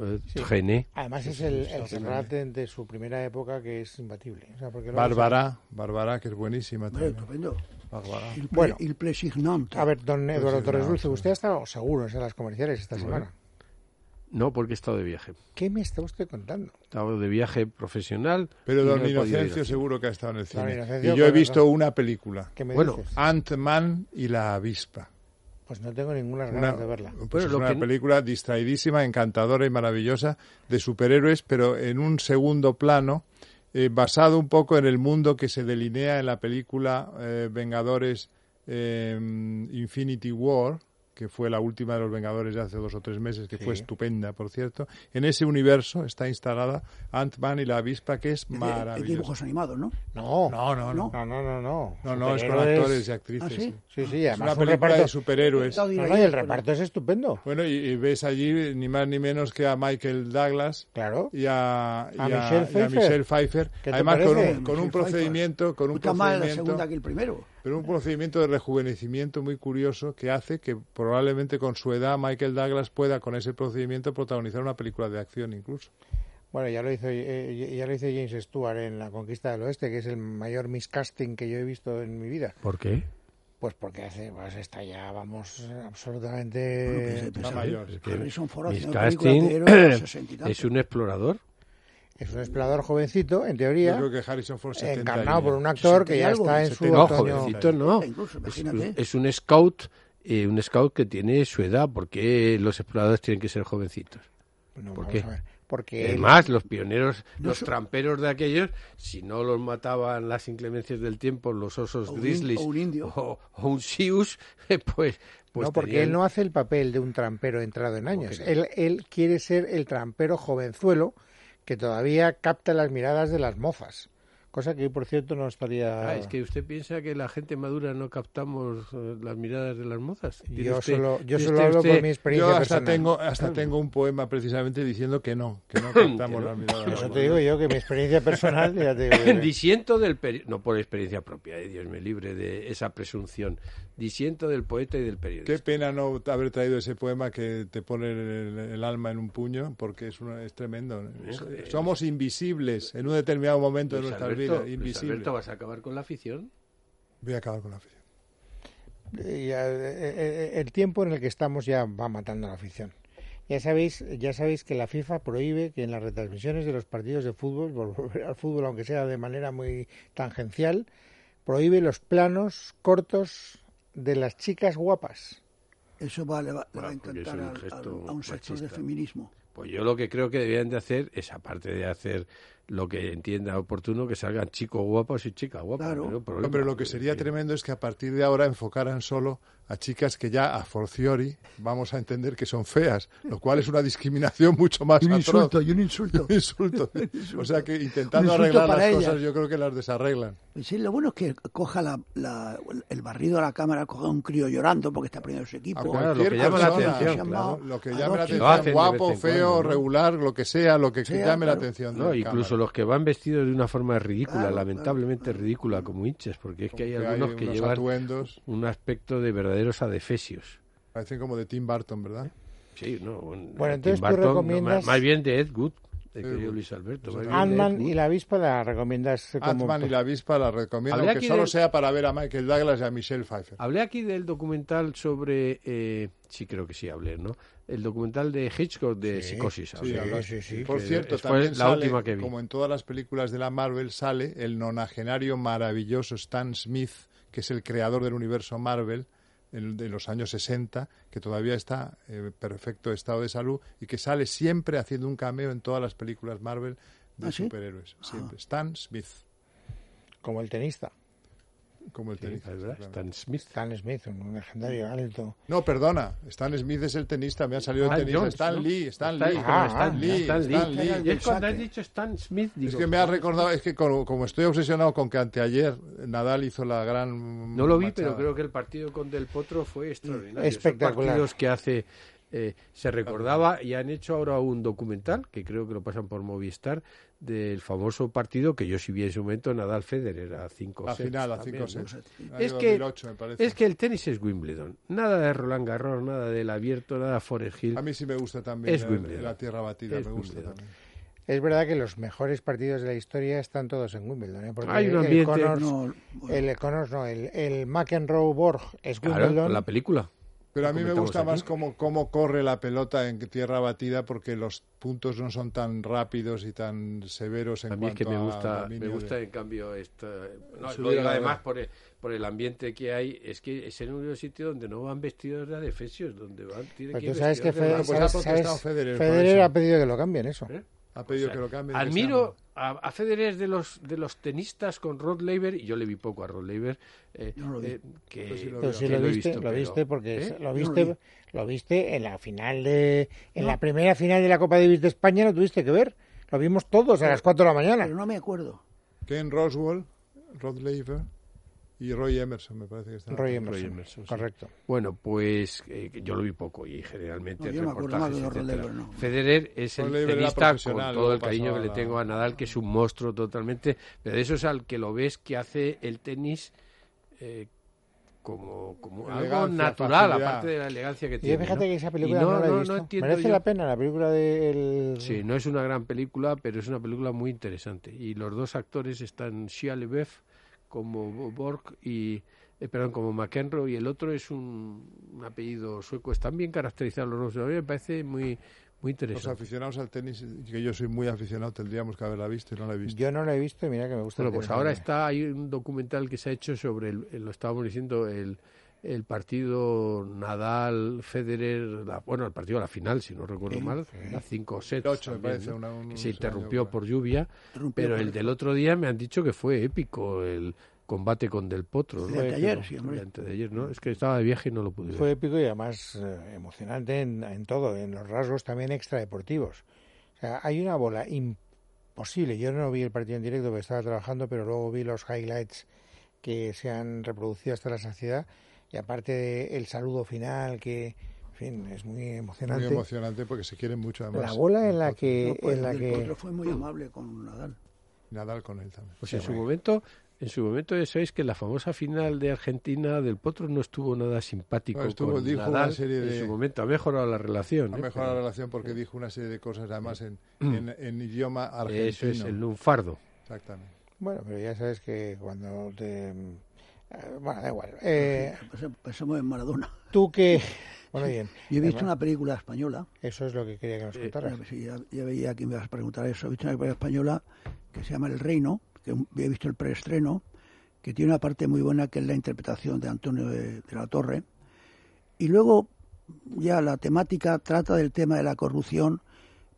[SPEAKER 5] Eh, Gené.
[SPEAKER 3] Además es el, el Serrat de, de su primera época que es imbatible. O sea, porque luego-
[SPEAKER 4] Bárbara, Bárbara, que es buenísima
[SPEAKER 6] Bueno,
[SPEAKER 4] también.
[SPEAKER 6] estupendo.
[SPEAKER 4] Bárbara.
[SPEAKER 6] Il,
[SPEAKER 3] Bueno.
[SPEAKER 6] bueno, il plesignante.
[SPEAKER 3] A ver, don Eduardo
[SPEAKER 4] sí,
[SPEAKER 3] Torres
[SPEAKER 4] no,
[SPEAKER 3] Dulce,
[SPEAKER 4] sí.
[SPEAKER 3] usted ha estado seguro en las comerciales esta semana.
[SPEAKER 5] No, porque he estado de viaje.
[SPEAKER 3] ¿Qué me está usted contando?
[SPEAKER 5] He estado de viaje profesional.
[SPEAKER 4] Pero
[SPEAKER 5] y no
[SPEAKER 4] don
[SPEAKER 5] he podido ir
[SPEAKER 4] Inocencio
[SPEAKER 5] al cine.
[SPEAKER 4] seguro que ha estado en el
[SPEAKER 3] Don
[SPEAKER 4] cine.
[SPEAKER 3] Inocencio,
[SPEAKER 4] Y yo he
[SPEAKER 3] con
[SPEAKER 4] visto
[SPEAKER 3] razón.
[SPEAKER 4] una película,
[SPEAKER 3] ¿Qué me
[SPEAKER 5] Bueno, ah.
[SPEAKER 3] dices?
[SPEAKER 4] Ant-Man y la avispa.
[SPEAKER 3] Pues no tengo ninguna
[SPEAKER 4] Una,
[SPEAKER 3] ganas de verla.
[SPEAKER 4] pues
[SPEAKER 5] Bueno,
[SPEAKER 4] es
[SPEAKER 5] lo
[SPEAKER 4] una
[SPEAKER 5] que-
[SPEAKER 4] película distraidísima, encantadora y maravillosa de superhéroes, pero en un segundo plano, eh, basado un poco en el mundo que se delinea en la película eh, Vengadores eh, em, Infinity War, que fue la última de los Vengadores de hace dos o tres meses, que fue estupenda, por cierto. En ese universo está instalada Ant-Man y la avispa, que es
[SPEAKER 6] Es de- es de
[SPEAKER 4] maravillosa.
[SPEAKER 6] dibujos animados, ¿no?
[SPEAKER 3] No, no,
[SPEAKER 4] No, no, no.
[SPEAKER 3] no, no, no.
[SPEAKER 4] No, no, es con
[SPEAKER 3] Superhéroes.
[SPEAKER 4] actores y
[SPEAKER 6] ¿Ah,
[SPEAKER 4] actrices.
[SPEAKER 6] sí?
[SPEAKER 4] sí.
[SPEAKER 3] Sí, sí,
[SPEAKER 4] Es una
[SPEAKER 3] además un
[SPEAKER 4] película
[SPEAKER 3] reparto.
[SPEAKER 4] de superhéroes.
[SPEAKER 6] Todo iba
[SPEAKER 3] No,
[SPEAKER 6] ahí,
[SPEAKER 3] no, y el
[SPEAKER 6] bueno.
[SPEAKER 3] reparto es estupendo.
[SPEAKER 4] Bueno, y, y ves allí ni más ni menos que a Michael Douglas
[SPEAKER 3] Claro.
[SPEAKER 4] y a, y
[SPEAKER 3] A
[SPEAKER 4] a-
[SPEAKER 3] Michelle
[SPEAKER 4] y a
[SPEAKER 3] Pfeiffer.
[SPEAKER 4] Michelle Pfeiffer.
[SPEAKER 3] ¿Qué te
[SPEAKER 4] Además, con
[SPEAKER 6] Eh,
[SPEAKER 3] parece?
[SPEAKER 4] un, con un
[SPEAKER 6] Michelle Pfeiffer.
[SPEAKER 4] procedimiento, con un
[SPEAKER 6] Está más la
[SPEAKER 4] procedimiento,
[SPEAKER 6] segunda que el primero.
[SPEAKER 4] pero un procedimiento de rejuvenecimiento muy curioso que hace que probablemente con su edad Michael Douglas pueda con ese procedimiento protagonizar una película de acción incluso.
[SPEAKER 3] Bueno, ya lo hizo eh, ya lo hizo James Stewart en La Conquista del Oeste, que es el mayor miscasting que yo he visto en mi vida.
[SPEAKER 5] ¿Por qué?
[SPEAKER 3] Pues porque hace, pues está ya, vamos,
[SPEAKER 6] Bueno, pensé-
[SPEAKER 3] absolutamente.
[SPEAKER 4] Eh, Está
[SPEAKER 6] pensaba-
[SPEAKER 4] mayor.
[SPEAKER 6] Harrison Ford
[SPEAKER 5] Miss
[SPEAKER 6] haciendo
[SPEAKER 5] Casting
[SPEAKER 6] películas de héroes, sesenta y tantos.
[SPEAKER 5] es un explorador.
[SPEAKER 3] Es un explorador jovencito, en
[SPEAKER 4] Yo
[SPEAKER 3] teoría,
[SPEAKER 4] creo que Harrison Ford 70
[SPEAKER 3] encarnado por
[SPEAKER 4] años.
[SPEAKER 3] un actor
[SPEAKER 6] sesenta y
[SPEAKER 3] que ya
[SPEAKER 6] algo,
[SPEAKER 3] está en su
[SPEAKER 4] setenta.
[SPEAKER 5] No,
[SPEAKER 3] otoño.
[SPEAKER 5] jovencito no.
[SPEAKER 6] eh, Incluso,
[SPEAKER 5] Es,
[SPEAKER 6] imagínate.
[SPEAKER 5] es un scout, eh, un scout que tiene su edad, porque los exploradores tienen que ser jovencitos.
[SPEAKER 3] No,
[SPEAKER 5] ¿Por
[SPEAKER 3] vamos
[SPEAKER 5] qué?
[SPEAKER 3] a ver,
[SPEAKER 6] Eh,
[SPEAKER 3] Porque él-
[SPEAKER 5] Además, los pioneros, los tramperos de aquellos, si no los mataban las inclemencias del tiempo, los osos
[SPEAKER 6] O un-
[SPEAKER 5] grizzlies
[SPEAKER 6] o un indio.
[SPEAKER 5] o, o un sius, eh, pues, pues
[SPEAKER 3] no, porque
[SPEAKER 5] tenían-
[SPEAKER 3] él no hace el papel de un trampero entrado en años.
[SPEAKER 5] que no?
[SPEAKER 3] Él, él quiere ser el trampero jovenzuelo que todavía capta las miradas de las mozas. Cosa que, por cierto, no estaría...
[SPEAKER 5] Ah, es que usted piensa que la gente madura no captamos eh, las miradas de las mozas. Tiene
[SPEAKER 3] Yo
[SPEAKER 5] usted-
[SPEAKER 3] solo, yo
[SPEAKER 5] tiene
[SPEAKER 3] solo
[SPEAKER 5] usted-
[SPEAKER 3] hablo por
[SPEAKER 5] usted-
[SPEAKER 3] mi experiencia
[SPEAKER 4] Yo hasta
[SPEAKER 3] personal.
[SPEAKER 4] tengo, hasta tengo un poema precisamente diciendo que no, que no captamos las miradas.
[SPEAKER 3] Eso te digo yo, que mi experiencia personal... ya te digo yo que-
[SPEAKER 5] Disiento del peri- no por experiencia propia, eh, Dios me libre de esa presunción. Disiento del poeta y del periodista.
[SPEAKER 4] Qué pena no haber traído ese poema que te pone el, el alma en un puño, porque es, una- es tremendo. Somos invisibles en un determinado momento de
[SPEAKER 5] Luis
[SPEAKER 4] nuestras
[SPEAKER 5] Alberto,
[SPEAKER 4] vidas.
[SPEAKER 5] Luis
[SPEAKER 4] Invisibles.
[SPEAKER 5] Alberto, vas a acabar con la afición.
[SPEAKER 4] Voy a acabar con la afición.
[SPEAKER 3] Y, eh, eh, el tiempo en el que estamos ya va matando a la afición. Ya sabéis, ya sabéis que la FIFA prohíbe que en las retransmisiones de los partidos de fútbol, volver al fútbol aunque sea de manera muy tangencial, prohíbe los planos cortos de las chicas guapas.
[SPEAKER 6] Eso va, le va, le va a
[SPEAKER 5] Bueno, porque
[SPEAKER 6] encantar
[SPEAKER 5] es un
[SPEAKER 6] al- al-
[SPEAKER 5] gesto
[SPEAKER 6] a un sector de
[SPEAKER 5] machista.
[SPEAKER 6] feminismo.
[SPEAKER 5] Pues yo lo que creo que debían de hacer es, aparte de hacer lo que entienda oportuno, que salgan chicos guapos y chicas guapas.
[SPEAKER 6] Claro.
[SPEAKER 5] no hay problema. eh,
[SPEAKER 4] Hombre, lo que sería tremendo es que a partir de ahora enfocaran solo a chicas que ya a forciori vamos a entender que son feas, lo cual es una discriminación mucho más
[SPEAKER 6] Y un
[SPEAKER 4] atroz.
[SPEAKER 6] insulto, y un insulto.
[SPEAKER 4] Un insulto. O sea que intentando
[SPEAKER 6] Un insulto
[SPEAKER 4] arreglar las
[SPEAKER 6] para ella.
[SPEAKER 4] cosas, yo creo que las desarreglan.
[SPEAKER 6] Pues sí, lo bueno es que coja la- la- el barrido a la cámara, coja un crío llorando porque está perdiendo su equipo.
[SPEAKER 4] A
[SPEAKER 5] Ah, Claro, lo
[SPEAKER 4] cualquier
[SPEAKER 5] que llama la
[SPEAKER 4] persona,
[SPEAKER 5] atención,
[SPEAKER 4] ¿no?
[SPEAKER 6] claro.
[SPEAKER 4] lo que
[SPEAKER 6] A
[SPEAKER 4] llame la
[SPEAKER 6] dos que
[SPEAKER 5] lo hacen de
[SPEAKER 4] atención,
[SPEAKER 5] vez
[SPEAKER 4] guapo,
[SPEAKER 5] en cuando,
[SPEAKER 4] feo,
[SPEAKER 5] ¿no?
[SPEAKER 4] regular, lo que sea, lo que
[SPEAKER 6] Sea,
[SPEAKER 4] llame la
[SPEAKER 6] claro.
[SPEAKER 4] atención.
[SPEAKER 5] No,
[SPEAKER 4] de la
[SPEAKER 5] incluso
[SPEAKER 4] cámara.
[SPEAKER 5] los que van vestidos de una forma ridícula,
[SPEAKER 6] Claro,
[SPEAKER 5] lamentablemente
[SPEAKER 6] claro, claro.
[SPEAKER 5] ridícula, como hinchas, porque es que hay
[SPEAKER 4] Porque
[SPEAKER 5] algunos que
[SPEAKER 4] unos
[SPEAKER 5] llevan
[SPEAKER 4] atuendos,
[SPEAKER 5] un aspecto de verdaderos adefesios.
[SPEAKER 4] parecen como de Tim Burton, ¿verdad?
[SPEAKER 5] Sí, no, un-
[SPEAKER 3] Bueno,
[SPEAKER 5] Tim
[SPEAKER 3] entonces tú
[SPEAKER 5] no,
[SPEAKER 3] recomiendas-
[SPEAKER 5] más, más bien de Ed Wood, de
[SPEAKER 4] Ed
[SPEAKER 5] querido
[SPEAKER 4] Wood. Pues
[SPEAKER 5] Luis Alberto. más bien de
[SPEAKER 3] Ant-Man
[SPEAKER 5] Ed Wood.
[SPEAKER 3] y la avispa la recomiendas como...
[SPEAKER 4] Ant-Man y la avispa la recomiendo,
[SPEAKER 5] Habría
[SPEAKER 4] aunque
[SPEAKER 5] que
[SPEAKER 4] solo
[SPEAKER 5] ver-
[SPEAKER 4] sea para ver a Michael Douglas y a Michelle Pfeiffer.
[SPEAKER 5] Hablé aquí del documental sobre. eh, sí, creo que sí hablé, ¿no? El documental de Hitchcock de Psicosis.
[SPEAKER 4] Sí,
[SPEAKER 5] hablé.
[SPEAKER 4] habló.
[SPEAKER 3] sí, sí.
[SPEAKER 4] Y Por
[SPEAKER 5] que
[SPEAKER 4] cierto,
[SPEAKER 5] después
[SPEAKER 4] también
[SPEAKER 5] la
[SPEAKER 4] sale,
[SPEAKER 5] última que vi.
[SPEAKER 4] como en todas las películas de la Marvel, sale el nonagenario maravilloso Stan Smith, que es el creador del universo Marvel el de los años 60, que todavía está en perfecto estado de salud y que sale siempre haciendo un cameo en todas las películas Marvel de
[SPEAKER 6] ¿Ah, sí?
[SPEAKER 4] superhéroes. Siempre. Stan Smith,
[SPEAKER 3] pues, Como el tenista,
[SPEAKER 4] como el
[SPEAKER 5] Sí,
[SPEAKER 4] tenista.
[SPEAKER 5] ¿verdad?
[SPEAKER 4] claro.
[SPEAKER 5] Stan Smith.
[SPEAKER 3] Stan Smith, un legendario alto.
[SPEAKER 4] No, perdona, Stan Smith es el tenista, me ha salido el
[SPEAKER 5] Ah,
[SPEAKER 4] tenista.
[SPEAKER 5] Jones,
[SPEAKER 4] Stan
[SPEAKER 5] ¿no?
[SPEAKER 4] Lee, Stan
[SPEAKER 5] Stan-
[SPEAKER 4] Lee.
[SPEAKER 5] perdón,
[SPEAKER 3] Ah,
[SPEAKER 5] Stan Lee. Stan Lee. Y es cuando has dicho Stan Smith, digo,
[SPEAKER 4] Es que me ha recordado, es que como, como estoy obsesionado con que anteayer Nadal hizo la gran.
[SPEAKER 5] No lo vi,
[SPEAKER 4] machada.
[SPEAKER 5] pero creo que el partido con Del Potro fue extraordinario. Esos
[SPEAKER 3] Espectacular.
[SPEAKER 5] partidos que hace. eh, se recordaba y han hecho ahora un documental que creo que lo pasan por Movistar del famoso partido que yo sí vi en su momento Nadal Federer a 5
[SPEAKER 4] La final, a 5
[SPEAKER 5] Es
[SPEAKER 4] Es
[SPEAKER 5] que-
[SPEAKER 4] 2008, me parece.
[SPEAKER 5] Es que el tenis es Wimbledon. Nada de Roland Garros, nada del abierto, nada Forest Hill.
[SPEAKER 4] A mí sí me gusta también
[SPEAKER 5] Es
[SPEAKER 4] la-
[SPEAKER 5] Wimbledon.
[SPEAKER 4] la tierra batida,
[SPEAKER 5] Es
[SPEAKER 4] me gusta
[SPEAKER 5] Wimbledon.
[SPEAKER 4] también.
[SPEAKER 3] Es verdad que los mejores partidos de la historia están todos en Wimbledon. ¿eh? Porque
[SPEAKER 5] Hay
[SPEAKER 3] el
[SPEAKER 5] un ambiente,
[SPEAKER 3] Connors-
[SPEAKER 6] No,
[SPEAKER 3] El Connors no, el, el McEnroe Borg es
[SPEAKER 5] Claro,
[SPEAKER 3] Wimbledon.
[SPEAKER 5] la película.
[SPEAKER 4] Pero a mí me
[SPEAKER 5] comentamos
[SPEAKER 4] gusta
[SPEAKER 5] aquí.
[SPEAKER 4] más cómo, cómo corre la pelota en tierra batida porque los puntos no son tan rápidos y tan severos en
[SPEAKER 5] A mí es que
[SPEAKER 4] cuanto
[SPEAKER 5] me
[SPEAKER 4] a
[SPEAKER 5] gusta, me
[SPEAKER 4] dominio de-
[SPEAKER 5] gusta en cambio esto. No,
[SPEAKER 4] Sí,
[SPEAKER 5] lo digo
[SPEAKER 4] la
[SPEAKER 5] además
[SPEAKER 4] verdad.
[SPEAKER 5] por el, por el ambiente que hay. Es que es el único sitio donde no van vestidos de adefesios, donde van. tienen
[SPEAKER 3] Pero
[SPEAKER 5] que ir
[SPEAKER 3] tú sabes que
[SPEAKER 5] vestidos de
[SPEAKER 3] Federer,
[SPEAKER 4] Bueno, pues ha
[SPEAKER 3] sabes-
[SPEAKER 4] protestado
[SPEAKER 3] sabes-
[SPEAKER 4] Federer por
[SPEAKER 3] Federer
[SPEAKER 4] eso.
[SPEAKER 3] ha pedido que lo cambien eso.
[SPEAKER 5] ¿Eh?
[SPEAKER 4] Ha pedido
[SPEAKER 5] O sea,
[SPEAKER 4] que lo cambie.
[SPEAKER 5] Admiro a, a Federer de los de los tenistas con Rod Laver y yo le vi poco a Rod Laver eh, eh, que
[SPEAKER 4] Yo Pues sí lo
[SPEAKER 5] que
[SPEAKER 4] veo.
[SPEAKER 3] Pero sí
[SPEAKER 5] lo
[SPEAKER 3] lo
[SPEAKER 5] he
[SPEAKER 3] viste,
[SPEAKER 5] visto,
[SPEAKER 3] lo
[SPEAKER 5] pero-
[SPEAKER 3] viste porque
[SPEAKER 5] ¿Eh?
[SPEAKER 3] lo viste, lo, viste en la final de, en la primera final de la Copa Davis de España lo tuviste que ver. Lo vimos todos a las 4 de la
[SPEAKER 6] Pero
[SPEAKER 3] mañana.
[SPEAKER 6] no me acuerdo.
[SPEAKER 4] Ken Roswell, Rod Laver y Roy Emerson, me parece que están.
[SPEAKER 3] Roy
[SPEAKER 5] Roy
[SPEAKER 3] Emerson,
[SPEAKER 5] Emerson, sí.
[SPEAKER 3] correcto.
[SPEAKER 5] Bueno, pues eh, yo lo vi poco y generalmente
[SPEAKER 6] No, yo me acuerdo
[SPEAKER 5] reportajes,
[SPEAKER 6] más de los
[SPEAKER 5] etcétera.
[SPEAKER 6] Rod Laver, no.
[SPEAKER 5] Federer es el
[SPEAKER 4] Rod Laver era
[SPEAKER 5] tenista con
[SPEAKER 4] profesional,
[SPEAKER 5] todo el
[SPEAKER 4] luego
[SPEAKER 5] cariño que
[SPEAKER 4] pasó
[SPEAKER 5] le
[SPEAKER 4] a la-
[SPEAKER 5] tengo a Nadal, que es un monstruo totalmente, pero de esos al que lo ves que hace el tenis eh, como, como algo
[SPEAKER 4] Elegancia,
[SPEAKER 5] natural,
[SPEAKER 4] facilidad.
[SPEAKER 5] aparte de la elegancia que
[SPEAKER 3] Y
[SPEAKER 5] tiene.
[SPEAKER 3] fíjate
[SPEAKER 5] ¿no?
[SPEAKER 3] que esa
[SPEAKER 5] Y
[SPEAKER 3] película no,
[SPEAKER 5] no,
[SPEAKER 3] la he
[SPEAKER 5] no, no
[SPEAKER 3] visto.
[SPEAKER 5] entiendo
[SPEAKER 3] Merece
[SPEAKER 5] yo-
[SPEAKER 3] la pena la película del
[SPEAKER 5] Sí, no es una gran película, pero es una película muy interesante. Y los dos actores están Shia LaBeouf como Bo- Borg y eh, perdón como McEnroe y el otro es un, un apellido sueco. Están bien caracterizados los dos. A mí me parece muy muy
[SPEAKER 4] Los
[SPEAKER 5] interesante.
[SPEAKER 4] aficionados al tenis, que yo soy muy aficionado, tendríamos que haberla visto y no la he visto.
[SPEAKER 3] yo no la he visto y mira que me gusta. el
[SPEAKER 5] Bueno, pues
[SPEAKER 3] tenis
[SPEAKER 5] ahora
[SPEAKER 3] también.
[SPEAKER 5] está hay un documental que se ha hecho sobre el- el- lo estábamos diciendo el el partido Nadal Federer la- bueno el partido a la final si no recuerdo mal a cinco sets
[SPEAKER 4] El ocho, me
[SPEAKER 5] también,
[SPEAKER 4] parece,
[SPEAKER 5] ¿no?
[SPEAKER 4] una- un-
[SPEAKER 5] que se
[SPEAKER 4] un
[SPEAKER 5] interrumpió
[SPEAKER 4] año,
[SPEAKER 5] por lluvia
[SPEAKER 6] Interrumpió
[SPEAKER 5] pero
[SPEAKER 6] por-
[SPEAKER 5] el del otro día me han dicho que fue épico el combate con Del Potro
[SPEAKER 6] El
[SPEAKER 5] ¿no?
[SPEAKER 6] de
[SPEAKER 5] Fue
[SPEAKER 6] ayer,
[SPEAKER 5] épico.
[SPEAKER 6] sí, hombre.
[SPEAKER 5] El de antes de ayer, ¿no? es que estaba de viaje y no lo pude ver
[SPEAKER 3] Fue épico y además eh, emocionante en, en todo, en los rasgos también extradeportivos. O sea, hay una bola imposible. Yo no vi el partido en directo porque estaba trabajando, pero luego vi los highlights que se han reproducido hasta la saciedad. Y aparte de el saludo final, que en fin, es muy emocionante.
[SPEAKER 4] Muy emocionante porque se quieren mucho además.
[SPEAKER 3] la bola en la
[SPEAKER 6] No,
[SPEAKER 5] Eh,
[SPEAKER 3] que,
[SPEAKER 6] pues,
[SPEAKER 3] en la
[SPEAKER 6] el
[SPEAKER 3] que
[SPEAKER 6] potro fue muy amable con Nadal.
[SPEAKER 4] Nadal con él también.
[SPEAKER 5] Pues en su momento, en su momento ya sabéis que en la famosa final de Argentina del Potro no estuvo nada simpático
[SPEAKER 4] No, estuvo-
[SPEAKER 5] con
[SPEAKER 4] dijo
[SPEAKER 5] Nadal.
[SPEAKER 4] una serie
[SPEAKER 5] En
[SPEAKER 4] de-
[SPEAKER 5] su momento ha mejorado la relación.
[SPEAKER 4] Ha
[SPEAKER 5] ¿eh?
[SPEAKER 4] mejorado la
[SPEAKER 5] Pero
[SPEAKER 4] relación porque dijo una serie de cosas, además en, en, en idioma argentino.
[SPEAKER 5] Eso es el lunfardo.
[SPEAKER 4] Exactamente.
[SPEAKER 3] bueno, pero ya sabes que cuando te eh, bueno, da igual. Eh,
[SPEAKER 6] Pues, Pensamos en Maradona.
[SPEAKER 3] tú que bueno bien,
[SPEAKER 6] Yo he visto una película española.
[SPEAKER 3] eso es lo que quería que nos
[SPEAKER 4] Eh,
[SPEAKER 6] Ya,
[SPEAKER 3] contaras.
[SPEAKER 6] sí, ya, ya veía que me vas a preguntar eso. He visto una película española que se llama El Reino, que un- he visto el preestreno, que tiene una parte muy buena que es la interpretación de Antonio de, de la Torre. Y luego ya la temática trata del tema de la corrupción,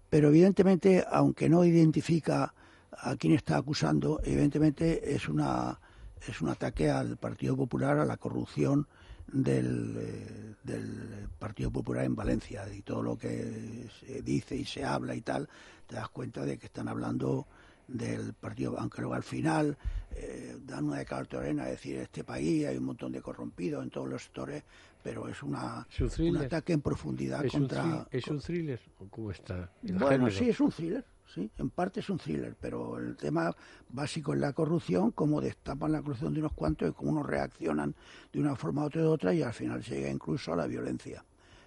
[SPEAKER 6] pero evidentemente, aunque no identifica a quién está acusando, evidentemente es una es un ataque al Partido Popular, a la corrupción del, eh, del Partido Popular en Valencia y todo lo que se dice y se habla y tal, te das cuenta de que están hablando del partido, aunque luego al final eh, dan una declaratoria a decir este país hay un montón de corrompidos en todos los sectores, pero es una
[SPEAKER 5] Es un
[SPEAKER 6] un
[SPEAKER 5] thriller.
[SPEAKER 6] ataque en profundidad
[SPEAKER 5] ¿Es,
[SPEAKER 6] contra
[SPEAKER 5] un, thri- ¿Es un thriller? ¿O ¿Cómo está? el
[SPEAKER 6] bueno,
[SPEAKER 5] género?
[SPEAKER 6] sí, es un thriller, sí, en parte es un thriller, pero el tema básico es la corrupción, cómo destapan la corrupción de unos cuantos y cómo unos reaccionan de una forma u otra, de otra y al final se llega incluso a la violencia.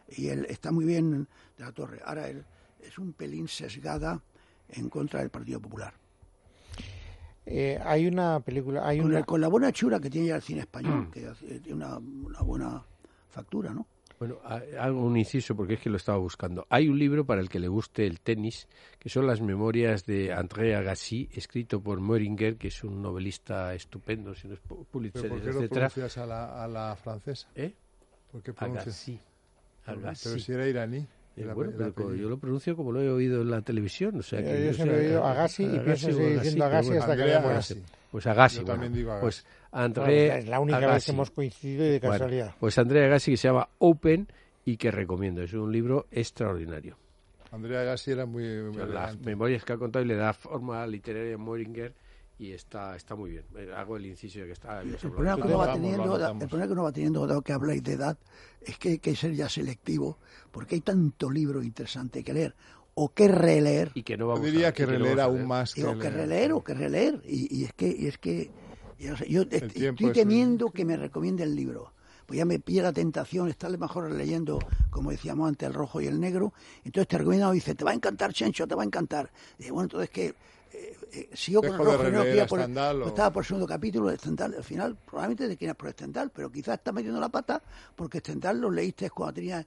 [SPEAKER 6] Y él está muy bien de la torre. Ahora, él es un pelín sesgada en contra del Partido Popular.
[SPEAKER 3] Eh, hay una película, hay
[SPEAKER 6] Con,
[SPEAKER 3] una
[SPEAKER 6] el- con la buena chura que tiene ya el cine español, que eh, tiene una, una buena factura, ¿no?
[SPEAKER 5] Bueno, ha- hago un inciso porque es que lo estaba buscando. Hay un libro para el que le guste el tenis, que son las memorias de André Agassi, escrito por Moeringer, que es un novelista estupendo, si no es pu-
[SPEAKER 4] ¿Pero
[SPEAKER 5] Pulitzer,
[SPEAKER 4] por qué lo
[SPEAKER 5] etcétera.
[SPEAKER 4] pronuncias a la, a la francesa?
[SPEAKER 5] ¿Eh?
[SPEAKER 4] ¿Por qué pronuncias?
[SPEAKER 5] Agassi.
[SPEAKER 4] Pero
[SPEAKER 5] Agassi.
[SPEAKER 4] si era iraní.
[SPEAKER 5] Eh,
[SPEAKER 4] el ape-
[SPEAKER 5] bueno,
[SPEAKER 4] el
[SPEAKER 5] pero co-
[SPEAKER 4] apellido.
[SPEAKER 5] yo lo pronuncio como lo he oído en la televisión. O sea,
[SPEAKER 3] Yo-
[SPEAKER 5] que,
[SPEAKER 3] yo
[SPEAKER 5] o
[SPEAKER 3] siempre
[SPEAKER 5] sea,
[SPEAKER 3] he oído Agassi y
[SPEAKER 5] Agassi
[SPEAKER 3] pienso
[SPEAKER 5] o
[SPEAKER 3] seguir diciendo
[SPEAKER 5] pero
[SPEAKER 3] Agassi
[SPEAKER 5] bueno,
[SPEAKER 3] hasta que
[SPEAKER 4] Andrea
[SPEAKER 3] veamos.
[SPEAKER 4] Agassi.
[SPEAKER 5] Pues Agassi.
[SPEAKER 4] Yo
[SPEAKER 5] bueno,
[SPEAKER 4] también digo Agassi.
[SPEAKER 5] Pues
[SPEAKER 3] Bueno,
[SPEAKER 5] André
[SPEAKER 3] es la única vez
[SPEAKER 5] Agassi.
[SPEAKER 3] que hemos coincidido y de
[SPEAKER 5] Bueno,
[SPEAKER 3] casualidad.
[SPEAKER 5] pues André Agassi que se llama Open y que recomiendo. Es un libro extraordinario.
[SPEAKER 4] Andrea Agassi era muy... muy
[SPEAKER 5] Son las
[SPEAKER 4] elegante.
[SPEAKER 5] memorias que ha contado y le da forma literaria a Moeringer y está, está muy bien. Eh, Hago el inciso de que está... habías
[SPEAKER 6] El
[SPEAKER 5] hablado
[SPEAKER 6] problema,
[SPEAKER 5] tú
[SPEAKER 6] que
[SPEAKER 5] de-
[SPEAKER 6] uno
[SPEAKER 4] anotamos, lo
[SPEAKER 6] va teniendo,
[SPEAKER 4] anotamos.
[SPEAKER 6] el problema que uno va teniendo, dado que habláis de edad, es que hay que ser ya selectivo, porque hay tanto libro interesante que leer, o que releer,
[SPEAKER 5] y que no
[SPEAKER 4] Yo
[SPEAKER 5] vamos a-
[SPEAKER 4] diría
[SPEAKER 5] y
[SPEAKER 4] que
[SPEAKER 5] no
[SPEAKER 4] releer
[SPEAKER 5] vamos a
[SPEAKER 4] aún
[SPEAKER 5] leer.
[SPEAKER 4] más
[SPEAKER 6] digo, que
[SPEAKER 4] leer.
[SPEAKER 6] releer o que releer, y, y es que, y es que yo, sé, yo est-
[SPEAKER 4] tiempo
[SPEAKER 6] estoy
[SPEAKER 4] es
[SPEAKER 6] temiendo que me recomiende el libro, pues ya me pilla la tentación, estarle mejor leyendo, como decíamos antes, el rojo y el negro, entonces te recomienda, y dice, te va a encantar, Chencho, te va a encantar, y bueno, entonces que... eh, eh, sigo con el
[SPEAKER 4] Dejo de
[SPEAKER 6] rojo y el negro, que
[SPEAKER 4] releer
[SPEAKER 6] iba
[SPEAKER 4] a
[SPEAKER 6] por el-
[SPEAKER 4] Stendhal o-
[SPEAKER 6] pues estaba por el segundo capítulo de Stendhal. Al final, probablemente te quieras por Stendhal, pero quizás estás metiendo la pata porque Stendhal lo leíste cuando tenías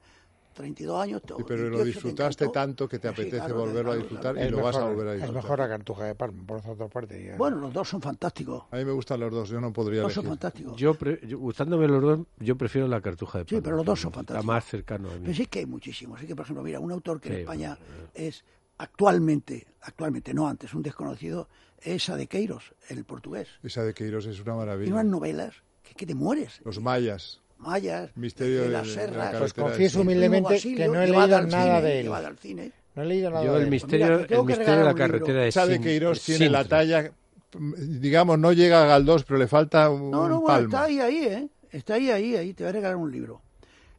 [SPEAKER 6] 32 años.
[SPEAKER 4] Y pero lo disfrutaste tanto que te apetece volverlo a disfrutar y
[SPEAKER 3] Es
[SPEAKER 4] lo vas a
[SPEAKER 3] mejor-
[SPEAKER 4] volver a
[SPEAKER 3] Es
[SPEAKER 4] disfrutar.
[SPEAKER 3] mejor la cartuja de Palma, por otra parte. ya.
[SPEAKER 6] Bueno, los dos son fantásticos.
[SPEAKER 4] A mí me gustan los dos, yo no podría
[SPEAKER 6] Los dos son
[SPEAKER 4] elegir.
[SPEAKER 6] fantásticos.
[SPEAKER 5] Yo, pre- yo- gustándome los dos, yo prefiero la cartuja de
[SPEAKER 6] Sí,
[SPEAKER 5] Palma,
[SPEAKER 6] pero los dos son
[SPEAKER 5] está
[SPEAKER 6] fantásticos.
[SPEAKER 5] más cercano a mí.
[SPEAKER 6] Pero sí que hay muchísimos. Así que, por ejemplo, mira, un autor que en
[SPEAKER 5] Sí,
[SPEAKER 6] España es actualmente, actualmente, no antes, un desconocido, es Adequeiros, el portugués.
[SPEAKER 4] Esa de Queiroz es una
[SPEAKER 6] Y
[SPEAKER 4] maravilla.
[SPEAKER 6] unas novelas que, que te mueres.
[SPEAKER 4] Los mayas.
[SPEAKER 6] Mayas,
[SPEAKER 4] Misterio
[SPEAKER 6] de
[SPEAKER 4] de-
[SPEAKER 6] las
[SPEAKER 4] de la
[SPEAKER 6] serras.
[SPEAKER 4] carretera
[SPEAKER 3] Pues
[SPEAKER 4] Carretera
[SPEAKER 3] confieso
[SPEAKER 4] del Sur.
[SPEAKER 3] humildemente que no he leído nada de él.
[SPEAKER 6] Llevado al cine.
[SPEAKER 3] No he leído nada
[SPEAKER 5] Yo
[SPEAKER 3] de
[SPEAKER 5] el
[SPEAKER 3] él.
[SPEAKER 5] misterio,
[SPEAKER 6] Mira, te tengo
[SPEAKER 5] el
[SPEAKER 6] que
[SPEAKER 5] misterio de la
[SPEAKER 6] regalar un libro.
[SPEAKER 5] carretera de
[SPEAKER 4] Esa de
[SPEAKER 5] Sin-
[SPEAKER 4] Queiroz tiene
[SPEAKER 5] Sintra.
[SPEAKER 4] la talla, mm, digamos, no llega a Galdós, pero le falta un
[SPEAKER 6] No, no, bueno,
[SPEAKER 4] palmo.
[SPEAKER 6] está ahí, ahí, ¿eh? Está ahí, ahí, ahí. Te voy a regalar un libro.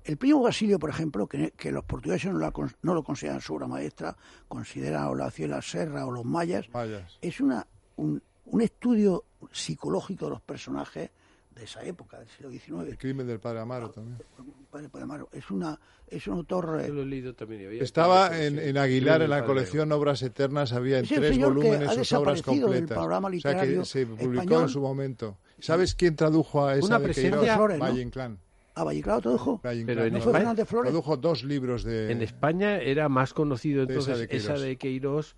[SPEAKER 6] El primo Basilio, por ejemplo, que, que los portugueses no, la con- no lo consideran su obra maestra, consideran o la Ciela Serra o los mayas,
[SPEAKER 4] Mayas.
[SPEAKER 6] es una, un, un estudio psicológico de los personajes de esa época, del siglo
[SPEAKER 4] El
[SPEAKER 6] XIX.
[SPEAKER 4] crimen del padre Amaro también.
[SPEAKER 6] Padre Padamaro, Es, una, es un autor... eh,
[SPEAKER 5] Yo lo he leído también. y había-
[SPEAKER 4] Estaba en, en Aguilar, en la
[SPEAKER 5] Padre Abreu.
[SPEAKER 4] colección Obras Eternas, había en
[SPEAKER 6] Es el
[SPEAKER 4] tres
[SPEAKER 6] señor que
[SPEAKER 4] volúmenes
[SPEAKER 6] ha
[SPEAKER 4] sus obras
[SPEAKER 6] desaparecido del
[SPEAKER 4] completas.
[SPEAKER 6] panorama
[SPEAKER 4] o sea que
[SPEAKER 6] literario
[SPEAKER 4] se publicó en
[SPEAKER 6] español.
[SPEAKER 4] su momento. ¿Sabes quién tradujo a esa
[SPEAKER 5] Una
[SPEAKER 4] de
[SPEAKER 5] presencia-
[SPEAKER 4] Queiroz?
[SPEAKER 6] Flores, ¿no?
[SPEAKER 4] Valle Inclán.
[SPEAKER 6] Ah, Valle, claro, te dejo.
[SPEAKER 4] Valle
[SPEAKER 5] Pero
[SPEAKER 4] Inclán,
[SPEAKER 5] en
[SPEAKER 6] ¿No
[SPEAKER 4] ¿no?
[SPEAKER 6] fue
[SPEAKER 5] España-
[SPEAKER 6] Fernández Flores?
[SPEAKER 4] Tradujo dos libros de...
[SPEAKER 5] En España era más conocido
[SPEAKER 4] de esa
[SPEAKER 5] entonces
[SPEAKER 4] de Queiroz.
[SPEAKER 5] esa de Queiroz,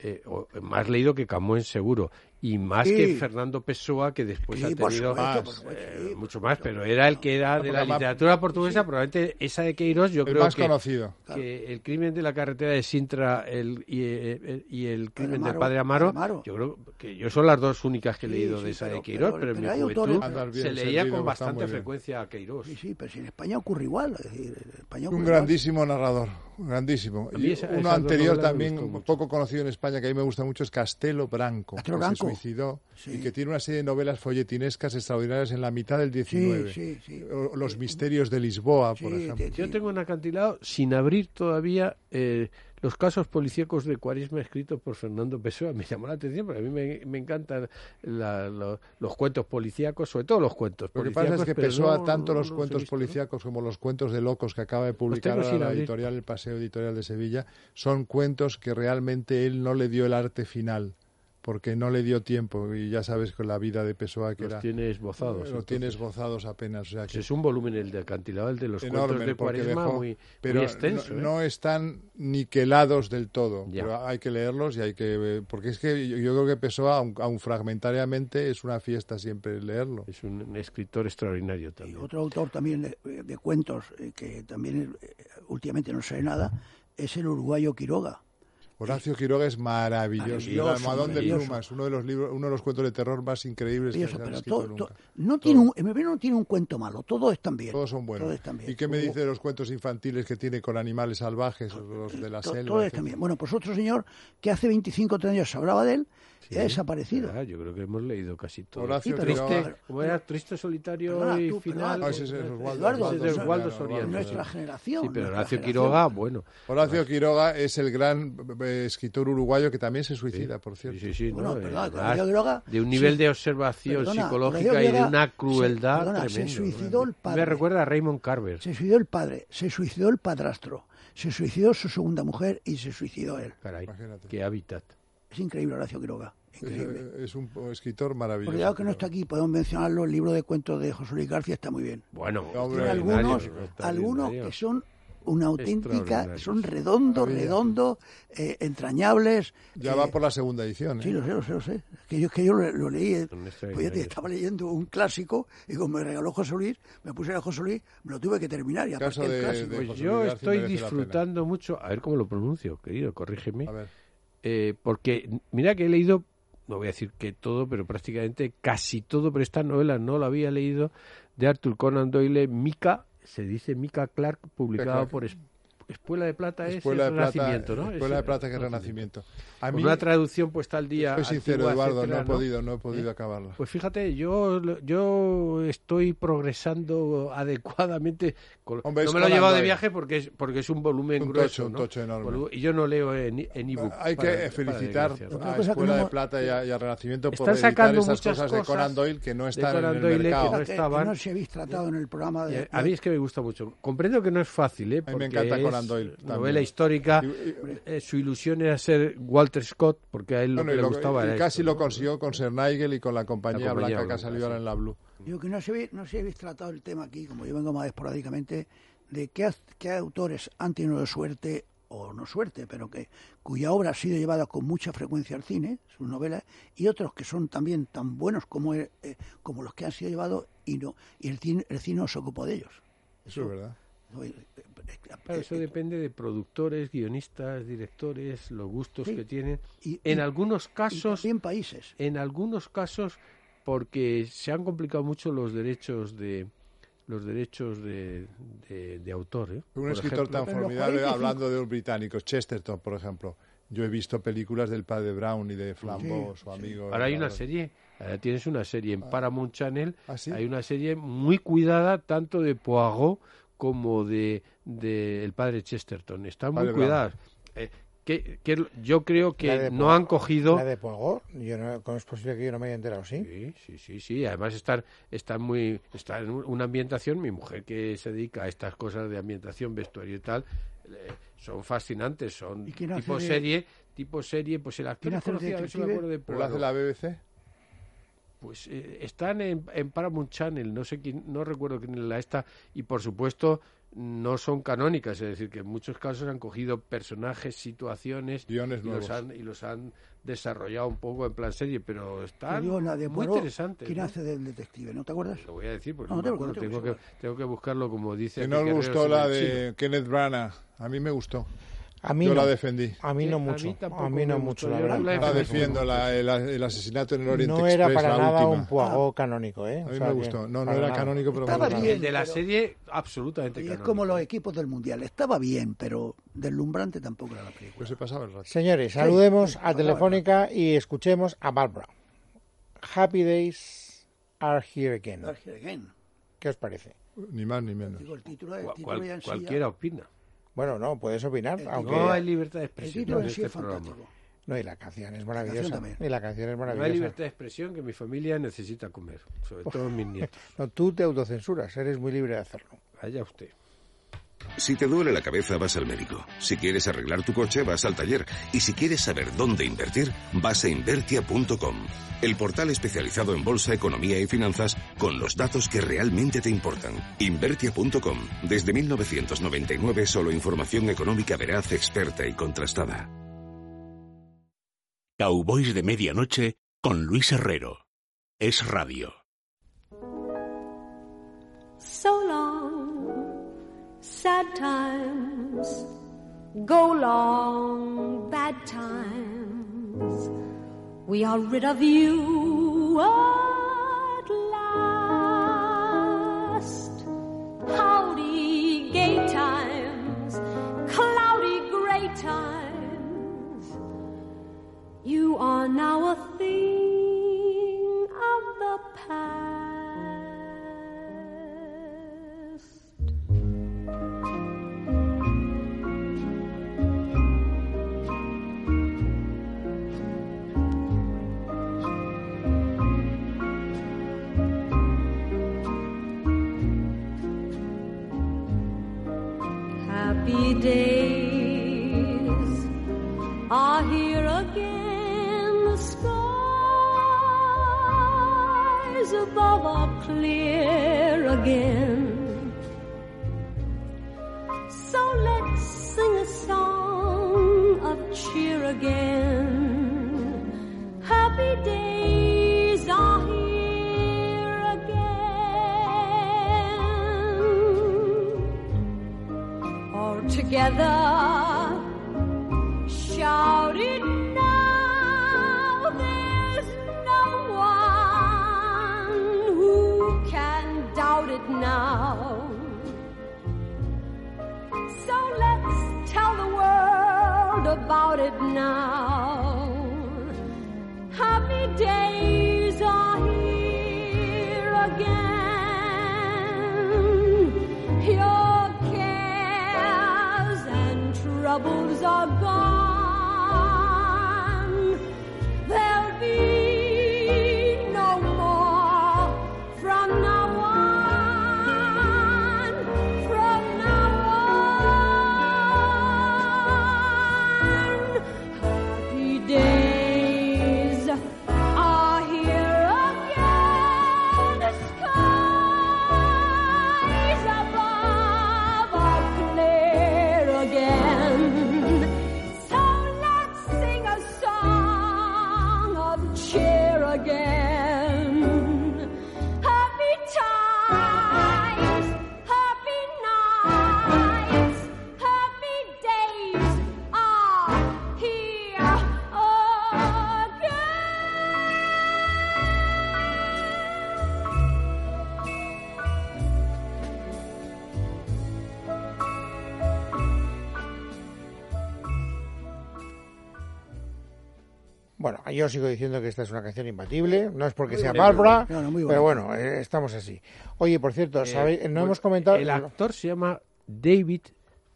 [SPEAKER 5] eh, o- más leído que Camões seguro, y más
[SPEAKER 6] Sí.
[SPEAKER 5] que Fernando Pessoa, que después
[SPEAKER 6] Sí,
[SPEAKER 5] Pues ha
[SPEAKER 6] por
[SPEAKER 5] tenido
[SPEAKER 6] supuesto,
[SPEAKER 5] más,
[SPEAKER 6] por supuesto,
[SPEAKER 5] eh,
[SPEAKER 6] sí, por
[SPEAKER 5] mucho más, pero era el que era de la
[SPEAKER 4] porque más-
[SPEAKER 5] literatura portuguesa, probablemente esa de Queiroz, yo
[SPEAKER 4] el
[SPEAKER 5] creo
[SPEAKER 4] más
[SPEAKER 5] que,
[SPEAKER 4] conocido.
[SPEAKER 5] que el crimen de la carretera de Sintra el, y, eh, el- y el crimen
[SPEAKER 6] Amaro,
[SPEAKER 5] del padre Amaro,
[SPEAKER 6] Padre Amaro.
[SPEAKER 5] yo creo que yo son las dos únicas que he
[SPEAKER 6] Sí,
[SPEAKER 5] leído
[SPEAKER 6] sí,
[SPEAKER 5] de esa
[SPEAKER 6] pero-
[SPEAKER 5] de Queiroz,
[SPEAKER 6] pero-
[SPEAKER 5] pero,
[SPEAKER 6] pero hay
[SPEAKER 5] en mi
[SPEAKER 6] autores-
[SPEAKER 5] juventud
[SPEAKER 4] Andar bien
[SPEAKER 5] se leía
[SPEAKER 4] servido,
[SPEAKER 5] con
[SPEAKER 4] está muy
[SPEAKER 5] bastante
[SPEAKER 4] bien.
[SPEAKER 5] frecuencia a Queiroz.
[SPEAKER 6] Sí, sí, pero si en España ocurre igual. Es decir, en España ocurre
[SPEAKER 4] Un
[SPEAKER 6] igual.
[SPEAKER 4] grandísimo narrador, un grandísimo.
[SPEAKER 5] Pues A mí
[SPEAKER 4] Y
[SPEAKER 5] esa-
[SPEAKER 4] uno
[SPEAKER 5] esas dos
[SPEAKER 4] anterior
[SPEAKER 5] novelas me gustó
[SPEAKER 4] también,
[SPEAKER 5] mucho.
[SPEAKER 4] poco conocido en España, que a mí me gusta mucho, es Castelo Branco,
[SPEAKER 6] Castelo
[SPEAKER 4] que
[SPEAKER 6] Branco.
[SPEAKER 4] se suicidó
[SPEAKER 6] Sí.
[SPEAKER 4] y que tiene una serie de novelas folletinescas extraordinarias en la mitad del 19.
[SPEAKER 6] sí, sí.
[SPEAKER 4] O- Los misterios de Lisboa, por
[SPEAKER 6] Sí,
[SPEAKER 4] ejemplo.
[SPEAKER 6] te-
[SPEAKER 5] Yo tengo un acantilado sin abrir todavía eh, los casos policíacos de Cuaresma escritos por Fernando Pessoa. Me llamó la atención porque a mí me, me encantan la- lo- los cuentos policíacos, sobre todo los cuentos
[SPEAKER 4] Lo que pasa es
[SPEAKER 5] policíacos,
[SPEAKER 4] que
[SPEAKER 5] pero
[SPEAKER 4] Pessoa,
[SPEAKER 5] no-
[SPEAKER 4] tanto
[SPEAKER 5] no-
[SPEAKER 4] los
[SPEAKER 5] no los he
[SPEAKER 4] cuentos
[SPEAKER 5] visto, ¿no?
[SPEAKER 4] policíacos como los cuentos de locos que acaba de publicar
[SPEAKER 5] tengo
[SPEAKER 4] ahora
[SPEAKER 5] sin
[SPEAKER 4] la
[SPEAKER 5] abrir.
[SPEAKER 4] editorial, el Paseo Editorial de Sevilla, son cuentos que realmente él no le dio el arte final, porque no le dio tiempo. Y ya sabes con la vida de Pessoa que
[SPEAKER 5] Los
[SPEAKER 4] era.
[SPEAKER 5] tiene esbozados.
[SPEAKER 4] lo tiene
[SPEAKER 5] entonces.
[SPEAKER 4] esbozados apenas. O sea, que
[SPEAKER 5] Es un volumen el de acantilado, el de los cuentos
[SPEAKER 4] enorme
[SPEAKER 5] de
[SPEAKER 4] porque
[SPEAKER 5] Cuaresma,
[SPEAKER 4] dejó-
[SPEAKER 5] muy,
[SPEAKER 4] pero
[SPEAKER 5] muy extenso.
[SPEAKER 4] no,
[SPEAKER 5] ¿eh?
[SPEAKER 4] no están niquelados del todo
[SPEAKER 5] Ya.
[SPEAKER 4] pero hay que leerlos y hay que eh, porque es que yo, yo creo que Pessoa aun, aun fragmentariamente es una fiesta siempre leerlo
[SPEAKER 5] Es un escritor extraordinario
[SPEAKER 6] Y
[SPEAKER 5] también.
[SPEAKER 6] otro autor también de, de cuentos eh, que también eh, últimamente no sé nada es el uruguayo Quiroga.
[SPEAKER 4] Horacio Quiroga es maravilloso
[SPEAKER 6] Maravilloso,
[SPEAKER 4] el almohadón de
[SPEAKER 6] maravilloso.
[SPEAKER 4] plumas uno de los libros uno de los cuentos de terror más increíbles que
[SPEAKER 6] Maravilloso,
[SPEAKER 4] se han
[SPEAKER 6] pero
[SPEAKER 4] escrito
[SPEAKER 6] to- to-
[SPEAKER 4] nunca
[SPEAKER 6] no tiene
[SPEAKER 4] Todo.
[SPEAKER 6] un, en mi opinión no tiene un cuento malo, todos están bien.
[SPEAKER 4] todos son buenos.
[SPEAKER 6] Todos están bien.
[SPEAKER 4] ¿Y qué me
[SPEAKER 6] Hubo-
[SPEAKER 4] dice de los cuentos infantiles que tiene con animales salvajes, o los de la
[SPEAKER 6] to-
[SPEAKER 4] selva?
[SPEAKER 6] todos
[SPEAKER 4] etcétera?
[SPEAKER 6] están bien. Bueno, pues otro señor que hace 25 o 30 años se hablaba de él y ha desaparecido.
[SPEAKER 5] Ah, yo creo que hemos leído casi todo.
[SPEAKER 4] Horacio
[SPEAKER 6] Sí, pero-
[SPEAKER 5] Triste,
[SPEAKER 4] Quiroga.
[SPEAKER 5] como era triste solitario
[SPEAKER 6] Perdona,
[SPEAKER 5] y
[SPEAKER 6] tú, pero
[SPEAKER 5] final.
[SPEAKER 6] Aldo-
[SPEAKER 4] Ah, ese es Oswaldo-
[SPEAKER 6] Eduardo,
[SPEAKER 5] Ese es de
[SPEAKER 6] Oswaldo
[SPEAKER 5] Oswaldo
[SPEAKER 4] Soriano,
[SPEAKER 5] Soriano.
[SPEAKER 4] Oswaldo
[SPEAKER 6] Nuestra
[SPEAKER 4] Soriano.
[SPEAKER 6] generación.
[SPEAKER 5] Sí, pero
[SPEAKER 6] nuestra
[SPEAKER 5] Horacio
[SPEAKER 6] generación.
[SPEAKER 5] Quiroga, bueno.
[SPEAKER 4] Horacio Quiroga es el gran eh, escritor uruguayo que también se suicida, por cierto.
[SPEAKER 5] Sí, sí, sí,
[SPEAKER 6] Bueno,
[SPEAKER 5] ¿no?
[SPEAKER 6] perdón,
[SPEAKER 5] Eh,
[SPEAKER 6] con Horacio Quiroga,
[SPEAKER 5] de un nivel
[SPEAKER 6] sí.
[SPEAKER 5] de observación
[SPEAKER 6] Perdona,
[SPEAKER 5] psicológica
[SPEAKER 6] Horacio
[SPEAKER 5] y de
[SPEAKER 6] Quiroga
[SPEAKER 5] una
[SPEAKER 6] se-
[SPEAKER 5] crueldad
[SPEAKER 6] perdona, se
[SPEAKER 5] tremenda.
[SPEAKER 6] suicidó el padre.
[SPEAKER 5] Me recuerda a Raymond Carver.
[SPEAKER 6] Se suicidó el padre, se suicidó el padrastro, se suicidó su segunda mujer y se suicidó él.
[SPEAKER 5] Caray,
[SPEAKER 4] Imagínate.
[SPEAKER 5] qué hábitat.
[SPEAKER 6] Es increíble Horacio Quiroga,
[SPEAKER 4] Es,
[SPEAKER 6] increíble.
[SPEAKER 4] es un escritor maravilloso.
[SPEAKER 6] Olvidado que no está aquí, podemos mencionarlo, el libro de cuentos de José Luis García está muy bien.
[SPEAKER 5] Bueno,
[SPEAKER 4] Hombre,
[SPEAKER 6] Tiene
[SPEAKER 5] extraordinario,
[SPEAKER 6] algunos,
[SPEAKER 5] extraordinario.
[SPEAKER 6] algunos que son una auténtica,
[SPEAKER 5] Extraordinario.
[SPEAKER 6] son redondos, redondos, eh, entrañables.
[SPEAKER 4] Ya
[SPEAKER 6] eh,
[SPEAKER 4] va por la segunda edición. ¿eh?
[SPEAKER 6] Sí, lo sé, lo sé, lo sé. Es que yo, es que yo lo, lo leí, eh,
[SPEAKER 5] Son
[SPEAKER 6] pues ya te
[SPEAKER 5] extraordinarios.
[SPEAKER 6] estaba leyendo un clásico y como me regaló José Luis, me puse a José Luis, me lo tuve que terminar y
[SPEAKER 4] Caso
[SPEAKER 6] aparte el
[SPEAKER 4] de-
[SPEAKER 6] clásico.
[SPEAKER 4] de-
[SPEAKER 5] Pues
[SPEAKER 4] José
[SPEAKER 5] yo
[SPEAKER 4] Luis García
[SPEAKER 5] estoy
[SPEAKER 4] merece la pena.
[SPEAKER 5] disfrutando mucho, a ver cómo lo pronuncio, querido, corrígeme.
[SPEAKER 4] A ver,
[SPEAKER 5] Eh, porque mira que he leído, no voy a decir que todo, pero prácticamente casi todo, pero esta novela no la había leído, de Arthur Conan Doyle, Mika, se dice Mika Clark, publicada
[SPEAKER 4] Clark.
[SPEAKER 5] por Es- Espuela de Plata, es
[SPEAKER 4] Escuela
[SPEAKER 5] el
[SPEAKER 4] de Plata,
[SPEAKER 5] Renacimiento, ¿no?
[SPEAKER 4] Escuela
[SPEAKER 5] Es
[SPEAKER 4] de
[SPEAKER 5] el
[SPEAKER 4] Plata que es
[SPEAKER 5] Renacimiento.
[SPEAKER 4] Renacimiento. A
[SPEAKER 5] Con
[SPEAKER 4] mí,
[SPEAKER 5] una traducción puesta al día.
[SPEAKER 4] soy sincero,
[SPEAKER 5] antigua,
[SPEAKER 4] Eduardo, no
[SPEAKER 5] etcétera, ¿Eh?
[SPEAKER 4] he podido, no he podido acabarla.
[SPEAKER 5] Pues fíjate, yo, yo estoy progresando adecuadamente. con-
[SPEAKER 4] Hombre,
[SPEAKER 5] no
[SPEAKER 4] es
[SPEAKER 5] me lo he
[SPEAKER 4] Conan
[SPEAKER 5] llevado de
[SPEAKER 4] Doyle.
[SPEAKER 5] viaje porque es, porque es un volumen
[SPEAKER 4] Un tocho,
[SPEAKER 5] grueso.
[SPEAKER 4] un
[SPEAKER 5] ¿no?
[SPEAKER 4] tocho enorme.
[SPEAKER 5] Volu- Y yo no leo en, en ebook.
[SPEAKER 4] Hay que
[SPEAKER 5] para- para
[SPEAKER 4] felicitar
[SPEAKER 5] desgracia, ¿no?
[SPEAKER 6] Otra
[SPEAKER 4] a
[SPEAKER 6] cosa que
[SPEAKER 4] Escuela
[SPEAKER 6] no
[SPEAKER 4] de
[SPEAKER 6] hemos-
[SPEAKER 4] Plata y a, y a Renacimiento por
[SPEAKER 5] Están
[SPEAKER 4] editar
[SPEAKER 5] sacando
[SPEAKER 4] esas
[SPEAKER 5] muchas
[SPEAKER 4] cosas, de Conan
[SPEAKER 5] cosas
[SPEAKER 4] Doyle que no
[SPEAKER 5] de
[SPEAKER 4] están
[SPEAKER 5] Conan
[SPEAKER 4] en el
[SPEAKER 5] Doyle que
[SPEAKER 4] mercado.
[SPEAKER 5] no
[SPEAKER 6] que, que
[SPEAKER 5] estaban.
[SPEAKER 6] no se habéis tratado en el programa
[SPEAKER 5] Y eh,
[SPEAKER 6] de...
[SPEAKER 5] a- A mí es que me gusta mucho. Comprendo que no es fácil, ¿eh?
[SPEAKER 4] A mí me
[SPEAKER 5] porque
[SPEAKER 4] encanta Conan
[SPEAKER 5] es
[SPEAKER 4] Doyle también.
[SPEAKER 5] Novela histórica.
[SPEAKER 4] Y- y-
[SPEAKER 5] eh, su ilusión era ser Walter Scott, porque a él lo
[SPEAKER 4] Bueno,
[SPEAKER 5] que
[SPEAKER 4] y
[SPEAKER 5] le
[SPEAKER 4] lo-
[SPEAKER 5] gustaba
[SPEAKER 4] y
[SPEAKER 5] era
[SPEAKER 4] casi
[SPEAKER 5] esto,
[SPEAKER 4] lo
[SPEAKER 5] ¿no?
[SPEAKER 4] consiguió con Sir Nigel y con la compañía,
[SPEAKER 5] La Compañía
[SPEAKER 4] blanca,
[SPEAKER 5] Blanca,
[SPEAKER 4] que ha salido ahora
[SPEAKER 5] sí.
[SPEAKER 4] en la Blue.
[SPEAKER 6] Digo que no se, habéis, no se habéis tratado el tema aquí, como yo vengo más esporádicamente, de qué, az- qué autores han tenido suerte o no suerte, pero que cuya obra ha sido llevada con mucha frecuencia al cine, sus novelas, y otros que son también tan buenos como, eh, como los que han sido llevados y no y el cine, el cine no se ocupó de ellos.
[SPEAKER 4] Eso es verdad.
[SPEAKER 6] Oye, eh,
[SPEAKER 5] Claro, eso
[SPEAKER 6] eh,
[SPEAKER 5] depende de productores, guionistas, directores, los gustos
[SPEAKER 6] Sí.
[SPEAKER 5] que tienen.
[SPEAKER 6] Y-
[SPEAKER 5] en
[SPEAKER 6] y-
[SPEAKER 5] algunos casos,
[SPEAKER 6] y también países.
[SPEAKER 5] en algunos casos, porque se han complicado mucho los derechos de los derechos de, de- de autor. ¿eh?
[SPEAKER 4] Un
[SPEAKER 5] Por
[SPEAKER 4] escritor
[SPEAKER 5] ejemplo,
[SPEAKER 4] tan
[SPEAKER 6] Pero los
[SPEAKER 4] formidable,
[SPEAKER 6] 45
[SPEAKER 4] hablando de un británico, Chesterton, por ejemplo. Yo he visto películas del padre Brown y de Flambeau, su amigo.
[SPEAKER 5] Ahora hay
[SPEAKER 4] el
[SPEAKER 5] una
[SPEAKER 4] creador.
[SPEAKER 5] serie, ahora tienes una serie en Paramount Channel,
[SPEAKER 4] ¿Ah, sí?
[SPEAKER 5] hay una serie muy cuidada tanto de Poirot como de, de el padre Chesterton, están
[SPEAKER 4] Padre
[SPEAKER 5] muy
[SPEAKER 4] Brown.
[SPEAKER 5] cuidadas. Eh, que- que yo creo
[SPEAKER 3] La
[SPEAKER 5] que
[SPEAKER 3] de
[SPEAKER 5] no
[SPEAKER 3] Poirot.
[SPEAKER 5] han cogido
[SPEAKER 3] La de Poirot, yo no, ¿cómo es posible que yo no me haya enterado? Sí.
[SPEAKER 5] Sí, sí, sí, sí. Además están, están muy, está en un- una ambientación. Mi mujer que se dedica a estas cosas de ambientación, vestuario y tal, eh, son fascinantes, son
[SPEAKER 6] ¿Y quién hace
[SPEAKER 5] tipo
[SPEAKER 6] de-
[SPEAKER 5] serie, tipo serie. Pues el actor
[SPEAKER 6] ¿Quién
[SPEAKER 5] es
[SPEAKER 6] hace de
[SPEAKER 5] conocido, a ver si me
[SPEAKER 6] detective?
[SPEAKER 5] acuerdo de
[SPEAKER 4] ¿Pero lo hace
[SPEAKER 5] Poirot.
[SPEAKER 4] la BBC?
[SPEAKER 5] Pues eh, están en, en Paramount Channel, no sé quién, no recuerdo quién es la esta y por supuesto no son canónicas, es decir que en muchos casos han cogido personajes, situaciones
[SPEAKER 4] Guiones
[SPEAKER 5] y los
[SPEAKER 4] nuevos.
[SPEAKER 5] han y los han desarrollado un poco en plan serie, pero
[SPEAKER 6] Te
[SPEAKER 5] están
[SPEAKER 6] digo, la de
[SPEAKER 5] muy
[SPEAKER 6] Poirot,
[SPEAKER 5] interesantes.
[SPEAKER 6] ¿Quién
[SPEAKER 5] ¿no?
[SPEAKER 6] hace del detective? ¿No te acuerdas?
[SPEAKER 5] Lo voy a decir porque
[SPEAKER 6] No,
[SPEAKER 5] no,
[SPEAKER 6] te
[SPEAKER 5] me
[SPEAKER 6] preocupes,
[SPEAKER 5] acuerdo. Tengo
[SPEAKER 6] seguro.
[SPEAKER 5] que, tengo que buscarlo como dice.
[SPEAKER 4] Que no
[SPEAKER 5] Enrique
[SPEAKER 4] os
[SPEAKER 5] Herrero
[SPEAKER 4] gustó
[SPEAKER 5] sobre
[SPEAKER 4] la
[SPEAKER 5] el chino.
[SPEAKER 4] de Kenneth Branagh. A mí me gustó.
[SPEAKER 3] A mí
[SPEAKER 4] Yo
[SPEAKER 3] no,
[SPEAKER 4] la defendí.
[SPEAKER 3] a mí
[SPEAKER 5] Sí, a
[SPEAKER 3] no
[SPEAKER 5] mí
[SPEAKER 3] mucho.
[SPEAKER 5] tampoco
[SPEAKER 3] A mí no
[SPEAKER 5] me
[SPEAKER 3] mucho,
[SPEAKER 5] gustó,
[SPEAKER 3] la
[SPEAKER 5] yo la
[SPEAKER 3] verdad.
[SPEAKER 5] he
[SPEAKER 4] La
[SPEAKER 5] defendí.
[SPEAKER 4] defiendo, la- el, el asesinato en el Orient
[SPEAKER 3] No era
[SPEAKER 4] Express,
[SPEAKER 3] para
[SPEAKER 4] la
[SPEAKER 3] nada
[SPEAKER 4] última.
[SPEAKER 3] un Poirot canónico, ¿eh?
[SPEAKER 4] A
[SPEAKER 3] O
[SPEAKER 4] mí
[SPEAKER 3] sea
[SPEAKER 4] me
[SPEAKER 3] que-
[SPEAKER 4] gustó. No, no
[SPEAKER 3] para
[SPEAKER 4] era
[SPEAKER 3] nada.
[SPEAKER 4] canónico, pero me
[SPEAKER 6] Estaba
[SPEAKER 4] gustaba.
[SPEAKER 6] bien.
[SPEAKER 5] El de la
[SPEAKER 6] pero-
[SPEAKER 5] serie, absolutamente.
[SPEAKER 6] Y es
[SPEAKER 5] canónico.
[SPEAKER 6] como los equipos del mundial. Estaba bien, pero deslumbrante tampoco era la
[SPEAKER 4] Pues
[SPEAKER 6] película.
[SPEAKER 4] se pasaba el rato.
[SPEAKER 3] Señores, saludemos
[SPEAKER 6] sí,
[SPEAKER 3] a
[SPEAKER 6] pasaba,
[SPEAKER 3] Telefónica y escuchemos a Barbara. Happy Days Are Here Again.
[SPEAKER 6] Dark Again.
[SPEAKER 3] ¿Qué os parece?
[SPEAKER 4] Ni más ni menos.
[SPEAKER 6] Digo, el título, el
[SPEAKER 5] Cual-
[SPEAKER 6] título
[SPEAKER 5] cual-
[SPEAKER 6] ya en sí ya-
[SPEAKER 5] cualquiera opina.
[SPEAKER 3] Bueno, no, puedes opinar,
[SPEAKER 6] El
[SPEAKER 3] aunque...
[SPEAKER 5] Eh, No hay libertad de
[SPEAKER 6] El
[SPEAKER 5] expresión
[SPEAKER 6] título
[SPEAKER 5] en
[SPEAKER 6] en sí
[SPEAKER 5] este
[SPEAKER 6] es
[SPEAKER 5] programa.
[SPEAKER 6] fantástico.
[SPEAKER 3] No, y la canción es maravillosa.
[SPEAKER 6] canción también.
[SPEAKER 3] y la canción es
[SPEAKER 5] No hay
[SPEAKER 3] maravillosa.
[SPEAKER 5] libertad de expresión que mi familia necesita comer, sobre todo mis nietos.
[SPEAKER 3] No, tú te autocensuras, eres muy libre de hacerlo.
[SPEAKER 5] Allá usted.
[SPEAKER 1] Si te duele la cabeza, vas al médico. Si quieres arreglar tu coche, vas al taller. Y si quieres saber dónde invertir, vas a invertia.com. El portal especializado en bolsa, economía y finanzas con los datos que realmente te importan. Invertia.com. Desde 1999, solo información económica veraz, experta y contrastada.
[SPEAKER 2] Cowboys de Medianoche con Luis Herrero. Es radio.
[SPEAKER 7] So long, sad times. Go long, bad times. We are rid of you at last. Howdy, gay times. Cloudy, gray times. You are now a thing of the past. Happy days are here again. The skies above are clear again. So let's sing a song of cheer again. Happy days are here again. All together shout it now. There's no one who can doubt it now. So let's tell the world about it now. Happy days are here again. Your cares and troubles are gone. There'll be no more from now on. From now on, happy days are here again. The skies above are clear again.
[SPEAKER 3] Bueno, yo sigo diciendo que esta es una canción imbatible, no es porque sea Bárbara,
[SPEAKER 6] No, no, muy
[SPEAKER 3] pero
[SPEAKER 6] buena.
[SPEAKER 3] bueno, eh, estamos así. Oye, por cierto,
[SPEAKER 5] Eh,
[SPEAKER 3] ¿sabéis? no
[SPEAKER 5] bueno,
[SPEAKER 3] hemos comentado...
[SPEAKER 5] El actor se llama David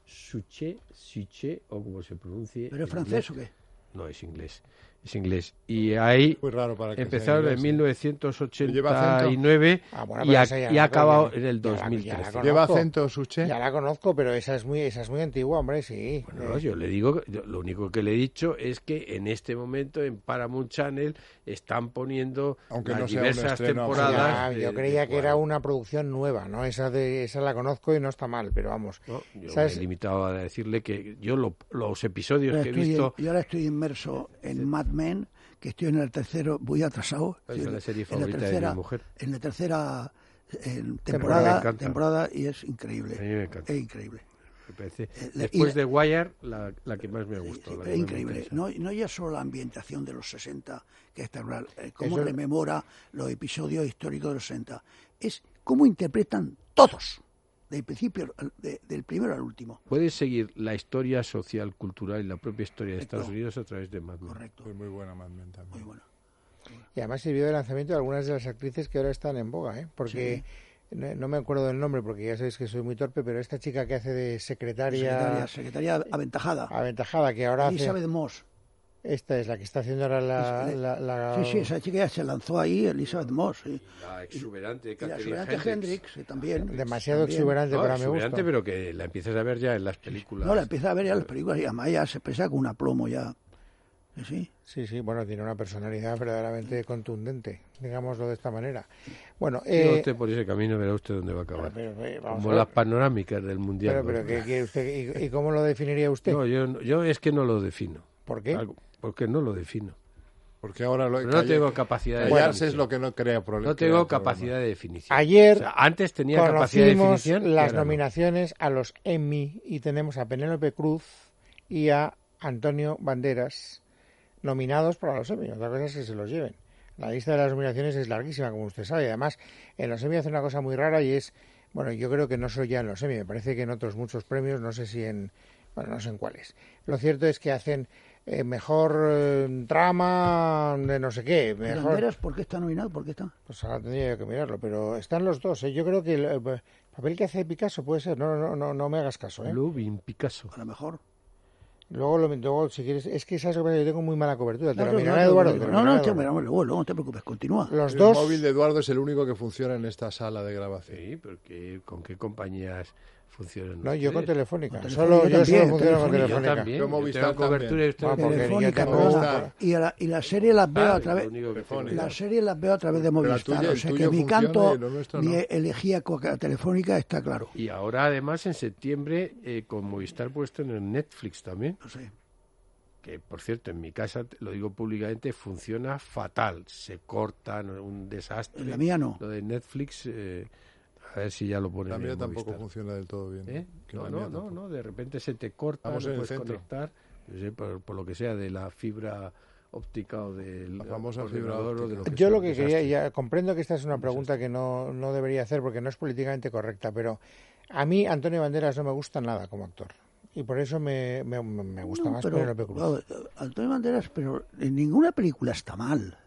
[SPEAKER 5] Suchet, Suchet, o como se pronuncie.
[SPEAKER 6] ¿Pero es
[SPEAKER 5] en
[SPEAKER 6] francés o
[SPEAKER 5] inglés.
[SPEAKER 6] qué?
[SPEAKER 5] No, es inglés. Es inglés. Y ahí
[SPEAKER 4] Muy raro para que sea
[SPEAKER 5] empezaron en
[SPEAKER 4] inglés.
[SPEAKER 5] 1989
[SPEAKER 3] Ah, bueno,
[SPEAKER 5] y
[SPEAKER 3] pero
[SPEAKER 5] ha,
[SPEAKER 3] esa ya
[SPEAKER 5] y
[SPEAKER 3] la
[SPEAKER 5] ha acabado
[SPEAKER 3] conozco,
[SPEAKER 5] en el
[SPEAKER 3] ya la- ya la
[SPEAKER 5] 2013.
[SPEAKER 3] conozco.
[SPEAKER 4] ¿Lleva acento
[SPEAKER 5] ¿eh?
[SPEAKER 4] Suche?
[SPEAKER 3] Ya la conozco, pero esa es muy, esa es muy antigua, hombre, sí. Eh,
[SPEAKER 5] Bueno, no, yo le digo, que- yo- lo único que le he dicho es que en este momento en Paramount Channel están poniendo
[SPEAKER 4] Aunque
[SPEAKER 5] las
[SPEAKER 4] no sea un
[SPEAKER 5] diversas
[SPEAKER 4] estreno
[SPEAKER 5] temporadas.
[SPEAKER 3] Ya,
[SPEAKER 5] de-
[SPEAKER 3] yo
[SPEAKER 5] de
[SPEAKER 3] creía que era
[SPEAKER 5] Cuarón.
[SPEAKER 3] una producción nueva, ¿no? Esa de, esa la conozco y no está mal, pero vamos.
[SPEAKER 5] No, yo
[SPEAKER 3] ¿Sabes?
[SPEAKER 5] me he limitado a decirle que yo lo- los episodios
[SPEAKER 6] Ahora
[SPEAKER 5] que he
[SPEAKER 6] estoy-
[SPEAKER 5] visto
[SPEAKER 6] Yo ahora estoy inmerso en Mad Men, que estoy en el tercero, voy atrasado.
[SPEAKER 5] Esa
[SPEAKER 6] Estoy
[SPEAKER 5] es la serie
[SPEAKER 6] en
[SPEAKER 5] favorita de mi
[SPEAKER 6] tercera-
[SPEAKER 5] mujer.
[SPEAKER 6] En la tercera eh,
[SPEAKER 5] me
[SPEAKER 6] temporada,
[SPEAKER 5] encanta.
[SPEAKER 6] temporada y es increíble.
[SPEAKER 5] A mí me encanta.
[SPEAKER 6] Es increíble.
[SPEAKER 5] me parece,
[SPEAKER 3] Eh,
[SPEAKER 6] la-
[SPEAKER 5] después
[SPEAKER 6] y-
[SPEAKER 5] de Wire, la, la que más me gustó. la que
[SPEAKER 6] es
[SPEAKER 5] más me
[SPEAKER 6] increíble.
[SPEAKER 5] interesa.
[SPEAKER 6] No, no ya solo la ambientación de los 60, que está hablar, eh, cómo
[SPEAKER 3] Eso-
[SPEAKER 6] rememora los episodios históricos de los 60, es cómo interpretan todos, del principio, al- de- del primero al último.
[SPEAKER 5] Puedes seguir la historia social, cultural y la propia historia de Estados
[SPEAKER 6] Correcto.
[SPEAKER 5] Unidos a través de Mad Men.
[SPEAKER 6] Correcto.
[SPEAKER 4] Pues muy buena Mad Men también.
[SPEAKER 6] Muy bueno.
[SPEAKER 3] Y además sirvió de lanzamiento de algunas de las actrices que ahora están en boga, ¿eh? Porque no, no me acuerdo del nombre, porque ya sabéis que soy muy torpe, pero esta chica que hace de secretaria
[SPEAKER 6] Secretaria,
[SPEAKER 3] Eh,
[SPEAKER 6] secretaria aventajada.
[SPEAKER 3] aventajada, que ahora hace...
[SPEAKER 6] Elizabeth Moss.
[SPEAKER 3] Esta es la que está haciendo ahora la... la- la-
[SPEAKER 6] Sí, sí, esa chica ya se lanzó ahí, Elizabeth Moss. sí.
[SPEAKER 5] La Ah, exuberante
[SPEAKER 6] Y la
[SPEAKER 5] Catherine
[SPEAKER 6] exuberante
[SPEAKER 5] Hendricks.
[SPEAKER 6] Hendrix, eh, también.
[SPEAKER 3] Demasiado
[SPEAKER 6] También.
[SPEAKER 3] exuberante
[SPEAKER 5] No,
[SPEAKER 3] para mi gusto.
[SPEAKER 5] exuberante, pero que la empiezas a ver ya en las películas.
[SPEAKER 6] No, la empieza a ver ya las películas y además ya se pesa con un aplomo ya. Sí, sí.
[SPEAKER 3] Sí, sí, bueno, tiene una personalidad verdaderamente contundente, digámoslo de esta manera. Bueno,
[SPEAKER 5] Siga
[SPEAKER 3] eh,
[SPEAKER 5] usted por ese camino, verá usted dónde va a acabar.
[SPEAKER 3] pero, pero, vamos
[SPEAKER 5] Como
[SPEAKER 3] a ver.
[SPEAKER 5] las panorámicas del mundial.
[SPEAKER 3] pero, pero, ¿qué quiere usted? ¿Y, y cómo lo definiría usted?
[SPEAKER 5] No, yo, no- yo es que no lo defino.
[SPEAKER 3] ¿Por qué?
[SPEAKER 5] Algo- Porque no lo defino.
[SPEAKER 4] Porque ahora lo
[SPEAKER 5] Pero no tengo capacidad de
[SPEAKER 4] Callarse
[SPEAKER 5] definición.
[SPEAKER 4] es lo que no crea problemas.
[SPEAKER 5] No tengo capacidad de definición.
[SPEAKER 3] Ayer
[SPEAKER 5] O sea, antes tenía capacidad de
[SPEAKER 3] Conocimos
[SPEAKER 5] definición. y
[SPEAKER 3] las
[SPEAKER 5] ahora no.
[SPEAKER 3] nominaciones a los Emmy y tenemos a Penélope Cruz y a Antonio Banderas nominados para los Emmy. Otra cosa es que se los lleven. La lista de las nominaciones es larguísima, como usted sabe. Además, en los Emmy hace una cosa muy rara y es, bueno, yo creo que no solo ya en los Emmy, me parece que en otros muchos premios, no sé si en, bueno, no sé en cuáles. Lo cierto es que hacen eh, mejor eh, drama de no sé qué, mejor...
[SPEAKER 6] Banderas, ¿por qué está nominado? ¿Por qué está?
[SPEAKER 3] Pues ahora tendría yo que mirarlo, pero están los dos. ¿eh? Yo creo que el, eh, papel que hace Picasso puede ser. No, no, no, no me hagas caso. ¿eh?
[SPEAKER 5] Lubin, Picasso.
[SPEAKER 6] A lo mejor.
[SPEAKER 3] Luego, lo- luego, si quieres, es que sabes lo que pasa, yo tengo muy mala cobertura. Te
[SPEAKER 6] No,
[SPEAKER 3] lo
[SPEAKER 6] no,
[SPEAKER 3] mirará
[SPEAKER 6] no,
[SPEAKER 3] Eduardo.
[SPEAKER 6] no,
[SPEAKER 3] te lo
[SPEAKER 6] No,
[SPEAKER 3] mirará
[SPEAKER 6] no, te-
[SPEAKER 3] Eduardo.
[SPEAKER 6] bueno, luego, luego no te preocupes, continúa.
[SPEAKER 3] Los
[SPEAKER 4] El
[SPEAKER 3] dos.
[SPEAKER 4] móvil de Eduardo es el único que funciona en esta sala de grabación.
[SPEAKER 5] Sí, porque ¿con qué compañías funcionan?
[SPEAKER 3] No, yo con
[SPEAKER 5] ustedes?
[SPEAKER 3] Telefónica.
[SPEAKER 6] Con
[SPEAKER 3] solo,
[SPEAKER 6] Telefónica
[SPEAKER 3] yo solo
[SPEAKER 6] también,
[SPEAKER 3] funciono con
[SPEAKER 5] Yo
[SPEAKER 3] Telefónica.
[SPEAKER 5] también.
[SPEAKER 4] Yo
[SPEAKER 5] Yo
[SPEAKER 4] Movistar
[SPEAKER 5] tengo cobertura y usted
[SPEAKER 3] Ah,
[SPEAKER 5] no
[SPEAKER 3] porque yo
[SPEAKER 6] Telefónica,
[SPEAKER 3] tengo-
[SPEAKER 6] perdona. Y a la, y la serie las veo a través.
[SPEAKER 5] Lo único que tengo.
[SPEAKER 4] Telefónica.
[SPEAKER 6] La serie las veo a través de
[SPEAKER 4] la
[SPEAKER 6] Movistar,
[SPEAKER 4] tuya-
[SPEAKER 6] o
[SPEAKER 4] el
[SPEAKER 6] sea
[SPEAKER 4] tuyo
[SPEAKER 6] que mi
[SPEAKER 4] funciona
[SPEAKER 6] canto,
[SPEAKER 4] y lo nuestro
[SPEAKER 6] mi
[SPEAKER 4] no.
[SPEAKER 6] elegía coca telefónica está claro.
[SPEAKER 5] Y ahora, además, en septiembre, eh, con Movistar puesto en el Netflix también,
[SPEAKER 6] No sé.
[SPEAKER 5] que, por cierto, en mi casa, te lo digo públicamente, funciona fatal. Se corta, no- un desastre.
[SPEAKER 6] En la mía no.
[SPEAKER 5] Lo de Netflix, eh, a ver si ya lo ponen
[SPEAKER 4] La mía
[SPEAKER 5] en
[SPEAKER 4] tampoco
[SPEAKER 5] Movistar.
[SPEAKER 4] funciona del todo bien.
[SPEAKER 5] ¿Eh?
[SPEAKER 4] Que
[SPEAKER 5] No,
[SPEAKER 4] la
[SPEAKER 5] no,
[SPEAKER 4] mía
[SPEAKER 5] no,
[SPEAKER 4] tampoco.
[SPEAKER 5] no, de repente se te corta,
[SPEAKER 4] Vamos
[SPEAKER 5] no
[SPEAKER 4] en el
[SPEAKER 5] puedes
[SPEAKER 4] centro.
[SPEAKER 5] conectar, yo sé, por, por lo que sea, de la fibra óptica o del
[SPEAKER 4] La famosa fibra
[SPEAKER 5] ordenador o de lo
[SPEAKER 4] óptica.
[SPEAKER 5] que
[SPEAKER 3] Yo
[SPEAKER 5] sea,
[SPEAKER 3] lo
[SPEAKER 5] un
[SPEAKER 3] que
[SPEAKER 5] desastre.
[SPEAKER 3] quería, ya comprendo que esta es una pregunta que no, no debería hacer porque no es políticamente correcta, pero a mí Antonio Banderas no me gusta nada como actor. Y por eso me, me, me gusta
[SPEAKER 6] No,
[SPEAKER 3] más
[SPEAKER 6] pero,
[SPEAKER 3] Penélope Cruz.
[SPEAKER 6] claro, Antonio Banderas, pero en ninguna película está mal.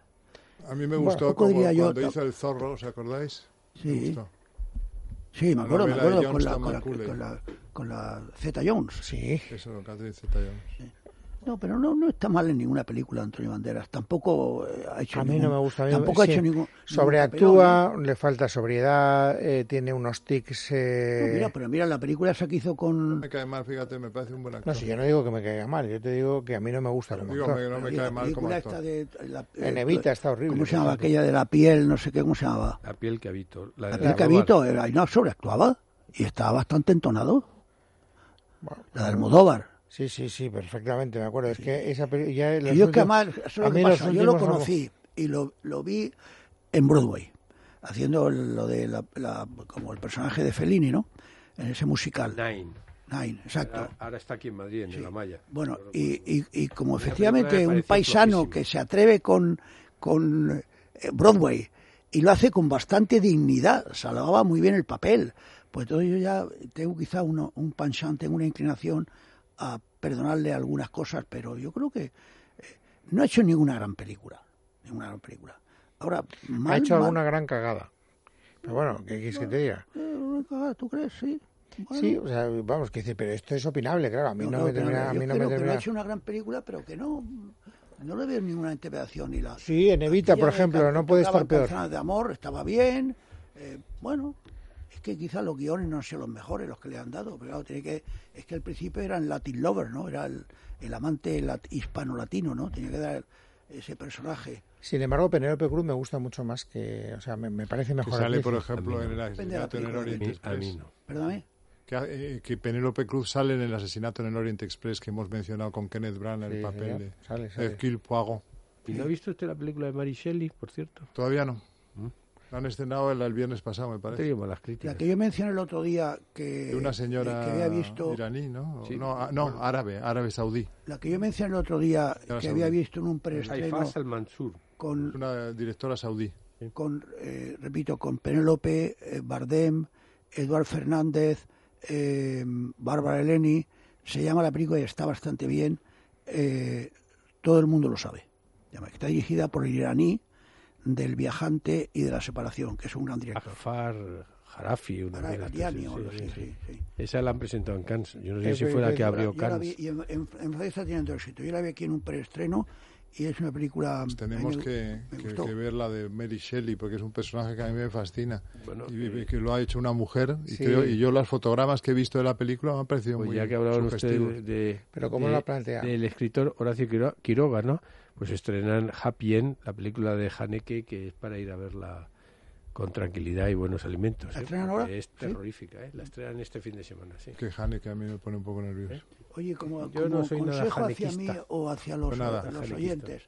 [SPEAKER 4] A mí me gustó
[SPEAKER 6] poco
[SPEAKER 4] como
[SPEAKER 6] diría yo,
[SPEAKER 4] cuando
[SPEAKER 6] tam-
[SPEAKER 4] hizo El Zorro, ¿os acordáis? Me
[SPEAKER 6] Sí.
[SPEAKER 4] gustó.
[SPEAKER 6] Sí, me
[SPEAKER 4] La
[SPEAKER 6] acuerdo, me
[SPEAKER 4] novela de
[SPEAKER 6] acuerdo con la,
[SPEAKER 4] Johnston
[SPEAKER 6] con, la,
[SPEAKER 4] Macaulay.
[SPEAKER 6] con la- con la Zeta Jones.
[SPEAKER 3] Sí.
[SPEAKER 4] Eso lo que hace Zeta Jones.
[SPEAKER 6] No, pero no, no está mal en ninguna película Antonio Banderas. Tampoco eh, ha hecho
[SPEAKER 3] A mí
[SPEAKER 6] ningún-
[SPEAKER 3] no me gusta. a mí
[SPEAKER 6] Tampoco
[SPEAKER 3] sí,
[SPEAKER 6] ha hecho ningún. ningún
[SPEAKER 3] Sobreactúa, le falta sobriedad, eh, tiene unos tics. eh,
[SPEAKER 6] papelón. No, mira, pero mira la película esa que hizo con.
[SPEAKER 4] Me cae mal, fíjate, me parece un buen actor.
[SPEAKER 3] No, si yo no digo que me caiga mal, yo te digo que a mí no me gusta como
[SPEAKER 4] Digo,
[SPEAKER 3] actor.
[SPEAKER 4] me- no me
[SPEAKER 6] la
[SPEAKER 4] cae mal como
[SPEAKER 6] película
[SPEAKER 4] actor.
[SPEAKER 6] esta de. la- eh,
[SPEAKER 3] En Evita está horrible.
[SPEAKER 6] ¿Cómo se
[SPEAKER 3] por
[SPEAKER 6] llamaba
[SPEAKER 3] ejemplo.
[SPEAKER 6] aquella de la piel? No sé qué, ¿cómo se llamaba?
[SPEAKER 5] La piel que habito. La,
[SPEAKER 6] La
[SPEAKER 5] de
[SPEAKER 6] piel que
[SPEAKER 5] Almodóvar.
[SPEAKER 6] habito, eh, ahí no sobreactuaba y estaba bastante entonado. La de Almodóvar.
[SPEAKER 3] Sí, sí, sí, perfectamente, me acuerdo. Es que esa peli- ya los
[SPEAKER 6] Y yo es que
[SPEAKER 3] últimos-
[SPEAKER 6] además, eso es lo
[SPEAKER 3] a
[SPEAKER 6] que
[SPEAKER 3] mí
[SPEAKER 6] pasa,
[SPEAKER 3] los
[SPEAKER 6] yo lo
[SPEAKER 3] últimos
[SPEAKER 6] conocí y lo, lo vi en Broadway, haciendo lo de la, la- como el personaje de Fellini, ¿no? En ese musical.
[SPEAKER 5] Nine.
[SPEAKER 6] Nine, exacto.
[SPEAKER 5] Ahora, ahora está aquí en Madrid, en La Maya.
[SPEAKER 6] Bueno, y, y, y como
[SPEAKER 5] La
[SPEAKER 6] efectivamente
[SPEAKER 5] película me
[SPEAKER 6] un
[SPEAKER 5] pareció
[SPEAKER 6] paisano
[SPEAKER 5] flojísima.
[SPEAKER 6] que se atreve con, con eh, Broadway y lo hace con bastante dignidad, salvaba muy bien el papel, pues entonces yo ya tengo quizá uno, un penchante, una inclinación a perdonarle algunas cosas, pero yo creo que eh, No ha hecho ninguna gran película. Ninguna gran película. Ahora, mal,
[SPEAKER 3] ha hecho
[SPEAKER 6] mal-
[SPEAKER 3] alguna gran cagada. Pero bueno, ¿qué quieres que te diga?
[SPEAKER 6] Eh, una cagada, ¿Tú crees? Sí. Bueno,
[SPEAKER 3] Sí, o sea, vamos, que dice, pero esto es opinable, claro. A mí
[SPEAKER 6] yo
[SPEAKER 3] no,
[SPEAKER 6] creo
[SPEAKER 3] me
[SPEAKER 6] que no,
[SPEAKER 3] termina. A
[SPEAKER 6] yo
[SPEAKER 3] mí no
[SPEAKER 6] creo
[SPEAKER 3] me
[SPEAKER 6] que no
[SPEAKER 3] termina.
[SPEAKER 6] ha hecho una gran película, pero que no. No le veo ninguna interpretación ni la.
[SPEAKER 3] Sí, en Evita,
[SPEAKER 6] aquella
[SPEAKER 3] por
[SPEAKER 6] de
[SPEAKER 3] ejemplo,
[SPEAKER 6] Can-
[SPEAKER 3] no puede
[SPEAKER 6] tocaba
[SPEAKER 3] estar peor.
[SPEAKER 6] Canciones de amor estaba bien. eh, bueno, es que quizás los guiones no sean los mejores los que le han dado, pero claro, tiene que es que al principio eran Latin lover, ¿no? Era el, el amante lat- hispano-latino, ¿no? Tenía que dar ese personaje.
[SPEAKER 3] Sin embargo, Penélope Cruz me gusta mucho más que. O sea, me, me parece
[SPEAKER 4] Que
[SPEAKER 3] mejor.
[SPEAKER 4] sale,
[SPEAKER 3] actriz.
[SPEAKER 4] por ejemplo, en el
[SPEAKER 6] Depende de la
[SPEAKER 4] asesinato en el
[SPEAKER 6] película.
[SPEAKER 4] Orient
[SPEAKER 5] A mí
[SPEAKER 4] Express.
[SPEAKER 5] no.
[SPEAKER 6] Perdóname.
[SPEAKER 4] Que, ha- eh, que Penélope Cruz sale en el asesinato en el Orient Express que hemos mencionado con Kenneth Branagh,
[SPEAKER 3] Sí,
[SPEAKER 4] el papel
[SPEAKER 3] señor.
[SPEAKER 4] de
[SPEAKER 3] Sale, sale.
[SPEAKER 4] Hercule Poirot.
[SPEAKER 5] ¿Y no ha visto usted la película de Mary Shelley, por cierto?
[SPEAKER 4] Todavía no.
[SPEAKER 5] ¿Mm?
[SPEAKER 4] La han estrenado el, el viernes pasado, me
[SPEAKER 5] Ha
[SPEAKER 4] parece.
[SPEAKER 5] tenido malas
[SPEAKER 6] La
[SPEAKER 5] críticas.
[SPEAKER 6] que yo mencioné el otro día que
[SPEAKER 4] De una
[SPEAKER 6] eh,
[SPEAKER 4] señora
[SPEAKER 6] que había visto
[SPEAKER 4] iraní, ¿no? O-
[SPEAKER 5] Sí.
[SPEAKER 4] no, a- no, árabe, árabe saudí.
[SPEAKER 6] la que yo mencioné el otro día
[SPEAKER 4] la
[SPEAKER 6] que había
[SPEAKER 4] segunda.
[SPEAKER 6] visto en un preestreno
[SPEAKER 5] Haifaz al-Mansur.
[SPEAKER 6] con
[SPEAKER 4] Una directora saudí.
[SPEAKER 6] con, eh, repito, con Penélope, eh, Bardem, Eduard Fernández, eh, Bárbara Eleni. Se llama la película y está bastante bien. eh, todo el mundo lo sabe. Llama- Está dirigida por el iraní del viajante y de la separación, que es un gran director.
[SPEAKER 5] Akfar Jarafi. Una
[SPEAKER 6] Ahora,
[SPEAKER 5] de las-
[SPEAKER 6] Gariani
[SPEAKER 5] sí,
[SPEAKER 6] o algo
[SPEAKER 5] sí,
[SPEAKER 6] así,
[SPEAKER 5] sí.
[SPEAKER 6] sí, sí.
[SPEAKER 5] Esa la han presentado en Cannes. Yo no
[SPEAKER 3] Eh,
[SPEAKER 5] sé si
[SPEAKER 3] pero-
[SPEAKER 5] fue la que
[SPEAKER 3] pero-
[SPEAKER 5] abrió
[SPEAKER 6] Yo la
[SPEAKER 5] Cannes.
[SPEAKER 6] vi, y en, en- en Francia está teniendo éxito. Yo la vi aquí en un preestreno y es una película.
[SPEAKER 4] Pues tenemos
[SPEAKER 6] a mí me-
[SPEAKER 4] que,
[SPEAKER 6] me
[SPEAKER 4] que-
[SPEAKER 6] gustó.
[SPEAKER 4] que ver la de Mary Shelley porque es un personaje que a mí me fascina.
[SPEAKER 5] Bueno,
[SPEAKER 4] y y que lo ha hecho una mujer. Y,
[SPEAKER 3] Sí.
[SPEAKER 4] creo- y yo los fotogramas que he visto de la película me han parecido
[SPEAKER 5] Pues
[SPEAKER 4] muy
[SPEAKER 5] ya que hablaban ustedes
[SPEAKER 4] sugestivos.
[SPEAKER 5] de, de-
[SPEAKER 3] Pero ¿cómo
[SPEAKER 5] de-
[SPEAKER 3] la plantea?
[SPEAKER 5] del escritor Horacio Quiro- Quiroga, ¿no? Pues estrenan Happy End, la película de Haneke, que es para ir a verla con tranquilidad y buenos alimentos.
[SPEAKER 6] ¿La
[SPEAKER 5] ¿eh?
[SPEAKER 6] estrenan
[SPEAKER 5] Porque
[SPEAKER 6] ahora?
[SPEAKER 5] Es
[SPEAKER 6] Sí.
[SPEAKER 5] terrorífica, ¿eh? La estrenan este fin de semana, sí.
[SPEAKER 4] Que Haneke a mí me pone un poco nervioso.
[SPEAKER 3] ¿Eh?
[SPEAKER 6] Oye, como,
[SPEAKER 5] Yo no
[SPEAKER 6] como
[SPEAKER 5] soy nada
[SPEAKER 6] consejo hacia mí
[SPEAKER 5] jalequista.
[SPEAKER 6] o hacia los,
[SPEAKER 4] Pues nada.
[SPEAKER 6] los
[SPEAKER 5] Jalequista.
[SPEAKER 6] oyentes,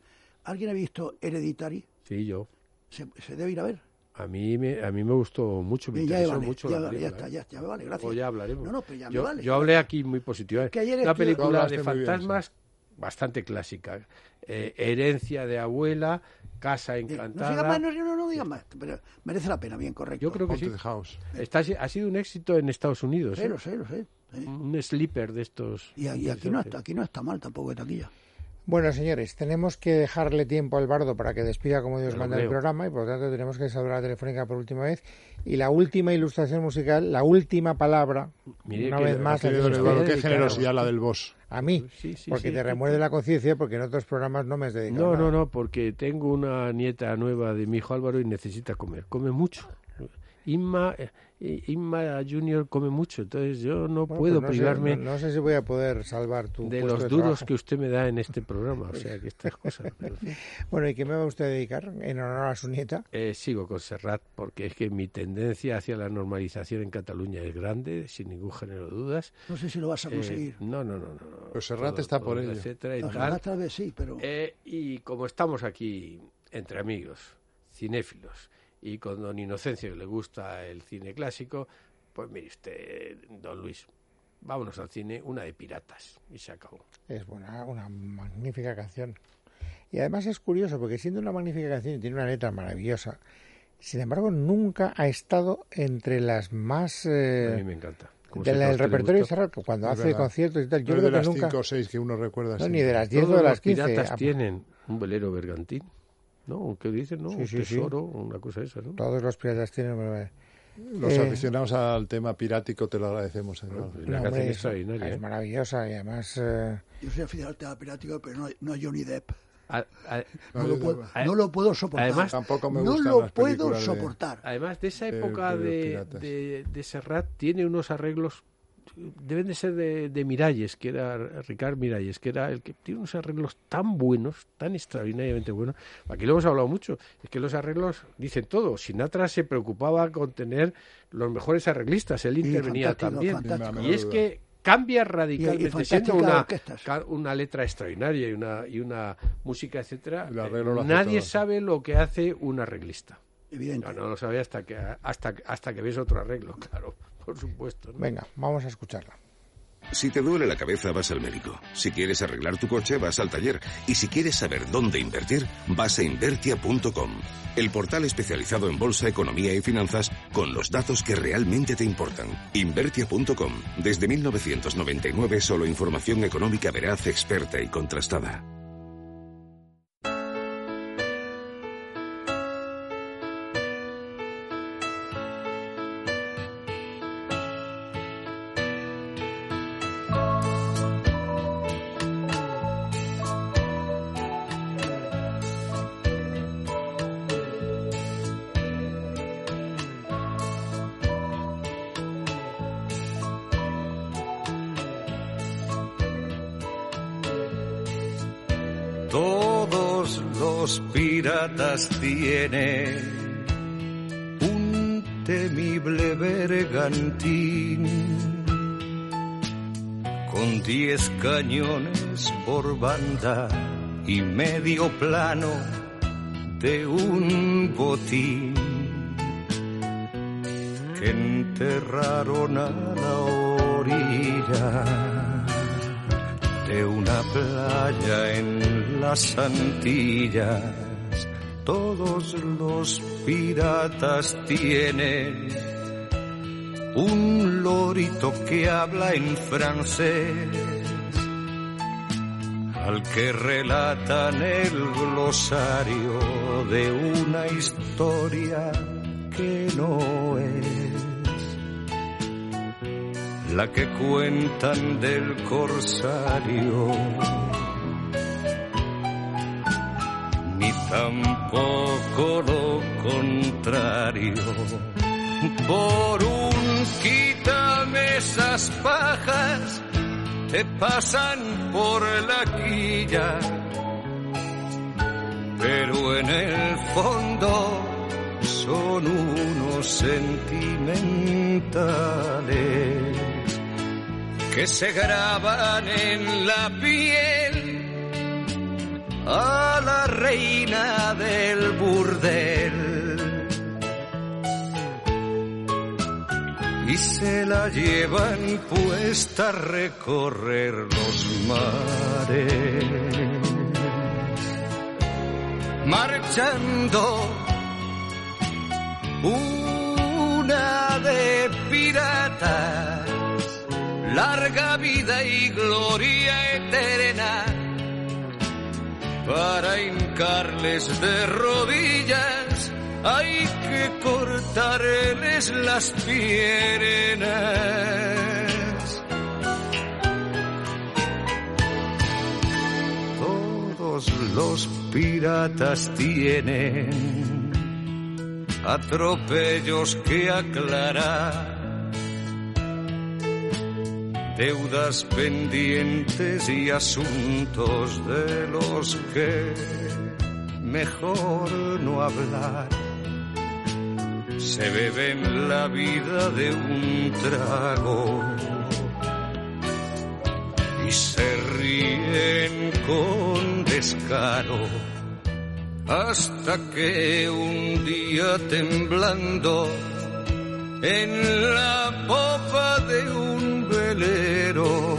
[SPEAKER 6] ¿alguien ha visto Hereditary?
[SPEAKER 5] Sí, yo.
[SPEAKER 6] Se, se debe ir a ver.
[SPEAKER 5] A mí me, a mí me gustó mucho, me
[SPEAKER 6] Bien, ya
[SPEAKER 5] interesó
[SPEAKER 6] vale,
[SPEAKER 5] mucho
[SPEAKER 6] ya,
[SPEAKER 5] la
[SPEAKER 6] vale, ya
[SPEAKER 5] película.
[SPEAKER 6] está,
[SPEAKER 5] ¿eh?
[SPEAKER 6] ya, ya me vale, gracias.
[SPEAKER 5] O ya hablaremos.
[SPEAKER 6] No, no, pero ya me
[SPEAKER 5] yo,
[SPEAKER 6] vale.
[SPEAKER 5] yo hablé aquí muy positivo. ¿eh?
[SPEAKER 6] Que ayer
[SPEAKER 5] Una
[SPEAKER 6] estuve-
[SPEAKER 4] Tú
[SPEAKER 5] película
[SPEAKER 4] hablaste
[SPEAKER 5] de
[SPEAKER 4] muy bien,
[SPEAKER 5] fantasmas bastante clásica. Eh, herencia de abuela, casa
[SPEAKER 6] Bien, no
[SPEAKER 5] encantada.
[SPEAKER 6] digas más, no, no, no digas más, pero merece la pena, bien, correcto.
[SPEAKER 5] Yo creo que sí.
[SPEAKER 4] Haunted House.
[SPEAKER 5] Está- ha sido un éxito en Estados Unidos.
[SPEAKER 6] Sí,
[SPEAKER 5] ¿eh?
[SPEAKER 6] lo sé, lo sé. sí.
[SPEAKER 5] Un sleeper de estos.
[SPEAKER 6] Y, y aquí, no está, aquí no está mal tampoco de taquilla.
[SPEAKER 3] Bueno, señores, tenemos que dejarle tiempo al bardo para que despida como Dios
[SPEAKER 5] Lo
[SPEAKER 3] manda el
[SPEAKER 5] creo.
[SPEAKER 3] programa y por lo tanto tenemos que saludar a la telefónica por última vez. Y la última ilustración musical, la última palabra,
[SPEAKER 5] Mire
[SPEAKER 3] una
[SPEAKER 5] que
[SPEAKER 3] vez
[SPEAKER 5] lo-
[SPEAKER 3] más, la
[SPEAKER 4] Querido
[SPEAKER 3] tienes
[SPEAKER 4] don
[SPEAKER 3] tú,
[SPEAKER 4] Eduardo,
[SPEAKER 5] que
[SPEAKER 4] qué
[SPEAKER 5] dedicar a
[SPEAKER 4] generosidad
[SPEAKER 5] usted.
[SPEAKER 4] la del boss.
[SPEAKER 3] a mí,
[SPEAKER 5] Sí, sí,
[SPEAKER 3] porque
[SPEAKER 5] sí,
[SPEAKER 3] te
[SPEAKER 5] tú-
[SPEAKER 3] remuerde la conciencia porque en otros programas no me has dedicado.
[SPEAKER 5] No,
[SPEAKER 3] nada.
[SPEAKER 5] no, no, porque tengo una nieta nueva de mi hijo Álvaro y necesita comer. Come mucho. Inma, eh, Inma Junior come mucho, entonces yo no
[SPEAKER 3] Bueno,
[SPEAKER 5] puedo
[SPEAKER 3] pues no sé,
[SPEAKER 5] privarme
[SPEAKER 3] no, no sé si voy a poder salvar tu
[SPEAKER 5] de
[SPEAKER 3] puesto
[SPEAKER 5] los
[SPEAKER 3] de
[SPEAKER 5] duros
[SPEAKER 3] trabajo.
[SPEAKER 5] que usted me da en este programa. O sea que estas cosas. pero, en fin.
[SPEAKER 3] Bueno, ¿y qué me va usted a dedicar en honor a su nieta?
[SPEAKER 5] Eh, sigo con Serrat porque es que mi tendencia hacia la normalización en Cataluña es grande, sin ningún género de dudas.
[SPEAKER 6] No sé si lo vas a
[SPEAKER 5] Eh,
[SPEAKER 6] conseguir.
[SPEAKER 5] no, no, no, no.
[SPEAKER 4] Pero Serrat
[SPEAKER 5] Todo-
[SPEAKER 4] está por
[SPEAKER 5] todo,
[SPEAKER 4] ello.
[SPEAKER 5] etcétera y
[SPEAKER 6] Las
[SPEAKER 5] tal.
[SPEAKER 6] ganas tal vez sí, pero
[SPEAKER 5] Eh, y como estamos aquí entre amigos, cinéfilos, y con don Inocencio que le gusta el cine clásico, pues mire usted, don Luis, vámonos al cine, una de piratas, y se acabó.
[SPEAKER 3] Es buena, una magnífica canción. Y además es curioso porque siendo una magnífica canción y tiene una letra maravillosa, sin embargo nunca ha estado entre las más
[SPEAKER 5] A mí
[SPEAKER 3] eh,
[SPEAKER 5] me encanta. Como sé que a
[SPEAKER 3] del el
[SPEAKER 5] usted le
[SPEAKER 3] repertorio de
[SPEAKER 5] gustó.
[SPEAKER 3] Serrat, que cuando
[SPEAKER 4] Es
[SPEAKER 3] hace
[SPEAKER 4] verdad.
[SPEAKER 3] conciertos y tal, yo
[SPEAKER 4] no es
[SPEAKER 3] creo
[SPEAKER 4] de
[SPEAKER 3] que
[SPEAKER 4] las
[SPEAKER 3] nunca
[SPEAKER 4] 5 o 6 que uno recuerda.
[SPEAKER 3] no,
[SPEAKER 4] así.
[SPEAKER 3] ni de las 10 o
[SPEAKER 5] Todos
[SPEAKER 3] de
[SPEAKER 5] los
[SPEAKER 3] las 15.
[SPEAKER 5] piratas
[SPEAKER 3] ah,
[SPEAKER 5] tienen un velero bergantín, ¿no? ¿Qué dicen? No?
[SPEAKER 3] Sí,
[SPEAKER 5] un
[SPEAKER 3] sí, sí.
[SPEAKER 5] tesoro, una cosa esa, ¿no?
[SPEAKER 3] Todos los piratas tienen. bueno,
[SPEAKER 4] Los
[SPEAKER 3] Eh,
[SPEAKER 4] aficionados al tema pirático te lo agradecemos. Eduardo.
[SPEAKER 5] Pues
[SPEAKER 3] no,
[SPEAKER 5] una
[SPEAKER 3] hombre,
[SPEAKER 5] canción
[SPEAKER 3] es-
[SPEAKER 5] extraordinaria.
[SPEAKER 3] Es
[SPEAKER 5] ¿eh?
[SPEAKER 3] maravillosa y además. eh,
[SPEAKER 6] yo soy aficionado al tema pirático, pero no, no a Johnny Depp.
[SPEAKER 5] A- a-
[SPEAKER 6] No, lo, puedo,
[SPEAKER 5] eh,
[SPEAKER 6] no lo puedo soportar.
[SPEAKER 5] además-
[SPEAKER 4] Tampoco me
[SPEAKER 6] no
[SPEAKER 4] gustan
[SPEAKER 6] lo
[SPEAKER 4] las
[SPEAKER 6] puedo
[SPEAKER 4] películas de-
[SPEAKER 6] soportar.
[SPEAKER 5] Además de esa
[SPEAKER 4] Eh,
[SPEAKER 5] época
[SPEAKER 4] pero
[SPEAKER 5] de,
[SPEAKER 4] piratas.
[SPEAKER 5] de, de Serrat tiene unos arreglos, deben de ser de, de Miralles, que era Ricard Miralles, que era el que tiene unos arreglos tan buenos, tan extraordinariamente buenos. Aquí lo hemos hablado mucho, es que los arreglos dicen todo. Sinatra se preocupaba con tener los mejores arreglistas, él
[SPEAKER 6] Y
[SPEAKER 5] intervenía
[SPEAKER 6] fantástico,
[SPEAKER 5] también.
[SPEAKER 6] fantástico.
[SPEAKER 5] Y es que cambia radicalmente, siendo
[SPEAKER 6] fantásticas
[SPEAKER 5] una,
[SPEAKER 6] orquestas.
[SPEAKER 5] ca- una letra extraordinaria y una, y una música, etcétera, eh,
[SPEAKER 4] El arreglo lo hace
[SPEAKER 5] nadie
[SPEAKER 4] todo.
[SPEAKER 5] sabe lo que hace un arreglista.
[SPEAKER 6] Evidente.
[SPEAKER 5] No, no lo sabía hasta que hasta hasta que ves otro arreglo, claro, por supuesto. ¿no?
[SPEAKER 3] venga, vamos a escucharla.
[SPEAKER 1] Si te duele la cabeza, vas al médico. Si quieres arreglar tu coche, vas al taller. Y si quieres saber dónde invertir, vas a invertia.com, el portal especializado en bolsa, economía y finanzas con los datos que realmente te importan. Invertia.com, desde 1999, solo información económica veraz, experta y contrastada. Todos los piratas tienen un temible bergantín con diez cañones por banda y medio plano de un botín que enterraron a la orilla de una playa en las Antillas. Todos los piratas tienen un lorito que habla en francés, al que relatan el glosario de una historia que no es la que cuentan del corsario. Ni tampoco lo contrario por un quítame esas pajas, te pasan por la quilla, pero en el fondo son unos sentimentales que se graban en la piel a la reina del burdel. y se la llevan puesta a recorrer los mares. Marchando una de piratas, larga vida y gloria eterna, para hincarles de rodillas hay que cortarles las piernas. Todos los piratas tienen atropellos que aclarar, deudas pendientes y asuntos de los que mejor no hablar se beben la vida de un trago y se ríen con descaro hasta que un día temblando en la popa de un velero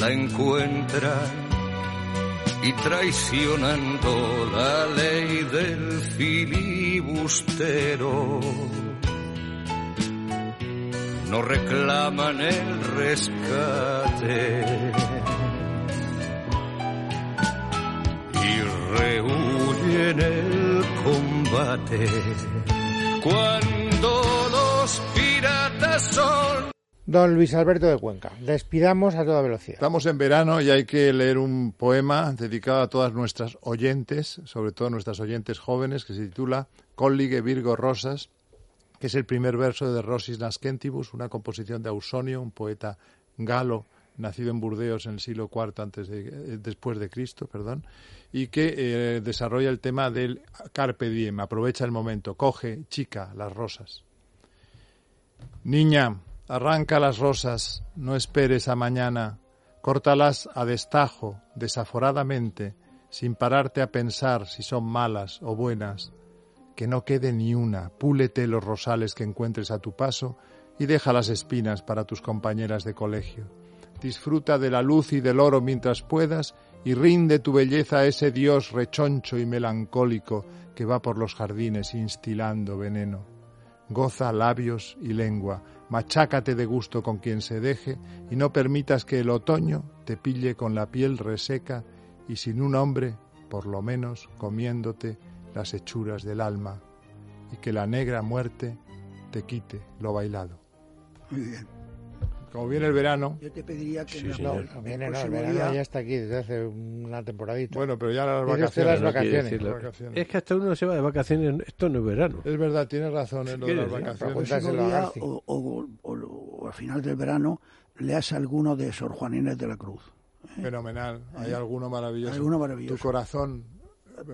[SPEAKER 1] la encuentran y traicionando la ley del filibustero. No reclaman el rescate y rehuyen el combate cuando los piratas son
[SPEAKER 3] Don Luis Alberto de Cuenca, despidamos a toda velocidad.
[SPEAKER 4] Estamos en verano y hay que leer un poema dedicado a todas nuestras oyentes, sobre todo nuestras oyentes jóvenes, que se titula Colligue Virgo Rosas, que es el primer verso de Rosis Nascentibus, una composición de Ausonio, un poeta galo nacido en Burdeos en el siglo IV antes de, eh, después de Cristo, perdón, y que eh, desarrolla el tema del carpe diem, aprovecha el momento, coge, chica, las rosas. Niña, arranca las rosas, no esperes a mañana, córtalas a destajo, desaforadamente, sin pararte a pensar si son malas o buenas. Que no quede ni una, púlete los rosales que encuentres a tu paso y deja las espinas para tus compañeras de colegio. Disfruta de la luz y del oro mientras puedas y rinde tu belleza a ese dios rechoncho y melancólico que va por los jardines instilando veneno goza labios y lengua, machácate de gusto con quien se deje y no permitas que el otoño te pille con la piel reseca y sin un hombre, por lo menos comiéndote las hechuras del alma y que la negra muerte te quite lo bailado.
[SPEAKER 6] Muy bien.
[SPEAKER 4] Como viene el verano,
[SPEAKER 6] Yo te pediría que
[SPEAKER 5] Sí,
[SPEAKER 6] nos-
[SPEAKER 5] señor.
[SPEAKER 6] el
[SPEAKER 3] Viene, Pues no, el
[SPEAKER 6] próximo
[SPEAKER 3] verano
[SPEAKER 6] día-
[SPEAKER 3] ya está aquí desde hace una temporadita.
[SPEAKER 4] bueno, pero ya las
[SPEAKER 3] Tiene usted
[SPEAKER 4] vacaciones.
[SPEAKER 3] las
[SPEAKER 5] no quiere
[SPEAKER 3] vacaciones.
[SPEAKER 5] decirlo.
[SPEAKER 4] las vacaciones.
[SPEAKER 5] Es que hasta uno se va de vacaciones, esto no es verano.
[SPEAKER 4] Es verdad, tienes razón en lo de
[SPEAKER 5] Sí,
[SPEAKER 4] las
[SPEAKER 5] sí,
[SPEAKER 4] vacaciones.
[SPEAKER 3] preguntas. Dárselo a
[SPEAKER 6] próximo día
[SPEAKER 3] Garci.
[SPEAKER 6] o, o- o- o al final del verano leas alguno de Sor Juan Inés de la Cruz. ¿eh?
[SPEAKER 4] Fenomenal. Hay alguno maravilloso.
[SPEAKER 6] Alguno maravilloso.
[SPEAKER 4] Tu corazón.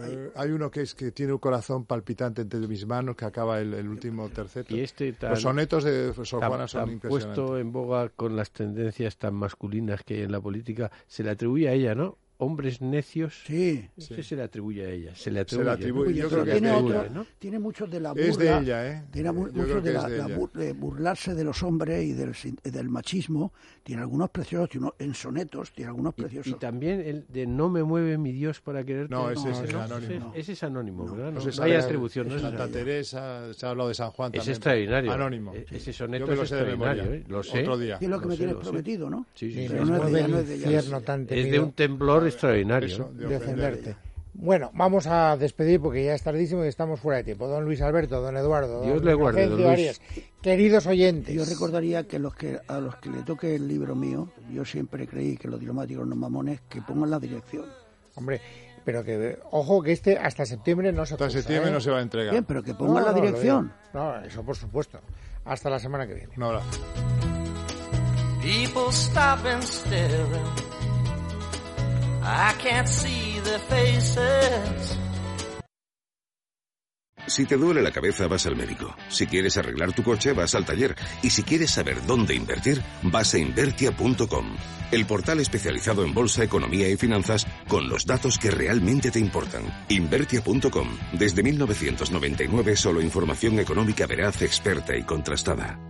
[SPEAKER 4] eh, hay uno que es que tiene un corazón palpitante entre mis manos que acaba el, el último terceto.
[SPEAKER 5] Y este tan,
[SPEAKER 4] Los sonetos de Sor
[SPEAKER 5] tan-
[SPEAKER 4] Juana son
[SPEAKER 5] tan
[SPEAKER 4] impresionantes.
[SPEAKER 5] puesto en boga con las tendencias tan masculinas que hay en la política, se le atribuye a ella, ¿no? Hombres necios.
[SPEAKER 6] Sí.
[SPEAKER 5] Este se le atribuye a ella. Se le
[SPEAKER 4] Se
[SPEAKER 5] atribuye.
[SPEAKER 4] la
[SPEAKER 5] ¿no?
[SPEAKER 4] atribuye. Yo
[SPEAKER 6] Pero
[SPEAKER 4] creo que
[SPEAKER 6] tiene,
[SPEAKER 4] es de
[SPEAKER 6] otro-
[SPEAKER 4] ella.
[SPEAKER 5] ¿no?
[SPEAKER 6] tiene mucho de la burla.
[SPEAKER 4] Es de ella, ¿eh?
[SPEAKER 6] Tiene mu-
[SPEAKER 4] Yo
[SPEAKER 6] mucho
[SPEAKER 4] creo que
[SPEAKER 6] de,
[SPEAKER 4] es
[SPEAKER 6] la,
[SPEAKER 4] de
[SPEAKER 6] la
[SPEAKER 4] ella.
[SPEAKER 6] bur- de burlarse de los hombres y del, sin- del machismo. Tiene algunos preciosos, tiene unos- en sonetos, tiene algunos
[SPEAKER 5] Y-
[SPEAKER 6] preciosos.
[SPEAKER 5] Y, también el de no me mueve mi Dios para quererte.
[SPEAKER 4] No, ese
[SPEAKER 6] es
[SPEAKER 5] ¿no?
[SPEAKER 4] anónimo.
[SPEAKER 5] Ese- Ese es anónimo, ¿verdad? No,
[SPEAKER 4] Pues es
[SPEAKER 5] no hay
[SPEAKER 4] anónimo.
[SPEAKER 5] atribución. no es
[SPEAKER 4] Santa
[SPEAKER 5] anónimo.
[SPEAKER 4] Teresa, se ha hablado de San Juan
[SPEAKER 5] Es
[SPEAKER 4] también.
[SPEAKER 5] extraordinario.
[SPEAKER 4] Anónimo.
[SPEAKER 5] E- ese
[SPEAKER 4] Sí.
[SPEAKER 5] soneto
[SPEAKER 4] Yo me lo
[SPEAKER 5] es
[SPEAKER 4] sé de
[SPEAKER 5] extraordinario,
[SPEAKER 4] memoria.
[SPEAKER 5] ¿eh? Lo sé.
[SPEAKER 4] Otro día.
[SPEAKER 6] Que es lo que
[SPEAKER 5] Lo
[SPEAKER 6] me
[SPEAKER 5] sé,
[SPEAKER 6] tienes
[SPEAKER 5] lo sé.
[SPEAKER 6] prometido, ¿no?
[SPEAKER 5] Sí, sí,
[SPEAKER 3] Ni
[SPEAKER 5] sí.
[SPEAKER 6] Pero no
[SPEAKER 3] después
[SPEAKER 6] es de
[SPEAKER 3] Eh,
[SPEAKER 6] ella,
[SPEAKER 3] del
[SPEAKER 6] no es de ella,
[SPEAKER 3] infierno
[SPEAKER 6] es de
[SPEAKER 3] tan
[SPEAKER 5] Es de
[SPEAKER 3] temido.
[SPEAKER 5] un temblor extraordinario.
[SPEAKER 4] Eso, de
[SPEAKER 5] ¿no?
[SPEAKER 3] defenderte.
[SPEAKER 4] ofenderte.
[SPEAKER 3] Bueno, vamos a despedir porque ya es tardísimo y estamos fuera de tiempo. Don Luis Alberto, don Eduardo,
[SPEAKER 5] Dios
[SPEAKER 3] don
[SPEAKER 5] le guarde, don
[SPEAKER 3] Inocencio
[SPEAKER 5] Luis.
[SPEAKER 3] Arias, queridos oyentes.
[SPEAKER 6] Yo recordaría que, los que a los que le toque el libro mío, yo siempre creí que los diplomáticos no mamones, que pongan la dirección.
[SPEAKER 3] Hombre, pero que ojo que este hasta septiembre no se
[SPEAKER 4] Hasta
[SPEAKER 3] cursa,
[SPEAKER 4] septiembre
[SPEAKER 3] ¿eh?
[SPEAKER 4] no se va a entregar.
[SPEAKER 6] Bien, pero que pongan
[SPEAKER 3] No,
[SPEAKER 6] la
[SPEAKER 3] no, lo
[SPEAKER 6] dirección.
[SPEAKER 3] digo. No, eso por supuesto. Hasta la semana que viene.
[SPEAKER 4] Un abrazo.
[SPEAKER 8] People stopping staring. I can't see their faces.
[SPEAKER 1] Si te duele la cabeza, vas al médico. Si quieres arreglar tu coche, vas al taller. Y si quieres saber dónde invertir, vas a invertia.com, el portal especializado en bolsa, economía y finanzas con los datos que realmente te importan. Invertia.com, desde 1999, solo información económica veraz, experta y contrastada.